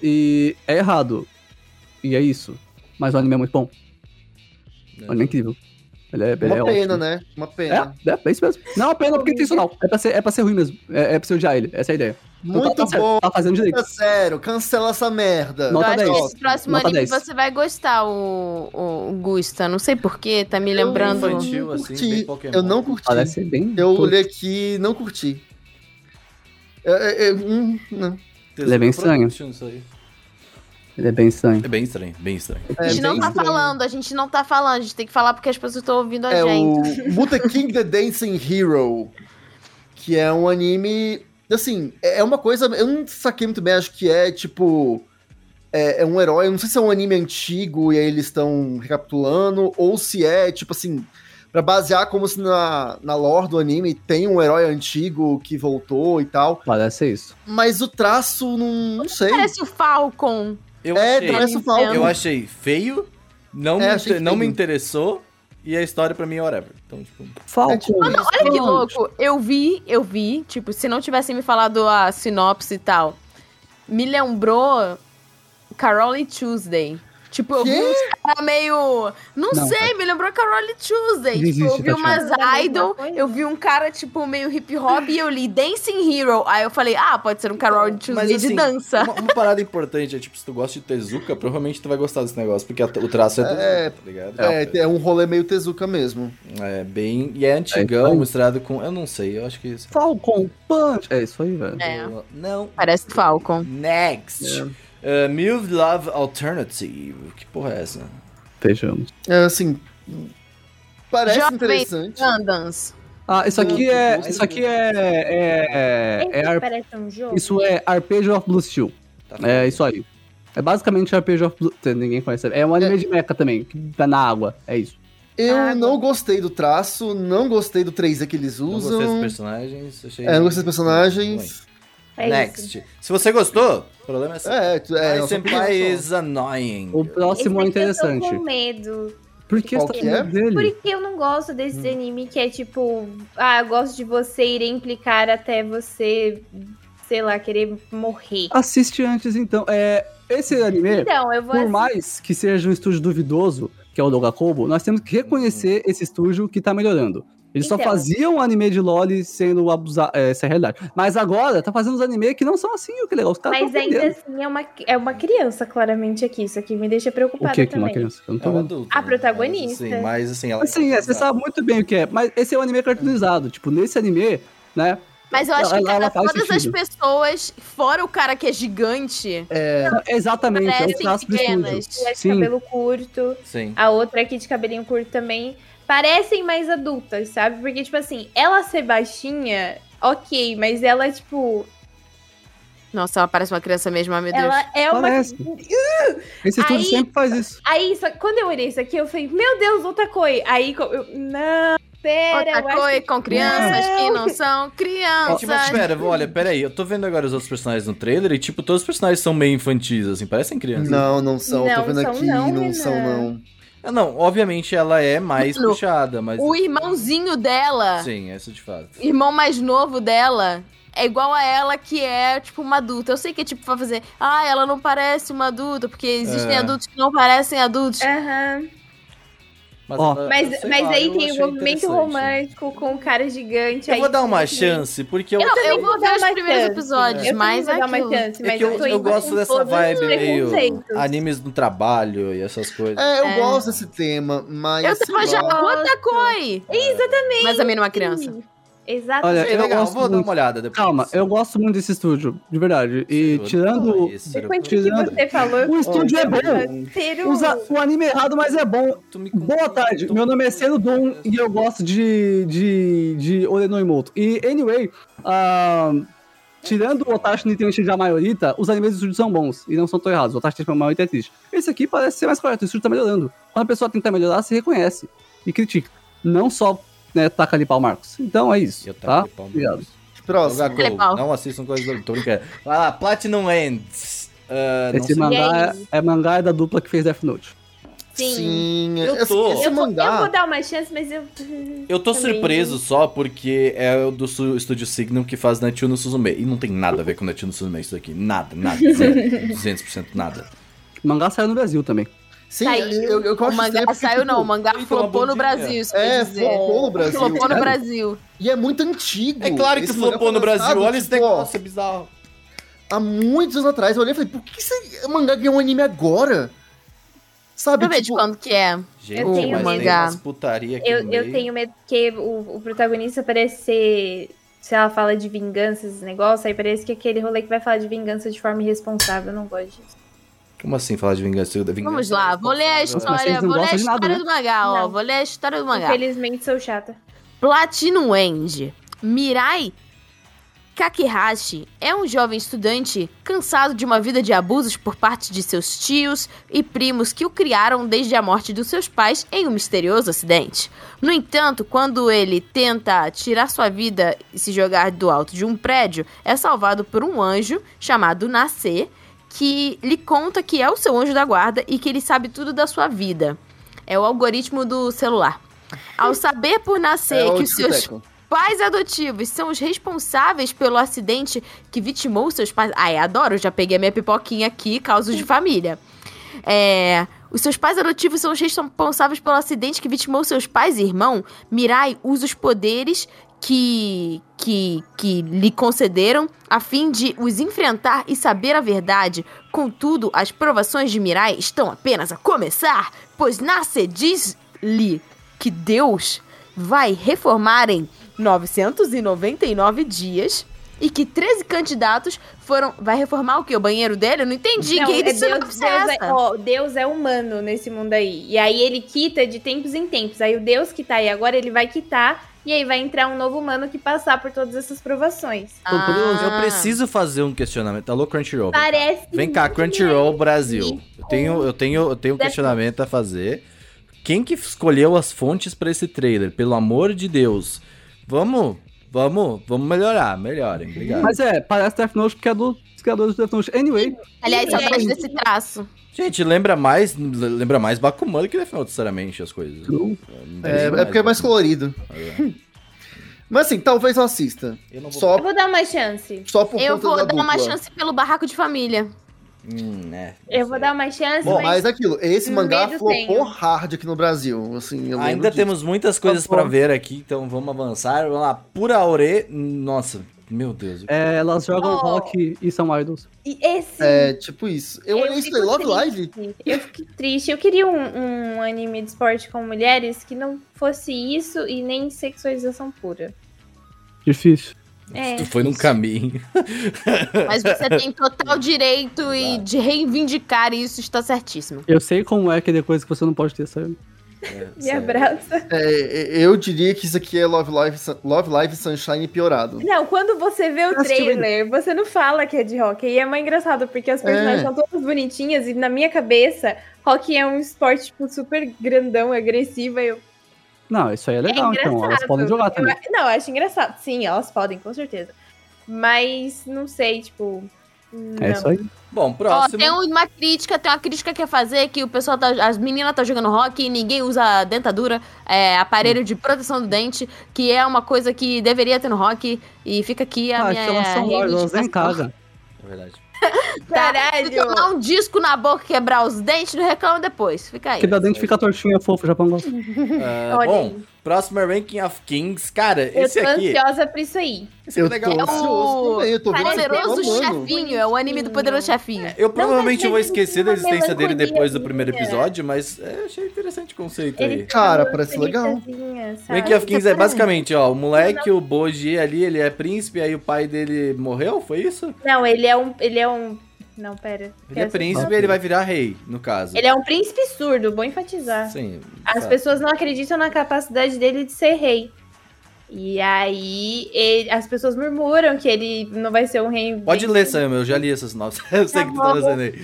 Speaker 3: e é errado. E é isso. Mas o anime é muito bom.
Speaker 1: né?
Speaker 3: O anime é incrível. Ele é, ele
Speaker 5: Uma
Speaker 3: é
Speaker 5: pena,
Speaker 3: ótimo.
Speaker 5: né? Uma pena.
Speaker 3: É, é, é isso mesmo. Não é uma pena porque é intencional. É pra ser, é pra ser ruim mesmo. É, é pra você odiar ele. Essa é a ideia. Então
Speaker 5: Muito
Speaker 3: tá, tá certo,
Speaker 5: bom.
Speaker 3: Tá fazendo direito.
Speaker 5: É sério, cancela essa merda.
Speaker 4: Eu
Speaker 3: Nota
Speaker 4: acho
Speaker 3: 10.
Speaker 4: que esse próximo
Speaker 3: Nota
Speaker 4: anime
Speaker 3: 10.
Speaker 4: você vai gostar, o, o Gusta. Não sei porquê, tá me
Speaker 1: Lembrando,
Speaker 4: lembrando.
Speaker 1: infantil, assim,
Speaker 5: curti.
Speaker 1: bem Pokémon.
Speaker 5: Eu não curti.
Speaker 3: Parece ser bem.
Speaker 5: Eu
Speaker 3: pô,
Speaker 5: olhei aqui e não curti. Eu, eu- eu- hum, não.
Speaker 1: Ele
Speaker 3: é bem estranho. Ele é bem estranho.
Speaker 1: É bem estranho, bem estranho.
Speaker 4: A
Speaker 5: É
Speaker 4: gente não
Speaker 5: bem
Speaker 4: tá
Speaker 5: estranho.
Speaker 4: falando, a gente não tá falando. A gente tem que falar porque as pessoas estão ouvindo a
Speaker 5: É
Speaker 4: gente.
Speaker 5: o Buta King The Dancing Hero, que é um anime. Assim, é é uma coisa. Eu não saquei muito bem, acho que é tipo. É, é um herói. Eu não sei se é um anime antigo e aí eles estão recapitulando, ou se é tipo assim. Pra basear como se na, na lore do anime tem um herói antigo que voltou e tal.
Speaker 3: Parece ser isso.
Speaker 5: Mas o traço, não, não sei.
Speaker 4: Parece o Falcon.
Speaker 1: Eu
Speaker 5: É,
Speaker 1: achei,
Speaker 4: então,
Speaker 5: parece o Falcon.
Speaker 1: eu achei feio, não, me,
Speaker 5: É, achei
Speaker 1: inte- não
Speaker 5: feio.
Speaker 1: me interessou, e a história pra mim é whatever. Então, tipo,
Speaker 5: É,
Speaker 3: Falco.
Speaker 5: tipo,
Speaker 4: Olha que louco. Eu vi, eu vi. Tipo, se não tivessem me falado a sinopse e tal, me lembrou Carole Tuesday. Tipo, eu vi uns caras meio. Não,
Speaker 3: Não,
Speaker 4: sei, me lembrou Carole Tuesday.
Speaker 3: Desiste,
Speaker 4: tipo, eu vi
Speaker 3: Tatiana.
Speaker 4: umas
Speaker 2: Era a mesma
Speaker 4: idol,
Speaker 2: coisa.
Speaker 4: eu vi um cara, tipo, meio hip hop e eu li Dancing Hero. Aí eu falei, ah, pode ser um Carole Tuesday de
Speaker 1: assim,
Speaker 4: dança.
Speaker 1: Uma, uma parada importante é, tipo, se tu gosta de Tezuka, provavelmente tu vai gostar desse negócio, porque a- o traço é Tezuka,
Speaker 5: É,
Speaker 1: tá ligado?
Speaker 5: É, é um rolê meio Tezuka mesmo.
Speaker 1: É, bem. E é antigão,
Speaker 3: É, então-
Speaker 1: misturado com. Eu não sei, eu acho que isso.
Speaker 3: Falcon Punch. É isso aí, velho. É,
Speaker 4: É.
Speaker 1: Não.
Speaker 4: Parece Falcon.
Speaker 1: Next. Uh, Move Love Alternative. Que porra é essa?
Speaker 3: Vejamos.
Speaker 5: É assim. Parece
Speaker 4: Jovem
Speaker 5: interessante.
Speaker 4: Sundance.
Speaker 3: Ah, isso aqui é. Isso aqui é. É. é,
Speaker 2: Esse
Speaker 3: ar-
Speaker 2: parece um jogo.
Speaker 3: isso é Arpejo of Blue Steel.
Speaker 1: Tá
Speaker 3: É isso aí. É basicamente Arpejo of Blue. Tem- Ninguém conhece. É um anime de mecha também, que tá na água. É isso.
Speaker 5: Eu
Speaker 2: Ah,
Speaker 5: não gostei do traço, não gostei do 3D que eles
Speaker 1: Não gostei dos
Speaker 5: usam.
Speaker 1: personagens. Achei...
Speaker 5: É, não gostei dos personagens.
Speaker 2: É isso.
Speaker 1: Next. Se você gostou, o problema é seu.
Speaker 5: É, é,
Speaker 1: My
Speaker 5: é nossa
Speaker 1: Senpai
Speaker 5: opinião.
Speaker 1: is annoying.
Speaker 3: O
Speaker 2: Esse
Speaker 3: próximo é
Speaker 2: daqui
Speaker 3: interessante.
Speaker 2: Eu tô com medo.
Speaker 3: Por que você
Speaker 5: Qual
Speaker 3: tá
Speaker 5: que
Speaker 3: com
Speaker 5: é?
Speaker 3: medo dele?
Speaker 2: Porque eu não gosto desse
Speaker 3: Hum.
Speaker 2: anime que é tipo, ah, eu gosto de você irei implicar até você, sei lá, querer morrer.
Speaker 3: Assiste antes, então. É, esse anime,
Speaker 2: Então, eu vou
Speaker 3: por
Speaker 2: assistir.
Speaker 3: mais que seja um estúdio duvidoso, que é o Dogakobo, nós temos que reconhecer esse estúdio que tá melhorando. Eles só
Speaker 2: Então.
Speaker 3: faziam anime de LOL sendo abusado. É, essa é a realidade. Mas agora tá fazendo uns anime que não são assim, o que legal. Os caras
Speaker 2: Mas
Speaker 3: tão
Speaker 2: ainda
Speaker 3: aprendendo.
Speaker 2: assim, é uma, é uma criança, claramente, aqui. Isso aqui me deixa
Speaker 3: O
Speaker 2: preocupada
Speaker 3: que que é uma
Speaker 2: também.
Speaker 3: criança? Eu não tô
Speaker 1: Ela é
Speaker 3: vendo.
Speaker 1: adulta,
Speaker 2: A
Speaker 1: né?
Speaker 2: protagonista.
Speaker 1: Mas assim, mas, assim ela.
Speaker 3: Assim, é, você sabe muito bem o que é. Mas esse é um anime cartoonizado. Tipo, nesse anime, né?
Speaker 4: Mas eu acho que,
Speaker 3: Ela-
Speaker 4: cara,
Speaker 3: ela faz
Speaker 4: todas as
Speaker 3: sentido.
Speaker 4: pessoas, fora o cara que é gigante,
Speaker 3: Exatamente, é o traço
Speaker 4: parecem
Speaker 3: do estúdio.
Speaker 4: pequenas.
Speaker 2: Ela é de
Speaker 3: Sim.
Speaker 2: cabelo curto.
Speaker 1: Sim.
Speaker 2: A outra aqui de cabelinho curto também. Parecem mais adultas, sabe? Porque, tipo assim, ela ser baixinha, ok, mas ela, tipo,
Speaker 4: Nossa, ela parece uma criança mesmo, ai meu Deus.
Speaker 2: ela é uma.
Speaker 3: Parece. Esse estúdio
Speaker 2: Aí-
Speaker 3: sempre faz isso.
Speaker 2: Aí, só que quando eu olhei isso aqui, eu falei, meu Deus, Otakoi. Aí, co- eu, não, pera,
Speaker 4: Outra
Speaker 2: eu acho
Speaker 4: coisa com crianças que não são
Speaker 2: Ah,
Speaker 4: crianças.
Speaker 1: Gente, mas pera, olha, pera aí, eu tô vendo agora os outros personagens no trailer e, tipo, todos os personagens são meio infantis, assim, parecem crianças.
Speaker 5: Não, não são.
Speaker 2: Não
Speaker 5: Tô vendo
Speaker 2: são
Speaker 5: aqui,
Speaker 2: não,
Speaker 5: não, são, não.
Speaker 1: Ah, Não, obviamente ela é mais
Speaker 4: Mano,
Speaker 1: puxada, mas.
Speaker 4: O irmãozinho dela,
Speaker 1: Sim, essa de fato.
Speaker 4: irmão mais novo dela, é igual a ela que é, tipo, uma adulta. Eu sei que é tipo pra fazer, ah, ela não parece uma adulta, porque existem
Speaker 1: É.
Speaker 4: adultos que não parecem adultos.
Speaker 2: que- Aham.
Speaker 1: Mas,
Speaker 3: Ó.
Speaker 1: ela-
Speaker 2: Mas,
Speaker 1: sei
Speaker 2: mas
Speaker 1: lá,
Speaker 2: aí
Speaker 1: eu
Speaker 2: tem o
Speaker 1: achei
Speaker 2: movimento
Speaker 1: interessante.
Speaker 2: romântico com o cara gigigante.
Speaker 1: Eu
Speaker 2: aí
Speaker 1: vou dar uma
Speaker 2: tem-
Speaker 1: chance, porque eu.
Speaker 4: Eu, eu,
Speaker 2: também
Speaker 4: vou
Speaker 2: vou dar
Speaker 4: ver os
Speaker 2: uma
Speaker 4: primeiros
Speaker 2: chance.
Speaker 4: episódios,
Speaker 2: Eu
Speaker 4: mas
Speaker 2: também
Speaker 4: é
Speaker 2: vou dar uma
Speaker 4: aquilo.
Speaker 2: chance,
Speaker 1: É
Speaker 2: mas
Speaker 1: que eu,
Speaker 2: eu, tô um
Speaker 1: eu
Speaker 2: indo
Speaker 1: gosto
Speaker 2: com
Speaker 1: dessa
Speaker 2: todos os
Speaker 1: vibe meio
Speaker 2: preconceitos.
Speaker 1: animes no trabalho e essas coisas.
Speaker 5: É, eu
Speaker 4: É.
Speaker 5: gosto desse tema, mas.
Speaker 4: Eu tava
Speaker 5: sei
Speaker 4: já,
Speaker 5: lá.
Speaker 4: outra coi! Exatamente! Mas a menina é uma criança.
Speaker 2: Sim, Exatamente.
Speaker 3: Olha,
Speaker 1: É
Speaker 3: eu
Speaker 1: legal,
Speaker 3: gosto
Speaker 1: vou dar
Speaker 3: muito.
Speaker 1: uma olhada depois.
Speaker 3: Calma, eu gosto muito desse estúdio, de verdade. E
Speaker 1: Isso,
Speaker 3: tirando.
Speaker 1: isso,
Speaker 2: Depois que
Speaker 3: tirando-
Speaker 2: você falou.
Speaker 3: O estúdio é bom.
Speaker 2: Ciro,
Speaker 3: Usa o anime errado, mas é bom.
Speaker 1: tu me-
Speaker 3: Boa tarde, meu nome é Celo Dom e eu gosto de. de. de Orenoimoto. E, anyway, ahn, tirando o Otashi Nintendo da Maiorita, os animes do estúdio são bons e não são tão errados. O Otashi Nintendo Maiorita é triste. Esse aqui parece ser mais correto, o estúdio tá melhorando. Quando a pessoa tenta melhorar, se reconhece e critica. Não só, né, taca ali pau Marcos. Então é isso,
Speaker 1: Eu
Speaker 3: tá?
Speaker 1: taquei pau no
Speaker 3: Obrigado.
Speaker 5: Próximo.
Speaker 1: Gaku,
Speaker 4: Telepau.
Speaker 1: não assistam coisas do. Tô brincando. Vai lá, Platinum Ends. Ah, não
Speaker 3: Esse
Speaker 1: sei.
Speaker 3: mangá
Speaker 2: E aí?
Speaker 3: é, é mangá da dupla que fez Death Note.
Speaker 2: Sim.
Speaker 5: Sim. é, assim,
Speaker 1: Eu
Speaker 5: Esse,
Speaker 1: tô.
Speaker 5: esse
Speaker 2: eu, vou, eu vou
Speaker 5: mangá.
Speaker 2: dar uma chance, mas eu.
Speaker 1: Eu tô
Speaker 2: Também. né?
Speaker 1: surpreso só porque é o do su- estúdio Signum que faz Natio no Suzume. E não tem nada a ver com Natio no Suzume isso daqui. Nada, nada. zero, 200% nada.
Speaker 3: O mangá saiu no Brasil também.
Speaker 5: Sim,
Speaker 4: Saiu.
Speaker 5: eu, eu gosto
Speaker 4: O
Speaker 5: desse
Speaker 4: mangá
Speaker 5: tema porque,
Speaker 4: saiu não, o
Speaker 5: tipo,
Speaker 4: mangá
Speaker 1: então,
Speaker 4: flopou
Speaker 1: uma
Speaker 4: no
Speaker 1: bundinha.
Speaker 4: Brasil, isso
Speaker 5: É,
Speaker 4: quer dizer.
Speaker 5: flopou no Brasil.
Speaker 4: Flopou no
Speaker 5: Sério?
Speaker 4: Brasil.
Speaker 5: E é muito antigo.
Speaker 1: É claro que
Speaker 5: Uh, Esse
Speaker 1: flopou no
Speaker 5: mangá foi
Speaker 1: Brasil.
Speaker 5: lançado,
Speaker 1: Olha esse
Speaker 5: tipo, ó,
Speaker 1: negócio, é bizarro.
Speaker 5: Há muitos anos atrás, eu olhei e falei, por que esse mangá ganhou um anime agora?
Speaker 4: Deixa
Speaker 5: Sabe,
Speaker 4: eu ver de
Speaker 5: tipo,
Speaker 4: quando que é.
Speaker 1: Gente,
Speaker 2: Eu tenho
Speaker 1: mas tem
Speaker 4: mangá.
Speaker 1: umas putaria aqui
Speaker 2: Eu,
Speaker 1: no
Speaker 2: eu
Speaker 1: meio.
Speaker 2: tenho medo que o, o protagonista parece ser. Se ela fala de vingança, esse negócio, aí parece que é aquele rolê que vai falar de vingança de forma irresponsável. Eu não gosto disso.
Speaker 1: Como assim falar de vingança? Da vingança
Speaker 4: Vamos lá, vou ler a
Speaker 3: é Mas
Speaker 4: história,
Speaker 3: vocês não
Speaker 4: vou ler a
Speaker 3: gostam de nada,
Speaker 4: história
Speaker 3: né?
Speaker 4: do mangá, ó.
Speaker 2: Não.
Speaker 4: Vou ler a história do mangá.
Speaker 2: Infelizmente, sou chata.
Speaker 4: Platinum End. Mirai Kakihashi é um jovem estudante cansado de uma vida de abusos por parte de seus tios e primos que o criaram desde a morte dos seus pais em um misterioso acidente. No entanto, quando ele tenta tirar sua vida e se jogar do alto de um prédio, é salvado por um anjo chamado Nascer, que lhe conta que é o seu anjo da guarda e que ele sabe tudo da sua vida. É o algoritmo do celular. Ao saber por
Speaker 5: é
Speaker 4: Nascer
Speaker 5: o
Speaker 4: que os seus
Speaker 5: discoteco.
Speaker 4: pais adotivos são os responsáveis pelo acidente que vitimou seus pais. Ai, adoro, já peguei a minha pipoquinha aqui, causos de família. É, Os seus pais adotivos são os responsáveis pelo acidente que vitimou seus pais e irmão. Mirai usa os poderes que, que, que lhe concederam a fim de os enfrentar e saber a verdade. Contudo, as provações de Mirai estão apenas a começar, pois Nasce diz-lhe que Deus vai reformar em 999 dias e que 13 candidatos foram. Vai reformar o que? O banheiro dele? Eu não entendi.
Speaker 2: Não,
Speaker 4: que
Speaker 2: é
Speaker 4: isso não
Speaker 2: Deus, Deus é,
Speaker 4: precisa.
Speaker 2: ó, Deus é humano nesse mundo aí. E aí ele quita de tempos em tempos. Aí o Deus que tá aí agora, ele vai quitar. E aí vai entrar um novo humano que passar por todas essas provações.
Speaker 4: Ah.
Speaker 1: Eu preciso fazer um questionamento. Alô, Crunchyroll. vem cá.
Speaker 2: Parece.
Speaker 1: Vem cá, Crunchyroll Brasil. Eu tenho, eu tenho, eu tenho um
Speaker 2: Deve-
Speaker 1: questionamento a fazer. Quem que escolheu as fontes pra esse trailer? Pelo amor de Deus. Vamos, vamos, vamos melhorar. Melhorem, obrigado.
Speaker 3: Mas é, parece Death Note porque é do- dos criadores do Death Note. Anyway,
Speaker 4: Aliás,
Speaker 2: Sim,
Speaker 4: saudade
Speaker 2: é.
Speaker 4: desse traço.
Speaker 1: Gente, lembra mais, lembra mais Bakuman do que Death Note, sinceramente, as coisas.
Speaker 3: True.
Speaker 1: Não né?
Speaker 5: É,
Speaker 1: tem
Speaker 5: é porque é mais
Speaker 1: Bakuman.
Speaker 5: colorido. Mas assim, talvez eu assista.
Speaker 1: Eu não vou-
Speaker 5: Só,
Speaker 2: Eu vou dar uma chance.
Speaker 5: só por
Speaker 4: Eu
Speaker 5: conta
Speaker 4: vou
Speaker 5: da
Speaker 4: dar uma
Speaker 5: dupla.
Speaker 4: chance pelo barraco de família.
Speaker 1: Hum, é, não
Speaker 2: Eu vou
Speaker 1: sei.
Speaker 2: dar uma chance,
Speaker 5: Bom,
Speaker 2: mas.
Speaker 5: mas é aquilo, esse mangá
Speaker 2: medo
Speaker 5: flopou
Speaker 2: tenho.
Speaker 5: hard aqui no Brasil. Assim, eu lembro
Speaker 1: Ainda
Speaker 5: disso.
Speaker 1: temos muitas coisas pra ver aqui, então vamos avançar. Vamos lá, Pura Aure. Nossa, meu Deus.
Speaker 3: é, elas jogam
Speaker 2: Oh.
Speaker 3: rock e são idols.
Speaker 2: E esse.
Speaker 5: É, tipo isso. Eu
Speaker 2: Eu
Speaker 5: olhei isso e
Speaker 2: fico
Speaker 5: falei, Love
Speaker 2: triste.
Speaker 5: Live?
Speaker 2: Eu fiquei triste. Eu queria um, um anime de esporte com mulheres que não fosse isso e nem sexualização pura.
Speaker 3: Difícil.
Speaker 2: É.
Speaker 1: Tu foi num caminho.
Speaker 4: Mas você tem total direito e de reivindicar e isso está certíssimo.
Speaker 3: Eu sei como é que é coisa que você não pode ter, sabe?
Speaker 2: Me abraça.
Speaker 5: É, eu diria que isso aqui é Love Live, Sun- Love Live Sunshine piorado.
Speaker 2: Não, quando você vê o
Speaker 3: Eu assisti o
Speaker 2: trailer, você não fala que é de rock. E é mais engraçado, porque as personagens
Speaker 5: É.
Speaker 2: são todas bonitinhas e na minha cabeça, rock é um esporte, tipo, super grandão, agressivo. e Eu...
Speaker 3: Não, isso aí é legal, então. Elas
Speaker 2: engraçado.
Speaker 3: podem jogar
Speaker 2: Eu-
Speaker 3: também.
Speaker 2: Não, eu acho engraçado. Sim, elas podem, com certeza. Mas não sei, tipo.
Speaker 3: É isso aí.
Speaker 1: Bom,
Speaker 4: Ó,
Speaker 1: próximo.
Speaker 4: tem uma crítica, tem uma crítica que é fazer que o pessoal tá. As meninas tá jogando rock e ninguém usa dentadura, é, aparelho de proteção do dente, que é uma coisa que deveria ter no rock. E fica aqui a
Speaker 3: Ah,
Speaker 4: minha.
Speaker 3: que elas são idols, elas nem
Speaker 4: reivindicação.
Speaker 3: casa.
Speaker 2: um-
Speaker 1: É verdade.
Speaker 4: Tá,
Speaker 2: Caralho!
Speaker 4: Se tomar um disco na boca e quebrar os dentes, não reclama depois. Fica aí.
Speaker 3: Que da dente fica tortinha, fofo, Japão gosta.
Speaker 1: Ah,
Speaker 2: Olha
Speaker 1: bom,
Speaker 2: aí.
Speaker 1: próximo é Ranking of Kings. Cara,
Speaker 2: Eu
Speaker 1: esse
Speaker 2: tô
Speaker 1: aqui.
Speaker 2: ansiosa pra isso aí.
Speaker 1: Esse
Speaker 5: Eu
Speaker 1: aqui
Speaker 5: tô
Speaker 1: é legal.
Speaker 5: ansioso também, eu tô vendo que tá
Speaker 4: Poderoso
Speaker 5: amando.
Speaker 4: Chefinho, é o anime do Poderoso Chefinho.
Speaker 1: Eu provavelmente
Speaker 2: mas
Speaker 1: vou
Speaker 2: ele
Speaker 1: esquecer
Speaker 2: tem
Speaker 1: da
Speaker 2: tá uma
Speaker 1: existência dele
Speaker 2: melancolia
Speaker 1: depois do
Speaker 2: minha.
Speaker 1: primeiro episódio, mas é, achei interessante o conceito aí.
Speaker 5: Cara,
Speaker 2: tá
Speaker 5: parece
Speaker 2: muito
Speaker 5: legal.
Speaker 2: felizinha, sabe?
Speaker 1: Ranking of Kings é basicamente, ó, o moleque, o Boji ali, ele é príncipe, aí o pai dele morreu, foi isso?
Speaker 2: Não, ele é um. Ele é um. Não, pera.
Speaker 1: Ele é
Speaker 2: Eu-
Speaker 1: príncipe e ele vai virar rei, no caso.
Speaker 2: Ele é um príncipe surdo, bom enfatizar.
Speaker 1: Sim. tá.
Speaker 2: As
Speaker 1: sabe.
Speaker 2: pessoas não acreditam na capacidade dele de ser rei. E aí, ele- as pessoas murmuram que ele não vai ser um rei.
Speaker 1: Pode
Speaker 2: bem-
Speaker 1: ler, Sam, eu já li essas novas. Eu sei que tu tá
Speaker 2: bom.
Speaker 1: lendo aí.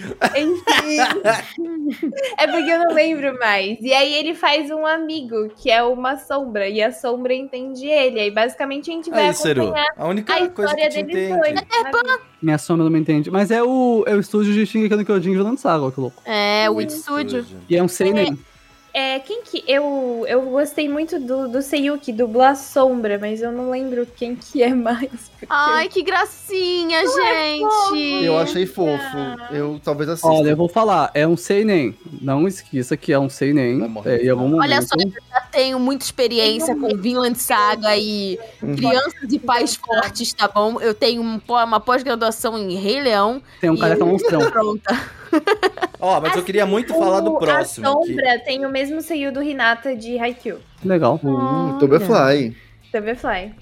Speaker 2: Enfim. é porque eu não lembro mais. E aí ele faz um amigo, que é uma sombra. E a sombra entende ele. Aí basicamente a gente vai
Speaker 1: Aí, Seru,
Speaker 2: acompanhar
Speaker 1: a única
Speaker 2: a
Speaker 1: coisa que
Speaker 2: história
Speaker 1: te
Speaker 2: dele
Speaker 1: entende.
Speaker 2: dois.
Speaker 3: Minha sombra não me entende. Mas é o, é o estúdio de Shingeki no Kyojin jogando Saga, ó, que louco.
Speaker 4: É, o Itsudio.
Speaker 3: E é um seinen.
Speaker 2: É, quem que. Eu, eu gostei muito do, do Seiyu, que dublou a sombra, mas eu não lembro quem que é mais. porque-
Speaker 4: Ai, que gracinha, gente.
Speaker 5: Eu achei fofo. Eu talvez assista.
Speaker 3: Olha, eu vou falar, é um seinen. Não esqueça que é um
Speaker 1: Vai
Speaker 3: seinen.
Speaker 1: morrer.
Speaker 3: É, em algum momento.
Speaker 4: Olha só,
Speaker 1: então-
Speaker 4: eu já tenho muita experiência com Vinland Saga e
Speaker 5: Uhum.
Speaker 4: crianças e pais fortes, tá bom? Eu tenho um pó- uma pós-graduação em Rei Leão.
Speaker 3: tem
Speaker 1: É
Speaker 3: um careca monstrão.
Speaker 4: Pronta.
Speaker 1: Ó, mas eu queria muito
Speaker 2: O-
Speaker 1: falar do próximo.
Speaker 2: Assim, A
Speaker 1: que-
Speaker 2: sombra tem o mesmo Seiyu do Hinata de Haikyuu.
Speaker 3: Legal.
Speaker 5: Hum, Tobefly.
Speaker 2: TV Fly.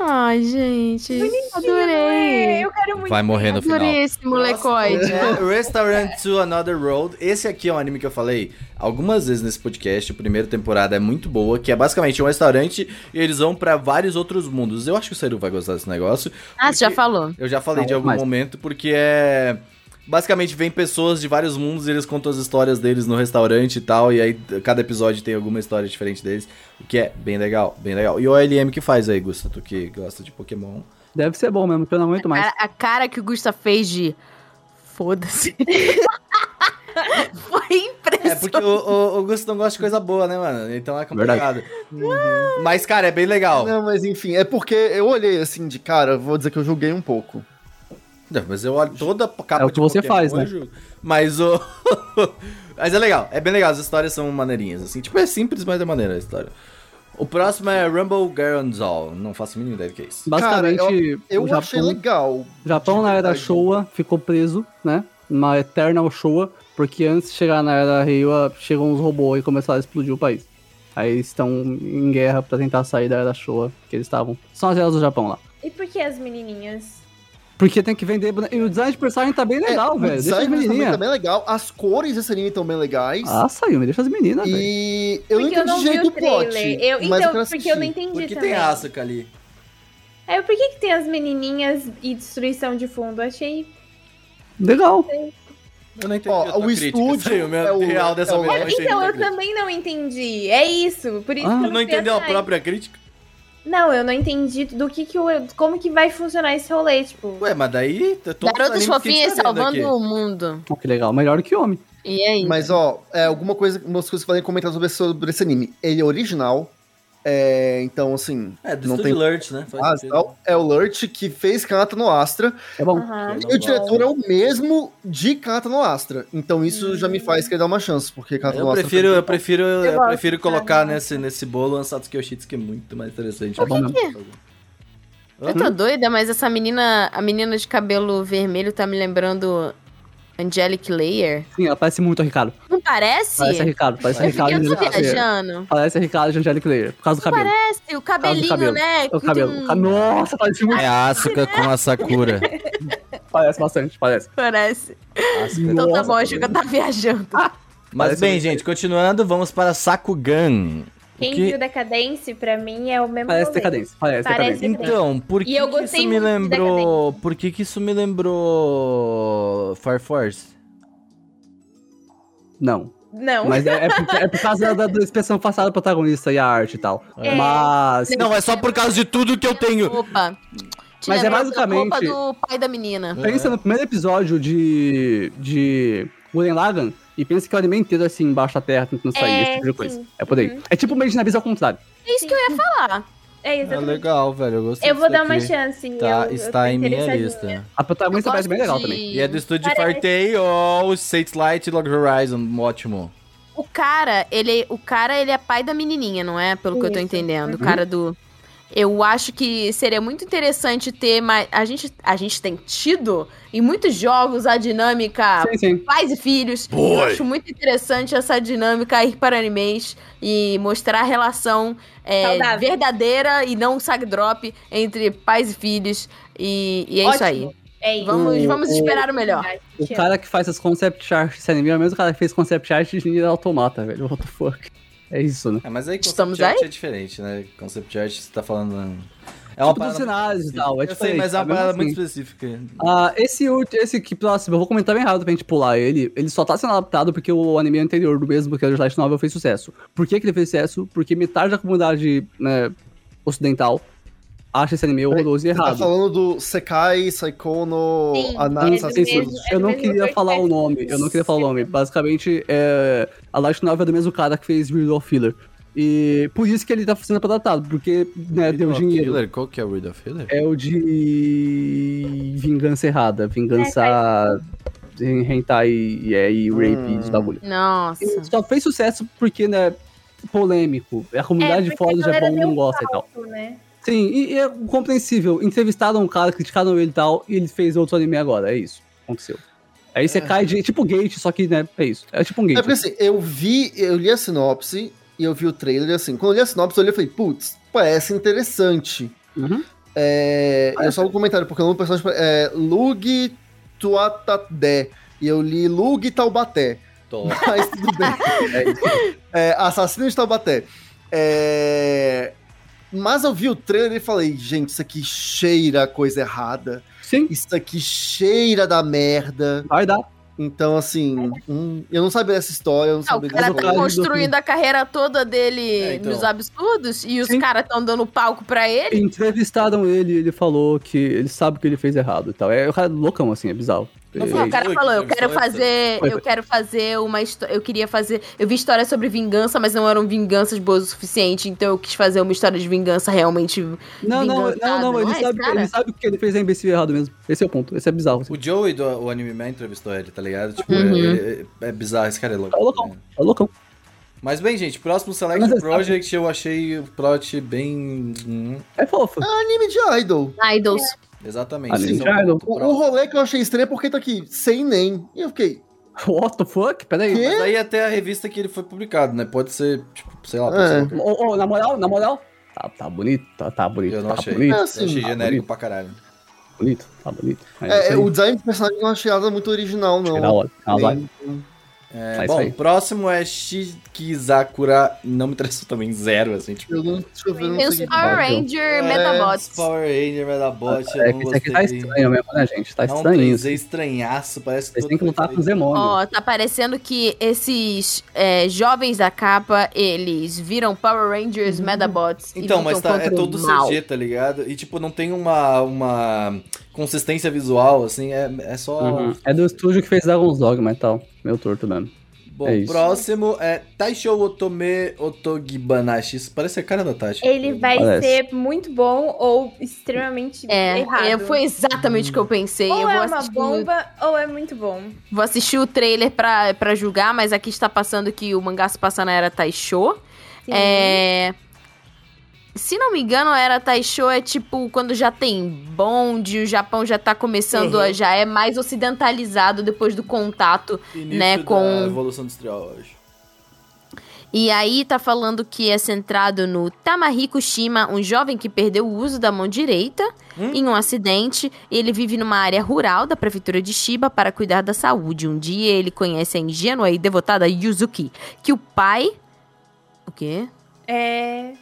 Speaker 4: Ai, gente. Adorei.
Speaker 2: Eu quero é muito.
Speaker 1: Vai morrer no final.
Speaker 4: Adorei esse molecoide.
Speaker 1: É, Restaurant to Another Road. Esse aqui é um anime que eu falei algumas vezes nesse podcast. A primeira temporada é muito boa, que é basicamente um restaurante e eles vão pra vários outros mundos. Eu acho que o Seru vai gostar desse negócio.
Speaker 4: Ah, você já falou.
Speaker 1: Eu já falei
Speaker 3: Não,
Speaker 1: de algum
Speaker 3: mas-
Speaker 1: momento, porque é. Basicamente, vem pessoas de vários mundos e eles contam as histórias deles no restaurante e tal. E aí, t- cada episódio tem alguma história diferente deles, o que é bem legal, bem legal. E o OLM que faz aí, Gusta, tu que gosta de Pokémon.
Speaker 3: Deve ser bom mesmo, porque eu não aguento mais.
Speaker 4: Cara- a cara que o Gusta fez de. Foda-se. Foi impressionante.
Speaker 1: É porque o, o, o Gusto não gosta de coisa boa, né, mano? Então é complicado. Uhum. Mas, cara, é bem legal.
Speaker 5: Não, mas enfim, é porque eu olhei assim de cara, vou dizer que eu julguei um pouco.
Speaker 1: Não, mas eu olho toda a capa
Speaker 3: É o que você
Speaker 1: Pokémon,
Speaker 3: faz, né?
Speaker 1: eu jogo. Mas o. mas é legal, é bem legal, as histórias são maneirinhas, assim. Tipo, é simples, mas é maneira a história. O próximo é Rumble Garanzol. Não faço a mínima ideia do que é isso.
Speaker 3: Basicamente,
Speaker 5: Cara, Eu
Speaker 3: o
Speaker 5: achei
Speaker 3: Japão,
Speaker 5: legal.
Speaker 3: Japão na era
Speaker 5: verdade.
Speaker 3: Showa ficou preso, né? Na Eternal Showa, porque antes de chegar na era Reiwa, chegam os robôs e começaram a explodir o país. Aí eles estão em guerra pra tentar sair da era Showa que eles estavam. São as eras do Japão lá.
Speaker 2: E por que as menininhas?
Speaker 3: Porque tem que vender. bone- E o design de personagem tá bem legal,
Speaker 5: É, o
Speaker 3: velho. Deixa as
Speaker 5: design desse anime
Speaker 3: menininhas.
Speaker 5: tá bem legal. As cores desse anime estão bem legais.
Speaker 3: Ah, saiu, me deixa as meninas, velho.
Speaker 5: e eu não
Speaker 2: porque eu
Speaker 5: entendi
Speaker 2: não vi
Speaker 5: jeito
Speaker 2: o
Speaker 5: do plot.
Speaker 2: trailer. Eu,
Speaker 5: mas
Speaker 2: então,
Speaker 5: quero
Speaker 2: porque eu não
Speaker 5: assistir.
Speaker 2: entendi
Speaker 1: Porque
Speaker 2: também.
Speaker 1: tem Asuka ali.
Speaker 2: É, por que, que tem as menininhas e destruição de fundo? Achei.
Speaker 3: Legal.
Speaker 1: Eu não entendi.
Speaker 5: Ó,
Speaker 1: a tua
Speaker 5: o
Speaker 1: crítica,
Speaker 5: estúdio
Speaker 1: saiu mesmo,
Speaker 5: é o-
Speaker 1: real dessa
Speaker 5: é o-
Speaker 1: vez,
Speaker 5: É,
Speaker 1: não entendi
Speaker 2: então,
Speaker 1: a
Speaker 2: eu
Speaker 1: crítica.
Speaker 2: também não entendi. É isso. Por isso
Speaker 3: Ah.
Speaker 2: que eu
Speaker 1: Tu
Speaker 2: não
Speaker 1: não
Speaker 2: fui
Speaker 1: entendeu a
Speaker 2: atrás.
Speaker 1: própria crítica?
Speaker 2: Não, eu não entendi do que que o. Como que vai funcionar esse rolê, tipo.
Speaker 1: Ué, mas daí. tá todo
Speaker 4: Garotas
Speaker 1: anime que a gente
Speaker 4: fofinhas
Speaker 1: tá vendo
Speaker 4: salvando
Speaker 1: aqui.
Speaker 4: o mundo.
Speaker 3: Ó, que legal. Melhor que homem.
Speaker 4: E aí?
Speaker 5: Mas, ó, é, alguma coisa, umas coisas que falei comentar sobre, esse- sobre esse anime. Ele é original. é, então, assim.
Speaker 1: É, do
Speaker 5: Não
Speaker 1: Estúdio
Speaker 5: tem-
Speaker 1: Lurch, né? Faz
Speaker 5: ah,
Speaker 1: sentido.
Speaker 5: tal, é o Lurch que fez Kanata no Astra.
Speaker 3: É
Speaker 4: Ah.
Speaker 3: bom.
Speaker 2: Aham.
Speaker 1: Eu
Speaker 5: E o diretor é o mesmo de Kanata no Astra. Então
Speaker 2: Hum.
Speaker 5: isso já me faz querer dar uma chance, porque Kanata no
Speaker 1: Eu
Speaker 5: Astra.
Speaker 1: prefiro, eu prefiro, eu,
Speaker 2: gosto,
Speaker 1: prefiro
Speaker 2: cara.
Speaker 1: colocar nesse, nesse bolo um Satsuki Yoshitsu que é muito mais interessante.
Speaker 3: Tá bom mesmo.
Speaker 4: Eu
Speaker 3: Uhum.
Speaker 4: tô doida, mas essa menina, a menina de cabelo vermelho tá me lembrando Angelic Layer.
Speaker 3: Sim, ela parece muito a Ricardo.
Speaker 4: Não parece?
Speaker 3: Parece a Ricardo. Parece a
Speaker 4: eu
Speaker 3: Ricardo.
Speaker 4: fiquei, eu tô
Speaker 3: de Angelic Layer.
Speaker 4: viajando.
Speaker 3: Parece a Ricardo de Angelic Layer, por causa do cabelo.
Speaker 4: Parece, o cabelinho,
Speaker 3: cabelo.
Speaker 4: né?
Speaker 3: O
Speaker 4: Que
Speaker 3: cabelo.
Speaker 4: tem um-
Speaker 3: Ah, Nossa, parece muito.
Speaker 1: É a Asuka com a Sakura.
Speaker 3: Parece bastante, parece.
Speaker 4: Parece. Então tá
Speaker 3: Nossa,
Speaker 4: bom, acho que eu tava viajando.
Speaker 1: Mas bem, gente, continuando, vamos para Sakugan.
Speaker 2: Quem
Speaker 1: O que-
Speaker 2: viu Decadence, pra mim, é o mesmo
Speaker 3: Parece
Speaker 2: rolê.
Speaker 3: decadência. Parece
Speaker 2: Parece
Speaker 3: decadência.
Speaker 1: Então, por
Speaker 2: E
Speaker 1: que,
Speaker 2: eu
Speaker 1: que
Speaker 2: gostei
Speaker 1: isso me
Speaker 2: muito de
Speaker 1: lembrou... Por que que isso me lembrou... Fire Force?
Speaker 3: Não.
Speaker 2: Não.
Speaker 3: Mas é, é, por, é por causa da, da expressão passada do protagonista e a arte e tal.
Speaker 2: É.
Speaker 3: Mas.
Speaker 1: Não, é só por causa de tudo que eu tenho.
Speaker 4: Opa. Te
Speaker 3: Mas é
Speaker 4: lembra da
Speaker 3: basicamente-
Speaker 4: roupa do pai da menina.
Speaker 3: Pensa no primeiro episódio de. de. Guren Lagan e pensa que o anime inteiro é assim, embaixo da terra, tentando sair,
Speaker 2: É,
Speaker 3: esse tipo de
Speaker 2: sim.
Speaker 3: coisa. É por aí. É tipo o Made na Bisa ao contrário.
Speaker 4: É isso que eu ia falar.
Speaker 2: É
Speaker 1: É
Speaker 2: exatamente.
Speaker 1: legal, velho, eu gostei
Speaker 2: eu vou
Speaker 1: disso
Speaker 2: dar uma
Speaker 1: daqui.
Speaker 2: chance.
Speaker 1: Tá,
Speaker 2: eu- eu tô
Speaker 1: está em minha
Speaker 2: interessadinha.
Speaker 1: lista.
Speaker 3: A protagonista
Speaker 4: Eu
Speaker 3: parece
Speaker 4: gosto
Speaker 3: bem legal
Speaker 4: de-
Speaker 3: também.
Speaker 1: E é do estúdio
Speaker 2: Parece.
Speaker 1: Fartei ou State Light e Log Horizon, ótimo.
Speaker 4: O cara, ele, o cara, ele é pai da menininha, não é? Pelo que eu tô
Speaker 2: Isso.
Speaker 4: entendendo. O cara do Eu acho que seria muito interessante ter mais a gente a gente tem tido em muitos jogos a dinâmica
Speaker 3: Sim, sim.
Speaker 4: pais e filhos. Eu acho muito interessante essa dinâmica ir para animes e mostrar a relação é,
Speaker 2: Saudável.
Speaker 4: verdadeira e não um sag drop entre pais e filhos. E, e é isso aí.
Speaker 2: Ótimo. É isso.
Speaker 4: Vamos,
Speaker 3: O-
Speaker 4: vamos
Speaker 3: o-
Speaker 4: esperar o melhor.
Speaker 3: O cara que faz essas concept art desse anime é o mesmo cara que fez concept art de Nier Automata, velho. What the fuck? É isso, né?
Speaker 1: É, mas aí
Speaker 4: Estamos
Speaker 1: concept art é diferente, né? Concept art você tá falando... É uma
Speaker 3: Tipo,
Speaker 1: parada
Speaker 3: dos
Speaker 1: muito
Speaker 3: cenários e
Speaker 1: específica.
Speaker 3: tal, é
Speaker 1: Eu sei,
Speaker 3: diferente,
Speaker 1: mas é uma
Speaker 3: tá? Mesmo
Speaker 1: parada muito
Speaker 3: assim.
Speaker 1: específica.
Speaker 3: Ah, esse, ulti- esse que próximo, eu vou comentar bem rápido pra gente pular ele. Ele só tá sendo adaptado porque o anime anterior, do mesmo que é o Light Novel, fez sucesso. Por que, que ele fez sucesso? Porque metade da comunidade né, ocidental acha esse anime horroroso e
Speaker 5: Você tá
Speaker 3: errado.
Speaker 5: falando do Sekai, Saikono,
Speaker 2: Sim,
Speaker 3: Sim,
Speaker 5: Anai,
Speaker 2: é do
Speaker 5: essas
Speaker 3: sim, sim.
Speaker 5: coisas.
Speaker 2: mesmo- é
Speaker 3: eu
Speaker 2: do
Speaker 3: não
Speaker 2: mesmo
Speaker 3: queria
Speaker 2: autor que
Speaker 3: falar o
Speaker 2: fez
Speaker 3: nome, eu não queria falar o nome. Basicamente, é, a Light Novel é do mesmo cara que fez Real of Healer. E por isso que ele tá sendo adaptado, porque né, deu
Speaker 1: Reed of
Speaker 3: dinheiro.
Speaker 1: Healer? Qual que é o Reed of Healer?
Speaker 3: É o de vingança errada,
Speaker 2: É,
Speaker 3: vingança em hentai e, é, e rape
Speaker 5: Hum.
Speaker 3: e isso da mulher.
Speaker 4: Nossa.
Speaker 3: Ele Só fez sucesso porque, né, polêmico. A comunidade
Speaker 2: É, porque
Speaker 3: fora
Speaker 2: a
Speaker 3: do
Speaker 2: galera
Speaker 3: Japão
Speaker 2: deu
Speaker 3: não gosta e tal.
Speaker 2: Isso, né?
Speaker 3: Sim, e, e é compreensível. Entrevistaram um cara, criticaram ele e tal, e ele fez outro anime agora, é isso. Aconteceu. Aí você cai de, tipo Gate, só que, né, é isso. É tipo um
Speaker 5: É
Speaker 3: Gate.
Speaker 5: porque assim, eu vi, eu li a sinopse e eu vi o trailer e assim, quando eu li a sinopse, eu olhei e falei, putz, parece interessante.
Speaker 3: Uhum.
Speaker 5: É, eu só um comentário, porque o nome do personagem é Lug Tuatadé. E eu li Lug Taubaté.
Speaker 1: Tô.
Speaker 5: Mas tudo bem. É isso. É, assassino de Taubaté. É, Mas eu vi o trailer e falei, gente, isso aqui cheira a coisa errada.
Speaker 3: Sim,
Speaker 5: Isso aqui cheira da merda.
Speaker 3: vai dar.
Speaker 5: Então, assim, hum, eu não sabia dessa história, eu não
Speaker 4: Não, o
Speaker 5: sabia
Speaker 4: cara
Speaker 5: dessa
Speaker 4: tá
Speaker 3: Desocupado.
Speaker 4: construindo a carreira toda dele
Speaker 1: É, então.
Speaker 4: nos absurdos e os
Speaker 3: Sim.
Speaker 4: caras estão dando palco pra ele.
Speaker 3: Entrevistaram ele e ele falou que ele sabe que ele fez errado e tal. É o cara é loucão, assim, é bizarro.
Speaker 1: Não
Speaker 4: Não, o
Speaker 1: foi.
Speaker 3: Perfeito.
Speaker 4: cara falou, eu quero
Speaker 1: Foi, foi.
Speaker 4: fazer,
Speaker 3: Foi,
Speaker 4: eu quero fazer uma história, eu queria fazer, eu vi histórias sobre vingança, mas não eram vinganças boas o suficiente, então eu quis fazer uma história de vingança realmente.
Speaker 3: Não, não, não,
Speaker 4: Engraçado,
Speaker 3: não, ele,
Speaker 4: não é,
Speaker 3: sabe,
Speaker 4: cara?
Speaker 3: ele sabe que ele fez a imbecil errado mesmo. Esse é o ponto, esse é bizarro. Assim.
Speaker 1: O Joey do o Anime Man entrevistou ele, tá ligado? Tipo,
Speaker 4: Uhum.
Speaker 1: é, é- é bizarro, esse cara é louco.
Speaker 3: É loucão.
Speaker 1: né?
Speaker 3: É loucão.
Speaker 1: Mas bem, gente, próximo Select
Speaker 3: Mas é
Speaker 1: Project eu achei o Prot bem. hum,
Speaker 3: É fofo.
Speaker 5: um Anime de idol.
Speaker 1: É,
Speaker 4: Idols.
Speaker 1: Exatamente. Então, Vocês
Speaker 3: Ali.
Speaker 1: são-
Speaker 3: Cara,
Speaker 5: O, o rolê que eu achei estranho é porque tá aqui, sem nem. E eu fiquei,
Speaker 3: What the fuck? Pera aí.
Speaker 5: quê?
Speaker 1: Mas aí até a revista que ele foi publicado, né? Pode ser, tipo, sei lá, pode
Speaker 5: É.
Speaker 1: ser qualquer-
Speaker 3: Ô, ô, na moral, na moral. Tá, tá bonito, tá, tá bonito.
Speaker 1: Eu não
Speaker 3: tá
Speaker 1: achei.
Speaker 3: bonito,
Speaker 5: É,
Speaker 1: Eu achei
Speaker 5: assim,
Speaker 1: genérico pra caralho.
Speaker 3: tá bonito, tá bonito. Mas
Speaker 5: É,
Speaker 3: isso aí,
Speaker 5: o design do personagem eu não achei nada muito original,
Speaker 3: achei
Speaker 5: não.
Speaker 3: da hora. É uma
Speaker 5: Nem-
Speaker 3: vibe.
Speaker 1: É,
Speaker 3: Mas
Speaker 1: bom,
Speaker 3: isso aí.
Speaker 1: próximo é Shikizakura. Não me interessou também, zero, assim, tipo.
Speaker 5: Eu não, deixa eu ver, eu não
Speaker 4: Tem os
Speaker 5: sei.
Speaker 4: Power
Speaker 3: Bateu.
Speaker 4: Ranger Metabots.
Speaker 1: É, Power Ranger, Metabot,
Speaker 3: É
Speaker 1: eu não
Speaker 3: que isso aqui
Speaker 1: gostei.
Speaker 3: tá estranho mesmo, né, gente? Tá
Speaker 1: é um
Speaker 3: estranho
Speaker 1: 3D
Speaker 3: isso.
Speaker 1: estranhaço, parece que
Speaker 3: Vocês
Speaker 1: todo
Speaker 3: têm que lutar com os
Speaker 1: prefeito-
Speaker 3: demônios.
Speaker 4: Ó, tá parecendo que esses é, jovens da capa, eles viram Power Rangers Metabots.
Speaker 1: Então,
Speaker 4: e
Speaker 1: mas
Speaker 4: lutam
Speaker 1: tá, é
Speaker 4: contra o
Speaker 1: todo
Speaker 4: mal.
Speaker 1: CG, tá ligado? E, tipo, não tem uma, uma consistência visual, assim, é, é só...
Speaker 3: Uhum. É do estúdio que fez Dragon's Dogma e tal. Meu torto mesmo.
Speaker 1: Bom,
Speaker 3: É isso.
Speaker 1: próximo é Taishou Otome Otogibanashi. Isso parece a cara da Taishi.
Speaker 2: Ele vai
Speaker 3: Parece.
Speaker 2: ser muito bom ou extremamente
Speaker 4: É,
Speaker 2: errado.
Speaker 4: é, foi exatamente o que eu pensei.
Speaker 2: Ou
Speaker 4: eu
Speaker 2: é
Speaker 4: vou
Speaker 2: uma
Speaker 4: assistir,
Speaker 2: bomba ou é muito bom.
Speaker 4: vou assistir o trailer pra, pra julgar, mas aqui está passando que o mangá se passa na era Taisho.
Speaker 2: Sim.
Speaker 4: É. Se não me engano, a era Taisho é tipo quando já tem bonde, o Japão já tá começando,
Speaker 1: Uhum.
Speaker 4: a, já é mais ocidentalizado depois do contato.
Speaker 1: Início
Speaker 4: né,
Speaker 1: da
Speaker 4: com-
Speaker 1: Revolução Industrial, eu acho.
Speaker 4: E aí tá falando que é centrado no Tamahiko Shima, um jovem que perdeu o uso da mão direita
Speaker 1: Hum?
Speaker 4: em um acidente. Ele vive numa área rural da prefeitura de Shiba para cuidar da saúde. Um dia ele conhece a ingênua e devotada Yuzuki, que o pai... O quê?
Speaker 2: É,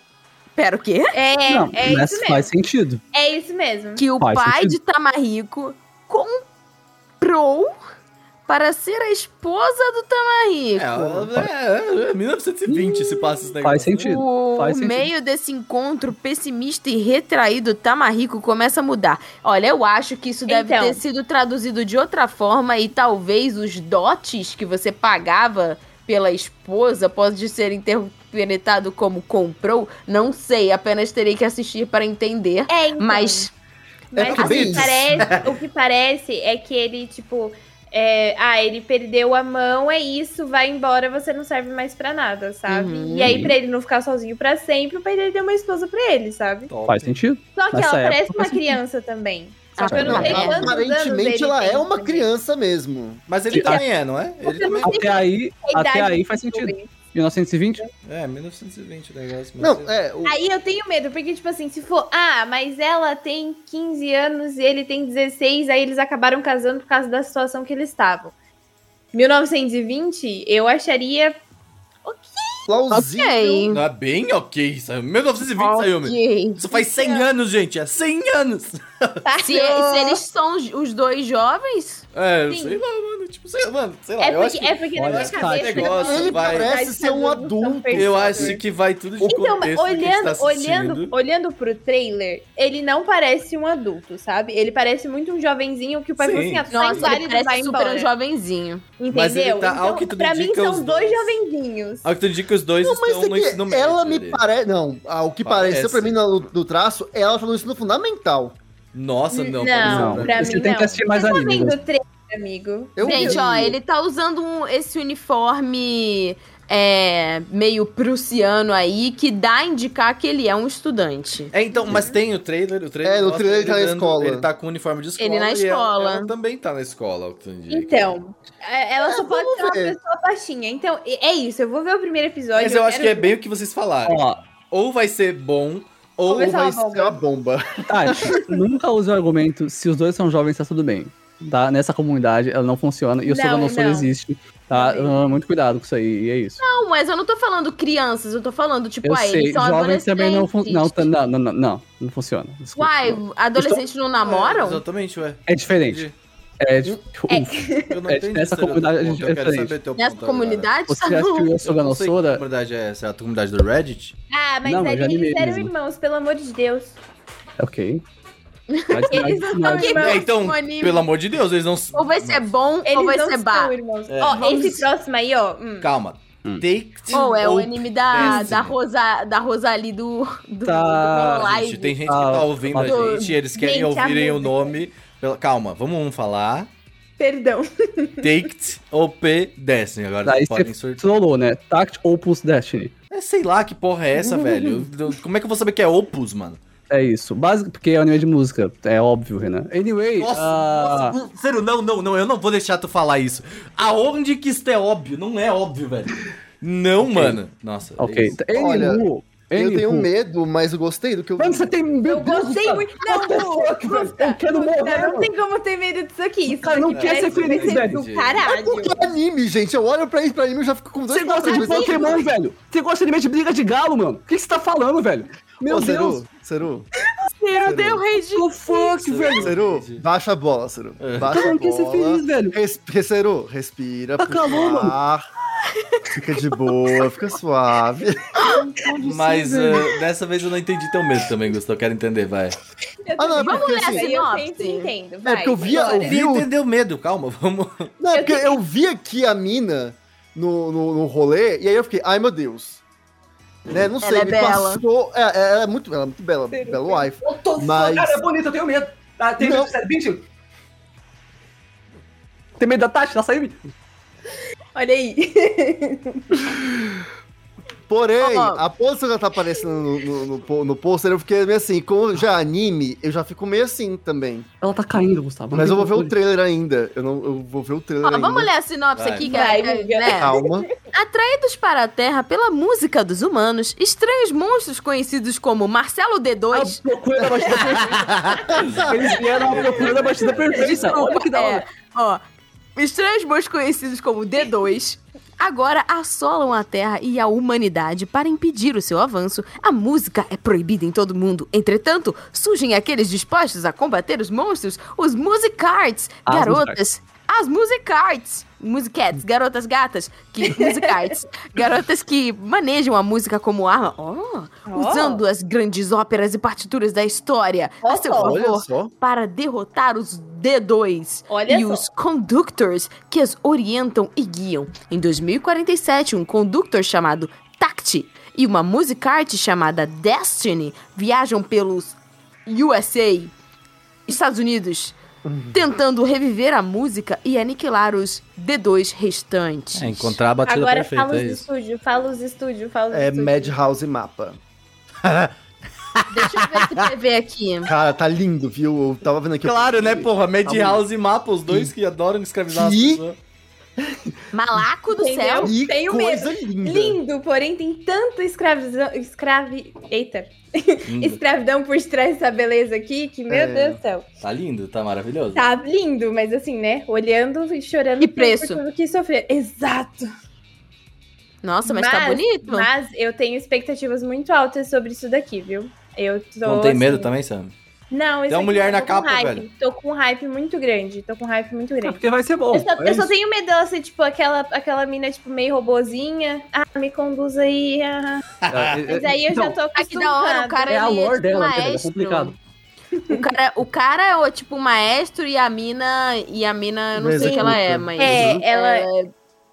Speaker 4: Pera, o quê?
Speaker 2: é,
Speaker 3: não,
Speaker 2: é
Speaker 3: mas
Speaker 2: isso mesmo.
Speaker 3: faz sentido.
Speaker 2: É isso mesmo.
Speaker 4: que o
Speaker 3: Faz
Speaker 4: pai
Speaker 3: sentido.
Speaker 4: de Tamarico comprou para ser a esposa do Tamarico.
Speaker 1: É, é, é, 1920 se passa esse negócio.
Speaker 3: Faz sentido.
Speaker 4: O
Speaker 3: faz sentido.
Speaker 4: meio desse encontro pessimista e retraído Tamarico começa a mudar. Olha, eu acho que isso deve
Speaker 2: Então.
Speaker 4: ter sido traduzido de outra forma e talvez os dotes que você pagava pela esposa pode ser interpretado como comprou. Não sei, apenas terei que assistir para entender.
Speaker 2: É, então.
Speaker 4: Mas
Speaker 3: É
Speaker 2: Mas
Speaker 5: porque
Speaker 2: assim,
Speaker 5: Beatles.
Speaker 2: parece- o que parece é que ele, tipo, é, ah, ele perdeu a mão, é isso, vai embora, você não serve mais pra nada, sabe?
Speaker 4: Uhum.
Speaker 2: E aí, pra ele não ficar sozinho pra sempre, o pai dele deu uma esposa pra ele, sabe?
Speaker 1: Top.
Speaker 3: Faz sentido.
Speaker 2: Só que
Speaker 3: Nessa
Speaker 2: ela
Speaker 3: época assim,
Speaker 2: parece uma
Speaker 3: faz sentido.
Speaker 2: criança também. Só
Speaker 4: Ah,
Speaker 2: que eu não
Speaker 4: não,
Speaker 2: sei
Speaker 4: ela-
Speaker 2: quantos anos
Speaker 5: Aparentemente
Speaker 2: ele
Speaker 5: ela
Speaker 2: tem
Speaker 5: é uma
Speaker 2: também.
Speaker 5: criança mesmo.
Speaker 1: Mas ele
Speaker 3: Que-
Speaker 1: também é, não é? Ele também
Speaker 3: Até aí,
Speaker 2: A idade
Speaker 3: até aí tipo,
Speaker 2: dele
Speaker 3: faz sentido.
Speaker 2: também.
Speaker 3: 1920?
Speaker 1: é. 1920 o negócio. mas
Speaker 5: Não, é. O,
Speaker 2: Aí eu tenho medo, porque, tipo assim, se for, ah, mas ela tem 15 anos e ele tem 16, aí eles acabaram casando por causa da situação que eles estavam. 1920, eu acharia.
Speaker 5: plausível.
Speaker 4: Ok.
Speaker 1: Não é bem ok, saiu. 1920 saiu, meu.
Speaker 4: Ok.
Speaker 1: Isso faz 100 anos, gente. É 100 anos.
Speaker 4: Se, se eles são os- os dois jovens,
Speaker 1: É, eu
Speaker 2: Sim.
Speaker 1: sei lá, mano. Tipo, sei lá, mano. Sei lá.
Speaker 2: É
Speaker 1: eu acho
Speaker 2: porque,
Speaker 1: que,
Speaker 2: é porque na
Speaker 3: Olha,
Speaker 2: minha
Speaker 1: esse
Speaker 2: cabeça.
Speaker 1: negócio
Speaker 2: não-
Speaker 1: Ele vai-
Speaker 5: parece ser um
Speaker 2: As pessoas não são
Speaker 5: adulto.
Speaker 1: eu
Speaker 2: perfeitas.
Speaker 1: acho que vai tudo de
Speaker 2: Então, mas
Speaker 1: contexto que a gente tá
Speaker 2: olhando,
Speaker 1: assistindo.
Speaker 2: olhando, olhando pro trailer, ele não parece um adulto, sabe? Ele parece muito um jovenzinho que o pai falou
Speaker 1: Sim.
Speaker 2: assim, ah, tu tá
Speaker 4: nossa, ele
Speaker 2: inválido, vai
Speaker 4: parece super
Speaker 2: embora.
Speaker 4: um jovenzinho.
Speaker 2: Entendeu? Então,
Speaker 1: Mas ele tá- ao que tudo
Speaker 2: pra mim
Speaker 1: indica,
Speaker 2: são
Speaker 1: os
Speaker 2: dois,
Speaker 1: dois-
Speaker 2: jovenzinhos.
Speaker 1: Ao que tu diz que os dois
Speaker 5: Não, mas
Speaker 1: estão no
Speaker 5: é
Speaker 1: ensino
Speaker 5: que
Speaker 1: médio.
Speaker 5: ela me
Speaker 1: ali.
Speaker 5: parece. Não, ao que pareceu pra mim no, do traço, ela falou isso no fundamental.
Speaker 1: Nossa, não.
Speaker 2: Não,
Speaker 1: pareceu
Speaker 2: pra
Speaker 3: Você
Speaker 2: mim
Speaker 3: tem
Speaker 2: não.
Speaker 3: que assistir mais
Speaker 2: Você tá
Speaker 3: anime.
Speaker 2: vendo o trailer, amigo?
Speaker 5: Eu assim,
Speaker 4: Gente,
Speaker 5: vi.
Speaker 4: ó, ele tá usando um- esse uniforme é, meio prussiano aí, que dá a indicar que ele é um estudante.
Speaker 1: É, então, mas tem o trailer, o trailer.
Speaker 5: É, o
Speaker 1: mostra
Speaker 5: trailer tá na escola.
Speaker 1: Ele tá com o uniforme de escola.
Speaker 4: Ele na
Speaker 1: e ela-
Speaker 4: escola.
Speaker 1: ela também tá na escola, o que tu indica.
Speaker 2: Então, é- ela só
Speaker 5: É,
Speaker 2: pode
Speaker 5: vamos
Speaker 2: ser uma
Speaker 5: ver.
Speaker 2: pessoa baixinha. Então, é é isso. Eu vou ver o primeiro episódio.
Speaker 1: Mas eu acho que é
Speaker 2: quero-
Speaker 1: bem o que vocês falaram.
Speaker 3: Ó,
Speaker 1: Ou vai ser bom, ou
Speaker 2: Vamos ver se
Speaker 1: vai
Speaker 2: ela
Speaker 1: ser.
Speaker 2: volta.
Speaker 5: É uma bomba.
Speaker 3: Tati, Tá, nunca use o argumento se os dois são jovens, tá tudo bem. Tá? Nessa comunidade, ela não funciona e o
Speaker 2: Não,
Speaker 3: Soganossoura
Speaker 2: não.
Speaker 3: existe. Tá? Ah, muito cuidado com isso aí, e é isso.
Speaker 4: Não, mas eu não tô falando crianças, eu tô falando, tipo,
Speaker 3: Eu
Speaker 4: ah,
Speaker 3: sei,
Speaker 4: eles são
Speaker 3: jovens
Speaker 4: adolescentes.
Speaker 3: também não funcionam. Não, não, não, não, não funciona. desculpa.
Speaker 4: Uai, adolescentes não
Speaker 1: É,
Speaker 4: namoram?
Speaker 1: exatamente, ué.
Speaker 3: É diferente.
Speaker 1: Entendi.
Speaker 3: É, tipo,
Speaker 2: É.
Speaker 3: uf,
Speaker 1: Eu não
Speaker 3: É,
Speaker 1: entendi.
Speaker 3: nessa
Speaker 1: esse teu
Speaker 3: comunidade
Speaker 1: ponto,
Speaker 3: é
Speaker 1: eu quero
Speaker 3: diferente.
Speaker 1: saber teu
Speaker 4: Nessa
Speaker 1: ponto
Speaker 4: comunidade, tá
Speaker 3: você acha que
Speaker 4: não.
Speaker 3: o
Speaker 1: Agora. Eu não sei que
Speaker 3: Soganossoura
Speaker 1: comunidade é essa, é a comunidade do Reddit?
Speaker 2: Ah, mas
Speaker 3: Não,
Speaker 1: é
Speaker 3: mas
Speaker 2: aí
Speaker 3: já
Speaker 2: eles
Speaker 3: animei
Speaker 2: eram
Speaker 3: mesmo.
Speaker 2: irmãos, pelo amor de Deus.
Speaker 3: Ok. Mas,
Speaker 4: Eles não estão
Speaker 2: Mas-
Speaker 1: É,
Speaker 4: irmãos
Speaker 1: então,
Speaker 4: no anime.
Speaker 1: pelo amor de Deus, eles não.
Speaker 4: Ou vai ser bom,
Speaker 2: Eles
Speaker 4: ou vai
Speaker 2: não
Speaker 4: ser
Speaker 2: são
Speaker 4: bar.
Speaker 2: irmãos.
Speaker 1: É.
Speaker 2: Ó,
Speaker 4: Vamos-
Speaker 2: esse próximo aí, ó. hum.
Speaker 1: Calma. Take
Speaker 4: Ou é o
Speaker 1: Hope
Speaker 4: anime da,
Speaker 1: Destiny.
Speaker 4: da, Rosa, da Rosalie do, do,
Speaker 3: Tá.
Speaker 4: do
Speaker 1: Gente,
Speaker 4: Live.
Speaker 1: tem gente que
Speaker 3: Ah,
Speaker 1: tá ouvindo a
Speaker 4: tô-
Speaker 1: gente e eles querem
Speaker 2: Gente, a
Speaker 1: ouvirem o
Speaker 2: música.
Speaker 1: nome. Pela- Calma, vamos um falar.
Speaker 2: Perdão.
Speaker 1: Taked OP Destiny. Agora
Speaker 3: Daí
Speaker 1: vocês
Speaker 3: você
Speaker 1: podem surtar.
Speaker 3: trollou, né? Tact Opus Destiny.
Speaker 1: É, sei lá que porra é essa, velho. Eu- eu- Como é que eu vou saber que é Opus, mano?
Speaker 3: É isso. Básico, porque é anime de música. É óbvio, Renan. Anyway.
Speaker 1: Nossa,
Speaker 3: ah,
Speaker 1: nossa, sério, não, não, não, eu não vou deixar tu falar isso. Aonde que isso é óbvio? Não é óbvio, velho. Não, mano. Nossa. é
Speaker 3: Ok.
Speaker 1: isso.
Speaker 5: Olha,
Speaker 3: Anywho.
Speaker 5: Eu tenho
Speaker 3: Anywho.
Speaker 5: medo, mas eu gostei do que eu vi.
Speaker 3: Mano, você tem. Meu
Speaker 2: Eu
Speaker 3: Deus do
Speaker 2: gostei
Speaker 3: céu.
Speaker 2: muito. Não,
Speaker 3: fuck, velho?
Speaker 2: Gusta,
Speaker 3: Eu quero
Speaker 2: Gusta,
Speaker 3: morrer,
Speaker 2: Não tem como ter medo disso aqui. Isso
Speaker 3: Cara, não
Speaker 2: aqui
Speaker 3: quer ser
Speaker 2: parece que vai
Speaker 3: feliz,
Speaker 2: ser
Speaker 1: velho.
Speaker 2: Do caralho.
Speaker 5: Porque é anime, gente. Eu olho pra, pra anime e já fico com dois é
Speaker 3: Você gosta de
Speaker 5: corações.
Speaker 3: Pokémon, velho? Você gosta de anime de briga de galo, mano? O que que você tá falando, velho? Meu
Speaker 5: Ô, Seru,
Speaker 3: Deus.
Speaker 5: Seru,
Speaker 4: Meu Deus, rei de...
Speaker 3: What the fuck, velho?
Speaker 5: Seru, baixa a bola, Seru.
Speaker 1: É.
Speaker 5: Baixa
Speaker 3: Cara,
Speaker 5: a
Speaker 3: não quer ser feliz,
Speaker 5: bola.
Speaker 3: velho.
Speaker 5: Respira, Seru, respira.
Speaker 3: Tá
Speaker 5: puxa
Speaker 3: calor, mano.
Speaker 5: ar, Fica de boa, fica suave.
Speaker 1: Mas eh, dessa vez eu não entendi teu medo também, Gustavo. Eu quero entender, vai.
Speaker 5: Ah, não, é porque
Speaker 4: ler
Speaker 5: assim.
Speaker 4: essa
Speaker 2: Eu
Speaker 4: sinopse.
Speaker 2: sempre entendo.
Speaker 5: É porque eu vi, a- eu
Speaker 1: Eu
Speaker 5: vi o
Speaker 1: entender o medo, calma, vamos.
Speaker 5: Não, é porque eu vi aqui a mina no, no, no rolê, e aí eu fiquei, ai meu Deus. Né, não sei,
Speaker 4: Ela é
Speaker 5: me
Speaker 4: bela.
Speaker 5: passou. É, é, ela é muito, ela é muito bela,
Speaker 2: Sério?
Speaker 5: belo wife.
Speaker 3: Eu tô
Speaker 5: Mas-
Speaker 3: Cara, é bonito, eu tenho medo. Ah, tem
Speaker 5: Não.
Speaker 3: medo, sério, mentira. Tem medo da Tati, da Saimi?
Speaker 2: Olha aí.
Speaker 5: Porém,
Speaker 4: Ó.
Speaker 5: a pose que ela tá aparecendo no, no, no, po- no pôster, eu fiquei meio assim, como já anime, eu já fico meio assim também.
Speaker 3: Ela tá caindo, Gustavo. tá
Speaker 5: Mas eu vou ver o
Speaker 3: trem.
Speaker 5: trailer ainda. Eu, não, eu vou ver o trailer
Speaker 4: Ó,
Speaker 5: ainda.
Speaker 4: Ah, vamos ler a sinopse
Speaker 1: Vai.
Speaker 4: aqui,
Speaker 2: Vai,
Speaker 4: cara. Né?
Speaker 2: amiga.
Speaker 5: Calma.
Speaker 4: Atraídos para a Terra pela música dos humanos, estranhos monstros conhecidos como Marcelo
Speaker 3: A
Speaker 4: D2...
Speaker 3: procura da batida perfeita. Eles vieram à procura da batida perfeita. Olha que da hora.
Speaker 4: É, ó, estranhos bons conhecidos como D2 agora assolam a Terra e a humanidade para impedir o seu avanço. A música é proibida em todo mundo. Entretanto, surgem aqueles dispostos a combater os monstros, os musicards,
Speaker 3: As
Speaker 4: garotas. As musicards, musiquetes, garotas gatas, que musicards, garotas que manejam a música como arma, ó,
Speaker 2: Ó.
Speaker 4: usando as grandes óperas e partituras da história a seu
Speaker 2: Ó,
Speaker 5: Olha
Speaker 4: favor
Speaker 5: só.
Speaker 4: para derrotar os D2
Speaker 2: Olha
Speaker 4: e
Speaker 2: só.
Speaker 4: os Conductors que as orientam e guiam. Em 2047, um Conductor chamado Tacti e uma musicarte chamada Destiny viajam pelos USA, Estados Unidos, tentando reviver a música e aniquilar os D2 restantes.
Speaker 1: É, encontrar a batida
Speaker 2: Agora
Speaker 1: perfeita,
Speaker 2: fala os
Speaker 1: é isso.
Speaker 2: estúdios, fala os estúdios, fala os
Speaker 5: É
Speaker 2: estúdios.
Speaker 5: Madhouse e mapa.
Speaker 4: Deixa eu ver se TV aqui.
Speaker 5: Cara, tá lindo, viu? Eu tava vendo aqui.
Speaker 1: Claro, né, porra? Madhouse e Mapa, os dois que adoram escravizar as
Speaker 5: Que?
Speaker 1: pessoas.
Speaker 4: Malaco do céu.
Speaker 5: Que
Speaker 2: Tenho
Speaker 5: coisa linda.
Speaker 2: Lindo, porém tem tanta escravizão, escravi, eita,
Speaker 1: Lindo.
Speaker 2: escravidão por trás dessa beleza aqui que meu
Speaker 5: É.
Speaker 2: Deus do céu.
Speaker 1: Tá lindo, tá maravilhoso.
Speaker 2: Tá lindo, mas assim, né, olhando e chorando
Speaker 4: E
Speaker 2: por-
Speaker 4: preço.
Speaker 2: por tudo que sofreu. Exato.
Speaker 4: Nossa, mas, tá bonito.
Speaker 2: Mas eu tenho expectativas muito altas sobre isso daqui, viu? Eu tô,
Speaker 1: Não tem medo tá? também,
Speaker 2: assim,
Speaker 1: Sam?
Speaker 2: Não, isso
Speaker 1: uma
Speaker 2: aqui
Speaker 1: mulher
Speaker 2: eu
Speaker 1: na
Speaker 2: tô com
Speaker 1: capa,
Speaker 2: hype.
Speaker 1: velho.
Speaker 2: Tô com um hype muito grande, tô com um hype muito
Speaker 3: É
Speaker 2: grande.
Speaker 3: porque vai ser bom.
Speaker 2: Eu só,
Speaker 3: É
Speaker 2: eu só
Speaker 3: isso.
Speaker 2: tenho medo dela ser, tipo, aquela, aquela mina, tipo, meio robozinha. Ah, me conduz aí. Ah.
Speaker 3: É, é,
Speaker 2: Mas aí eu já
Speaker 3: então,
Speaker 2: tô
Speaker 4: Ah, que da hora, o
Speaker 2: acostumada.
Speaker 4: cara
Speaker 3: É a
Speaker 4: ele
Speaker 3: lore
Speaker 4: tipo
Speaker 3: dela, entendeu? É
Speaker 4: maestro.
Speaker 3: complicado.
Speaker 4: O cara, o cara é o, tipo um maestro e a mina e a mina eu não
Speaker 5: Mas
Speaker 4: sei o que ela é,
Speaker 5: executa.
Speaker 4: mas
Speaker 2: É, ela...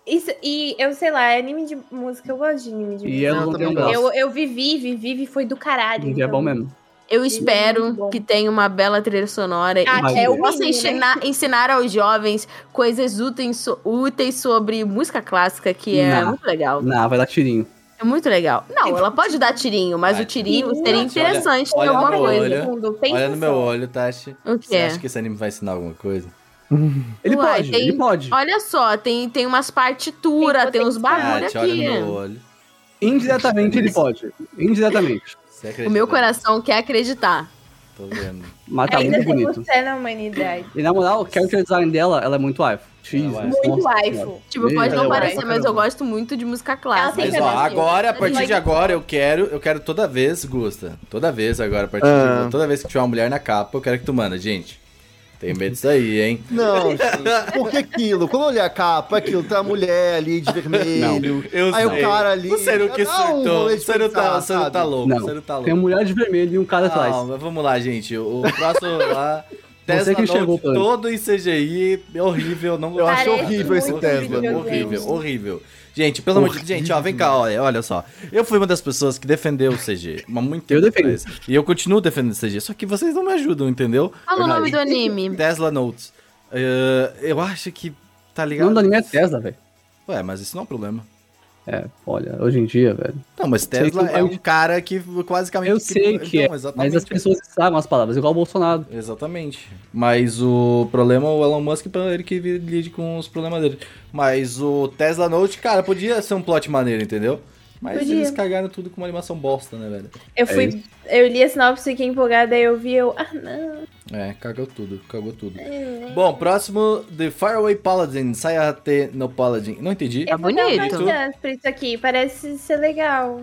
Speaker 2: Isso, e eu sei lá, é anime de música, eu gosto de anime de
Speaker 3: E
Speaker 2: música.
Speaker 3: ela não tem
Speaker 5: também
Speaker 3: um
Speaker 5: gosto.
Speaker 3: braço.
Speaker 2: Eu, eu vivi, vivi, e foi do caralho.
Speaker 3: E é
Speaker 2: então.
Speaker 3: bom mesmo.
Speaker 4: eu
Speaker 2: Ele é muito
Speaker 4: espero
Speaker 2: bom.
Speaker 4: que tenha uma bela trilha sonora
Speaker 2: Ah,
Speaker 4: e
Speaker 3: que
Speaker 4: que
Speaker 3: é
Speaker 4: eu
Speaker 3: o
Speaker 4: possa
Speaker 2: mínimo, né?
Speaker 4: ensinar, ensinar aos jovens coisas úteis, so- úteis sobre música clássica, que é
Speaker 3: Não.
Speaker 4: muito legal.
Speaker 3: Não, vai dar tirinho.
Speaker 4: É muito legal. Não, ela pode dar tirinho, mas
Speaker 1: Vai.
Speaker 4: o tirinho
Speaker 2: Sim,
Speaker 4: seria
Speaker 1: olha-
Speaker 4: interessante ter
Speaker 1: olha
Speaker 4: alguma
Speaker 1: no meu
Speaker 4: É coisa.
Speaker 1: olho.
Speaker 2: Mundo, pensa
Speaker 1: Olha no meu
Speaker 2: só.
Speaker 1: olho, Tashi.
Speaker 4: O
Speaker 1: Você
Speaker 4: que é?
Speaker 1: acha que esse anime vai ensinar alguma coisa?
Speaker 3: Ele
Speaker 4: Uai,
Speaker 3: pode,
Speaker 4: tem-
Speaker 3: ele pode.
Speaker 4: Olha só, tem, tem umas partituras, tem,
Speaker 2: Tem
Speaker 4: uns barulhos
Speaker 1: Tati, Ah, olha no
Speaker 4: Ah, aqui.
Speaker 1: meu olho.
Speaker 3: Indiretamente ele pode. Indiretamente.
Speaker 1: Você
Speaker 4: O
Speaker 1: acredita?
Speaker 4: meu coração quer acreditar.
Speaker 1: Tô vendo.
Speaker 3: Mas tá
Speaker 2: Ainda
Speaker 4: é
Speaker 3: muito
Speaker 2: tem
Speaker 3: bonito.
Speaker 2: você na humanidade.
Speaker 3: E na moral, o character design dela, ela é muito iPhone. Jesus.
Speaker 1: Ela é
Speaker 3: nossa
Speaker 2: Muito
Speaker 3: senhora.
Speaker 2: waifu.
Speaker 4: Tipo, pode
Speaker 3: Ela
Speaker 4: não
Speaker 3: é
Speaker 4: parecer,
Speaker 5: ótima,
Speaker 4: mas
Speaker 5: cara.
Speaker 4: eu gosto muito de música clássica.
Speaker 1: Mas
Speaker 2: Sim,
Speaker 1: ó,
Speaker 2: também.
Speaker 1: agora, a
Speaker 2: Sim.
Speaker 1: partir de agora, eu quero, eu quero toda vez, Gusta, toda vez agora, a partir de
Speaker 5: Ah.
Speaker 1: agora, toda vez que tiver uma mulher na capa, eu quero que tu manda, gente. Tem medo disso aí, hein?
Speaker 5: Não, gente, porque aquilo, quando eu olhei a capa, aquilo, tá a mulher ali de vermelho.
Speaker 1: Eu
Speaker 5: aí
Speaker 1: sei.
Speaker 5: o cara ali.
Speaker 1: O Seru que
Speaker 5: dá um
Speaker 1: surtou.
Speaker 5: rolê
Speaker 1: O
Speaker 5: de
Speaker 1: Seru tá,
Speaker 5: pensar,
Speaker 1: o Seru tá
Speaker 5: sabe?
Speaker 1: louco.
Speaker 3: Não,
Speaker 1: o Seru tá
Speaker 3: Tem uma
Speaker 1: louco.
Speaker 3: mulher de vermelho e um cara atrás.
Speaker 1: Não, mas vamos lá, gente. O o próximo lá.
Speaker 3: Você
Speaker 1: Tesla
Speaker 3: que
Speaker 1: Note
Speaker 3: chegou, Pan.
Speaker 1: todo em CGI, é horrível, não
Speaker 5: Eu
Speaker 1: gosto.
Speaker 5: acho
Speaker 2: Parece
Speaker 5: horrível esse
Speaker 2: muito
Speaker 5: Tesla.
Speaker 2: videogame.
Speaker 1: Horrível, horrível. Gente, pelo amor de Deus, gente, ó, vem cá, olha, olha só. Eu fui uma das pessoas que defendeu o CG, mas muito tempo
Speaker 3: Eu defendo.
Speaker 1: atrás. E eu continuo defendendo o CG, só que vocês não me ajudam, entendeu?
Speaker 4: Fala o nome do anime.
Speaker 1: Tesla Notes. Eh, eu acho que, tá
Speaker 3: O nome
Speaker 1: ligado?
Speaker 3: da linha é Tesla, velho.
Speaker 1: Ué, mas isso não é um problema.
Speaker 3: É, olha, hoje em dia, velho.
Speaker 1: Não, mas
Speaker 3: Sei
Speaker 1: Tesla
Speaker 3: que
Speaker 1: é
Speaker 3: eu-
Speaker 1: um cara que então, quase
Speaker 3: Eu sei que é, mas as pessoas sabem as palavras, igual o Bolsonaro.
Speaker 1: Exatamente. Mas o problema, é o Elon Musk, ele que lide com os problemas dele. Mas o Tesla Note, cara, podia ser um plot maneiro, entendeu? Mas
Speaker 2: Podia.
Speaker 1: eles cagaram tudo com uma animação bosta, né, velho?
Speaker 2: Eu fui. eu li a sinopse e fiquei empolgada, aí eu vi, eu. Ah,
Speaker 4: Tá
Speaker 2: não.
Speaker 1: É, cagou tudo, cagou tudo.
Speaker 2: É.
Speaker 1: Bom, próximo, The Faraway Paladin, Sayate no Paladin. Não entendi.
Speaker 4: Tá
Speaker 2: eu vou dar uma
Speaker 4: bonito.
Speaker 2: chance pra isso aqui, parece ser legal.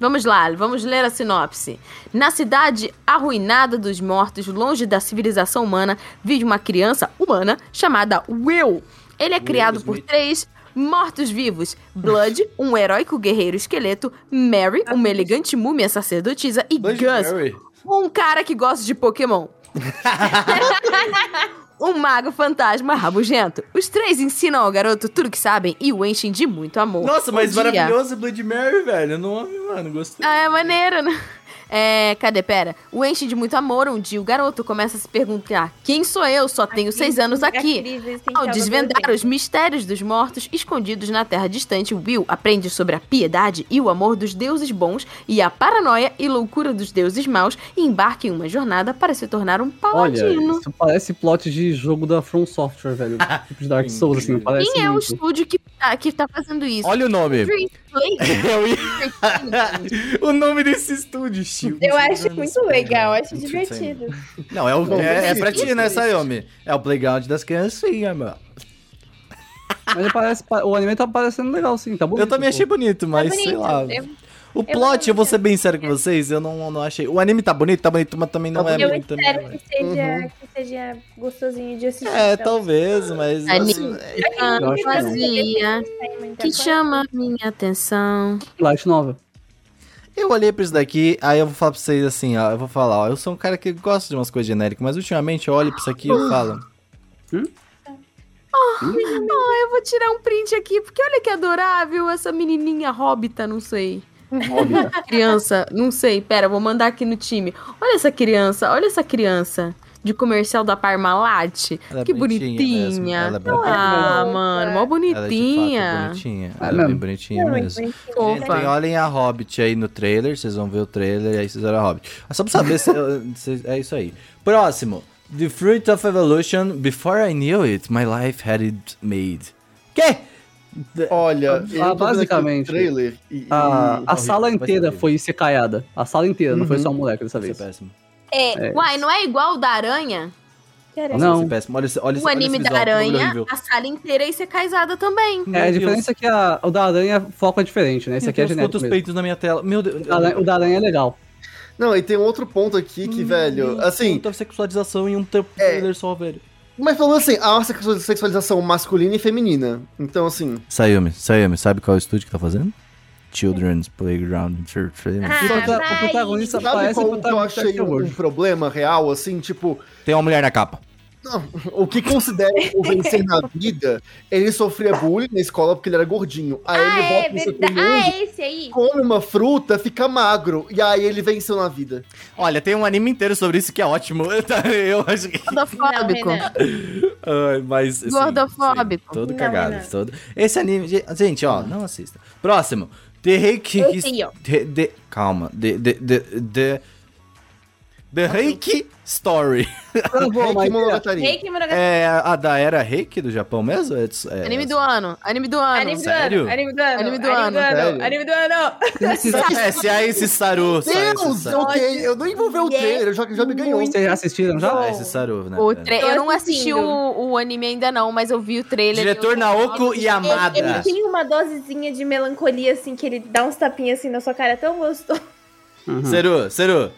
Speaker 4: Vamos lá, vamos ler a sinopse. Na cidade arruinada dos mortos, longe da civilização humana, vive uma criança humana chamada Will. Ele é
Speaker 1: Will
Speaker 4: criado por
Speaker 1: Smith.
Speaker 4: três mortos-vivos: Blood, um heróico guerreiro esqueleto, Mary, uma elegante múmia sacerdotisa, e
Speaker 1: Blood
Speaker 4: Gus,
Speaker 1: Mary.
Speaker 4: um cara que gosta de Pokémon. um mago fantasma rabugento. Os três ensinam ao garoto tudo que sabem e o enchem de muito amor.
Speaker 1: Nossa,
Speaker 4: Um
Speaker 1: mas
Speaker 4: dia-
Speaker 1: maravilhoso Blood Mary, velho. Eu Não, mano, gostei.
Speaker 4: ah, é maneiro, né? É, cadê? Pera. O enche de muito amor, um dia o garoto começa a se perguntar: quem sou eu? Só tenho seis anos
Speaker 2: é
Speaker 4: aqui.
Speaker 2: assim,
Speaker 4: Ah, Ao desvendar os mistérios dos mortos escondidos na terra distante, Will aprende sobre a piedade e o amor dos deuses bons e a paranoia e loucura dos deuses maus e embarca em uma jornada para se tornar um
Speaker 3: Olha,
Speaker 4: paladino.
Speaker 3: isso parece plot de jogo da From Software, velho. Tipo de Dark Souls, assim,
Speaker 1: Incrível.
Speaker 3: parece
Speaker 4: Quem é o
Speaker 3: muito.
Speaker 4: estúdio que tá, que tá fazendo isso?
Speaker 1: Olha o nome.
Speaker 4: Dream Play-
Speaker 1: Eu ia- o nome desse estúdio, Steve.
Speaker 2: Eu acho muito legal,
Speaker 1: né?
Speaker 2: acho divertido.
Speaker 1: Não, é, o,
Speaker 5: Bom,
Speaker 1: é, é
Speaker 5: sim,
Speaker 1: pra ti,
Speaker 5: sim,
Speaker 1: né,
Speaker 5: sim.
Speaker 1: Sayomi? É o playground das criancinhas, meu.
Speaker 3: Mas parece, o anime tá parecendo legal, sim, tá bonito.
Speaker 1: Eu também
Speaker 3: pô.
Speaker 1: achei bonito, mas
Speaker 2: Tá
Speaker 1: sei
Speaker 2: bonito,
Speaker 1: lá.
Speaker 2: eu-
Speaker 1: O plot,
Speaker 2: também
Speaker 1: eu vou ser bem sério com vocês, eu não, não achei. O anime tá bonito, tá bonito, mas também não
Speaker 5: Tá
Speaker 1: é
Speaker 2: Eu
Speaker 1: muito. também, né? Uhum.
Speaker 2: espero que seja, que seja gostosinho de assistir.
Speaker 1: É,
Speaker 2: então.
Speaker 1: talvez, mas.
Speaker 4: Anime.
Speaker 1: assim,
Speaker 3: Eu acho que não.
Speaker 4: Fantasia Ah, que chama minha atenção.
Speaker 3: Light Nova.
Speaker 1: eu olhei pra isso daqui, aí eu vou falar pra vocês assim, ó. Eu vou falar, ó. Eu sou um cara que gosta de umas coisas genéricas, mas ultimamente eu olho pra isso aqui e eu falo.
Speaker 4: Ah, eu vou tirar um print aqui, porque olha que adorável essa menininha hobbita, não sei.
Speaker 3: Óbvio.
Speaker 4: Criança, não sei. Pera, vou mandar aqui no time. Olha essa criança, olha essa criança. De comercial da Parmalat.
Speaker 1: Ela é
Speaker 4: que
Speaker 1: bonitinha
Speaker 4: bonitinha.
Speaker 1: mesmo, ela é bonitinha.
Speaker 4: ah,
Speaker 2: Ela é
Speaker 4: mano, mó
Speaker 1: Ela é de fato é
Speaker 4: bonitinha.
Speaker 1: bonitinha.
Speaker 3: Ah,
Speaker 1: Ela é bem
Speaker 3: mesmo?
Speaker 1: bonitinha
Speaker 2: Não,
Speaker 1: mesmo.
Speaker 2: mas-
Speaker 4: Fofa.
Speaker 1: Tem, olhem a Hobbit aí no trailer, vocês vão ver o trailer e aí vocês olham a Hobbit. Ah, Só pra saber se, se- é isso aí. Próximo. The Fruit of Evolution, Before I Knew It, My Life Had It Made. Quê?
Speaker 5: Olha, eu tô vendo aqui
Speaker 3: basicamente, Ah.
Speaker 5: o trailer e, e-
Speaker 3: A, a
Speaker 1: horrível,
Speaker 3: sala
Speaker 1: vai ser
Speaker 3: inteira
Speaker 1: horrível.
Speaker 3: foi secaiada. A sala inteira, não foi
Speaker 5: Uhum.
Speaker 3: só o moleque dessa
Speaker 1: Isso é
Speaker 3: vez.
Speaker 1: péssimo.
Speaker 4: É, Uai, não é igual o da aranha?
Speaker 2: Caraca.
Speaker 1: Nossa,
Speaker 3: Não.
Speaker 1: isso é péssimo. Olha, esse- olha, esse-
Speaker 4: o
Speaker 1: olha
Speaker 4: anime
Speaker 1: esse
Speaker 4: da
Speaker 1: visual, que bagulho
Speaker 4: aranha,
Speaker 1: horrível.
Speaker 4: a sala inteira é ia ser caisada também.
Speaker 1: Meu
Speaker 3: É, a
Speaker 1: Deus.
Speaker 3: diferença é que a- o da aranha foca diferente, né? Esse
Speaker 1: Meu
Speaker 3: aqui é
Speaker 1: Deus,
Speaker 3: genérico
Speaker 1: quantos
Speaker 3: mesmo.
Speaker 1: peitos né? na minha tela. Meu Deus.
Speaker 3: O da aranha- o da aranha é legal.
Speaker 5: Não, e tem um outro ponto aqui que,
Speaker 4: Hum,
Speaker 5: velho, assim, é,
Speaker 1: Muita sexualização em um trailer só, velho.
Speaker 5: mas falando assim, há uma sexu- sexualização masculina e feminina. Então, assim,
Speaker 1: Sayumi, Sayumi, sabe qual é o estúdio que tá fazendo? Children's Playground Entertainment.
Speaker 4: Ah,
Speaker 3: O prota-
Speaker 2: vai.
Speaker 3: o protagonista
Speaker 5: sabe
Speaker 3: parece o
Speaker 5: qual que eu
Speaker 3: protagonista
Speaker 5: achei
Speaker 3: de
Speaker 5: um, um
Speaker 3: hoje.
Speaker 5: problema real, assim, tipo,
Speaker 1: Tem uma mulher na capa.
Speaker 5: o que considera o vencer na vida, ele sofria bullying na escola porque ele era gordinho. Aí ele
Speaker 2: Ah, é
Speaker 5: volta pro
Speaker 2: verdade.
Speaker 5: segundo
Speaker 2: Ah,
Speaker 5: mundo,
Speaker 2: é esse aí.
Speaker 5: come uma fruta, fica magro, e aí ele venceu na vida.
Speaker 1: Olha, tem um anime inteiro sobre isso que é ótimo. Eu acho que.
Speaker 4: Gordofóbico.
Speaker 2: Não, Renan.
Speaker 1: Ai, mas. assim,
Speaker 4: Gordofóbico.
Speaker 1: sim, todo
Speaker 2: Não,
Speaker 1: cagado.
Speaker 2: Renan.
Speaker 1: Todo... Esse anime. ge- Gente, ó, não assista. Próximo. The Reiki.
Speaker 2: Eu sei, ó.
Speaker 1: The- the- Calma. The. The. The. The, The Reiki Story.
Speaker 3: Tá bom,
Speaker 5: Reiki
Speaker 3: mas é-
Speaker 5: Monogatari.
Speaker 2: Reiki Monogatari.
Speaker 1: É a da era Reiki do Japão mesmo? É, é-
Speaker 4: Anime do ano, anime do ano.
Speaker 2: Anime do
Speaker 1: sério?
Speaker 2: ano, anime do ano,
Speaker 4: Anime
Speaker 2: anime
Speaker 4: do
Speaker 2: do
Speaker 4: ano.
Speaker 5: Sério?
Speaker 2: ano, anime do ano.
Speaker 1: É, se é esse Saru. se é esse
Speaker 5: Deus,
Speaker 1: Saru.
Speaker 5: ok, eu nem vou ver o
Speaker 2: Yes.
Speaker 5: trailer, já, já me ganhou.
Speaker 3: Vocês já assistiram já?
Speaker 1: Se é esse Saru, né?
Speaker 4: O
Speaker 1: É.
Speaker 4: tra- Eu não assisti
Speaker 2: assistindo.
Speaker 4: o, o anime ainda não, mas eu vi o trailer.
Speaker 1: Diretor
Speaker 4: eu...
Speaker 1: Naoko
Speaker 2: Ele
Speaker 1: Yamada.
Speaker 2: tem uma dosezinha de melancolia, assim, que ele dá uns tapinhas assim na sua cara, tão gostoso.
Speaker 3: Uhum.
Speaker 1: Seru, Seru.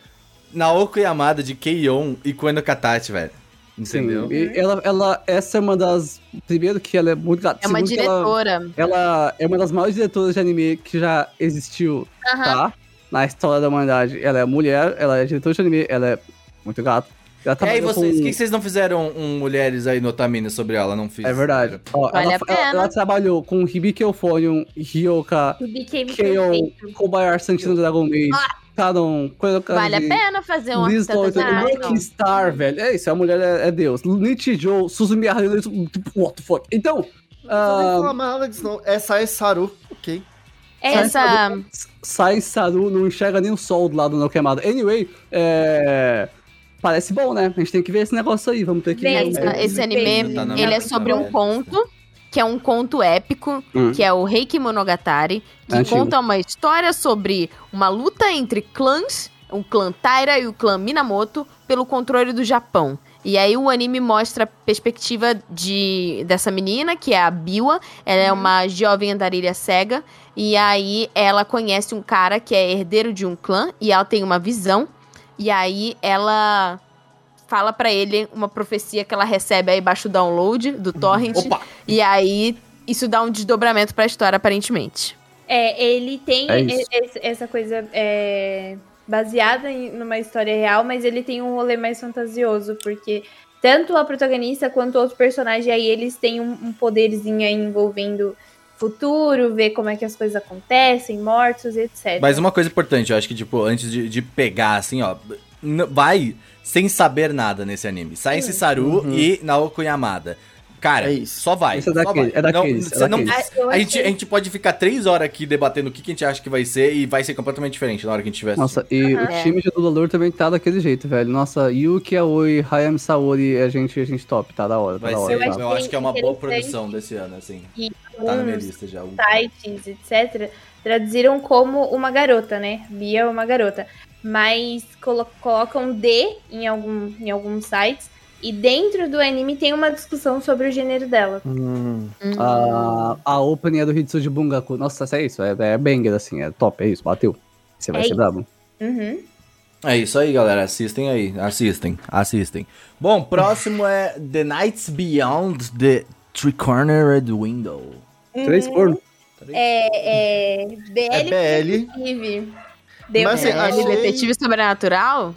Speaker 1: Naoko Yamada de Keion e Koen no Katachi, velho. Entendeu?
Speaker 3: E ela, ela, essa é uma das. Primeiro, que ela é muito gata.
Speaker 4: É uma
Speaker 3: Segundo que ela-
Speaker 4: diretora.
Speaker 3: Ela é uma das maiores diretoras de anime que já existiu,
Speaker 4: Aham.
Speaker 3: tá? Na história da humanidade. Ela é mulher, ela é diretora de anime, ela é muito gata. Ela
Speaker 1: é, e
Speaker 3: trabalhou
Speaker 1: vocês?
Speaker 3: com-
Speaker 1: Por que vocês não fizeram um Mulheres aí no Otamina sobre ela? Não fiz.
Speaker 3: É verdade. Ó,
Speaker 4: Vale
Speaker 3: ela,
Speaker 4: a pena.
Speaker 3: ela- ela trabalhou com Hibiki Euphonium, Ryoka,
Speaker 2: O Became
Speaker 3: Keon,
Speaker 2: perfeito.
Speaker 3: Kobayashi Santino Dragon Maid, Kanon,
Speaker 1: tá
Speaker 3: Koyoka.
Speaker 4: Ah, Vale a pena fazer um
Speaker 3: Liz
Speaker 4: artesanato.
Speaker 3: Lawton, Lucky então, Star, velho. É isso, a mulher é, é Deus. Nietzsche Joe, Suzumi Haruhi, tipo, what the fuck? Então,
Speaker 5: Não vou
Speaker 3: ah,
Speaker 5: reclamar nada disso, não. Essa é Saru, ok.
Speaker 2: É
Speaker 3: Sabe?
Speaker 4: Essa.
Speaker 3: Sai Saru, não enxerga nem o sol do lado não queimado. Anyway, é... Parece bom, né? A gente tem que ver esse negócio aí, vamos ter que ver.
Speaker 2: Bem,
Speaker 4: Essa-
Speaker 2: É,
Speaker 4: esse anime,
Speaker 1: tá na
Speaker 4: ele é
Speaker 1: verdade,
Speaker 4: sobre um
Speaker 1: né?
Speaker 4: conto, que é um conto épico,
Speaker 3: Hum.
Speaker 4: que é o Reiki Monogatari, que
Speaker 3: Antigo.
Speaker 4: conta uma história sobre uma luta entre clãs, o clã Taira e o clã Minamoto, pelo controle do Japão. E aí o anime mostra a perspectiva de, dessa menina, que é a Biwa, ela é uma jovem andarilha cega, e aí ela conhece um cara que é herdeiro de um clã, e ela tem uma visão, e aí ela fala pra ele uma profecia que ela recebe aí baixo o download do torrent.
Speaker 1: Opa!
Speaker 4: E aí isso dá um desdobramento pra história aparentemente.
Speaker 2: É, ele tem
Speaker 3: É isso.
Speaker 2: e- esse- essa coisa é, baseada em numa história real, mas ele tem um rolê mais fantasioso, porque tanto a protagonista quanto outro personagem aí, eles têm um, um poderzinho aí envolvendo futuro, ver como é que as coisas acontecem, mortos, etc.
Speaker 1: Mas uma coisa importante, eu acho que, tipo, antes de, de pegar, assim, ó. n- Vai sem saber nada nesse anime. Sai em Saru
Speaker 5: Uhum.
Speaker 1: e Naoko Yamada. Cara,
Speaker 5: É isso.
Speaker 1: só vai.
Speaker 3: Esse é
Speaker 1: só
Speaker 3: daquele-
Speaker 1: vai.
Speaker 3: é daqueles,
Speaker 1: Não,
Speaker 3: é
Speaker 1: você não-
Speaker 3: daqueles.
Speaker 2: Ah, eu
Speaker 1: a, gente,
Speaker 2: achei-
Speaker 1: a gente pode ficar três horas aqui debatendo o que, que a gente acha que vai ser e vai ser completamente diferente na hora que a gente tiver
Speaker 3: Nossa, e
Speaker 4: Aham.
Speaker 3: o time de dublador também tá daquele jeito, velho. Nossa, Yuki Aoi, Hayami Saori, a gente, a gente top, tá da hora, tá
Speaker 1: Vai
Speaker 3: da
Speaker 1: ser,
Speaker 3: hora.
Speaker 2: Eu
Speaker 3: tá.
Speaker 2: acho
Speaker 1: eu acho que é uma boa
Speaker 2: interessante.
Speaker 1: produção desse ano, assim.
Speaker 2: E
Speaker 1: Tá na minha
Speaker 2: alguns
Speaker 1: lista já. o-
Speaker 2: sites, etc., traduziram como uma garota, né? Bia é uma garota. Mas colo- colocam D em, algum, em alguns sites. E dentro do anime tem uma discussão sobre o gênero dela.
Speaker 3: Hum. A, a opening é do Hitsuji Bungaku. Nossa, é isso, é, é banger, assim, é top, é isso, bateu. Você vai
Speaker 2: É
Speaker 3: ser
Speaker 2: isso.
Speaker 3: brabo.
Speaker 2: Uhum.
Speaker 1: É isso aí, galera. Assistem aí. Assistem. Assistem. Bom, próximo é The Nights Beyond the Three-Cornered Window.
Speaker 3: Três
Speaker 2: Uhum.
Speaker 3: cornos.
Speaker 2: É, é
Speaker 5: É
Speaker 2: BL,
Speaker 5: BL.
Speaker 2: inclusive.
Speaker 5: Mas, assim,
Speaker 4: É,
Speaker 5: achei-
Speaker 4: Detetive Sobrenatural?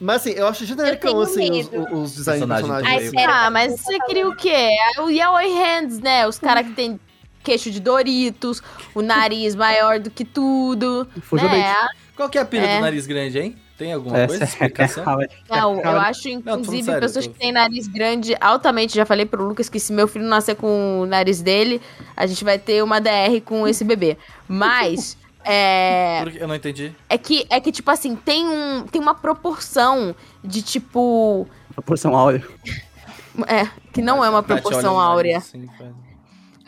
Speaker 5: Mas assim, eu acho
Speaker 2: tenho
Speaker 5: genérico assim, os,
Speaker 2: medo.
Speaker 5: os designs
Speaker 1: Personagem
Speaker 5: do personagem.
Speaker 1: do
Speaker 5: aí.
Speaker 1: meio.
Speaker 4: Ah, mas você queria o quê? É O Yaoi Hands, né? Os caras que tem queixo de Doritos, o nariz maior do que tudo.
Speaker 3: Fugiu
Speaker 4: né?
Speaker 3: bem.
Speaker 1: Qual que é a pira
Speaker 4: É.
Speaker 1: do nariz grande, hein? Tem alguma
Speaker 3: Essa
Speaker 1: coisa? Explicação?
Speaker 3: Ah, vai.
Speaker 4: Não, eu
Speaker 3: Cara,
Speaker 4: acho,
Speaker 1: falando
Speaker 4: inclusive,
Speaker 1: sério,
Speaker 4: pessoas
Speaker 1: eu tô-
Speaker 4: que têm nariz grande altamente. Já falei pro Lucas que se meu filho nascer com o nariz dele, a gente vai ter uma DR com esse bebê. Mas. É,
Speaker 1: Por que- Eu não entendi.
Speaker 4: é que é que tipo assim tem um tem uma proporção de tipo
Speaker 3: Proporção áurea.
Speaker 4: é que não é uma
Speaker 1: Tati olha
Speaker 4: proporção
Speaker 1: no nariz,
Speaker 4: áurea
Speaker 1: assim, faz-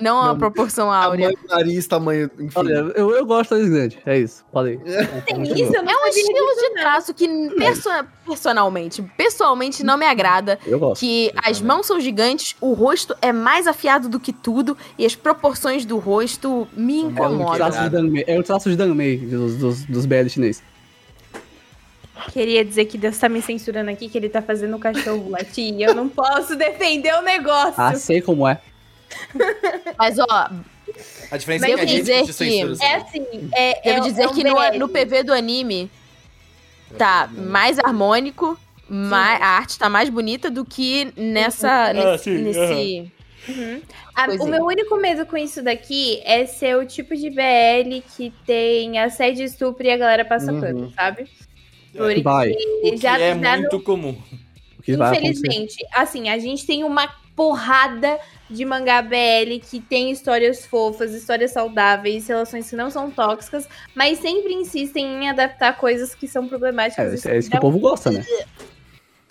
Speaker 4: não é uma
Speaker 3: Não.
Speaker 4: proporção áurea
Speaker 5: Tamanho do nariz, tamanho, enfim.
Speaker 3: Olha, eu, eu gosto da grande, é isso. Falei.
Speaker 5: Uhum.
Speaker 2: Tem isso? Eu não
Speaker 4: é um
Speaker 2: sabia
Speaker 4: estilo
Speaker 2: disso,
Speaker 4: de traço que perso personalmente pessoalmente não me agrada
Speaker 3: Eu gosto.
Speaker 4: que
Speaker 1: Eu
Speaker 4: as
Speaker 1: também.
Speaker 4: mãos são gigantes, o rosto é mais afiado do que tudo e as proporções do rosto
Speaker 1: São
Speaker 3: É
Speaker 4: me
Speaker 3: o,
Speaker 1: moda.
Speaker 4: incomodam.
Speaker 3: traço de Danmei, é o traço de Danmei dos, dos, dos BL chinês.
Speaker 2: não. Queria dizer que Deus tá me censurando aqui, que ele tá fazendo o cachorro latir. e Eu não posso defender o negócio.
Speaker 3: Ah, sei como é.
Speaker 4: Mas ó,
Speaker 1: A diferença
Speaker 4: Mas
Speaker 1: é que a
Speaker 4: eu
Speaker 1: gente
Speaker 4: dizer
Speaker 1: te censura.
Speaker 4: que-
Speaker 1: assim.
Speaker 2: é assim, é, é,
Speaker 4: devo dizer
Speaker 2: é um
Speaker 4: que no,
Speaker 2: BL.
Speaker 4: no PV do anime tá mais harmônico, mais, a arte tá mais bonita do que nessa nesse, nesse-
Speaker 2: Uhum. A-
Speaker 4: Pois
Speaker 2: o
Speaker 4: é.
Speaker 2: meu único medo com isso daqui é ser o tipo de BL que tem assédio, estupro e a galera passa
Speaker 5: Uhum.
Speaker 2: pano, sabe?
Speaker 1: Porque
Speaker 3: Vai.
Speaker 1: É. O que
Speaker 2: já-
Speaker 1: é
Speaker 2: já
Speaker 1: muito comum.
Speaker 3: O que vai acontecer?
Speaker 2: Infelizmente, assim, a gente tem uma porrada de mangá BL que tem histórias fofas, histórias saudáveis, relações que não são tóxicas, mas sempre insistem em adaptar coisas que são
Speaker 3: É,
Speaker 2: problemáticas.
Speaker 3: isso- é isso que o povo gosta, né?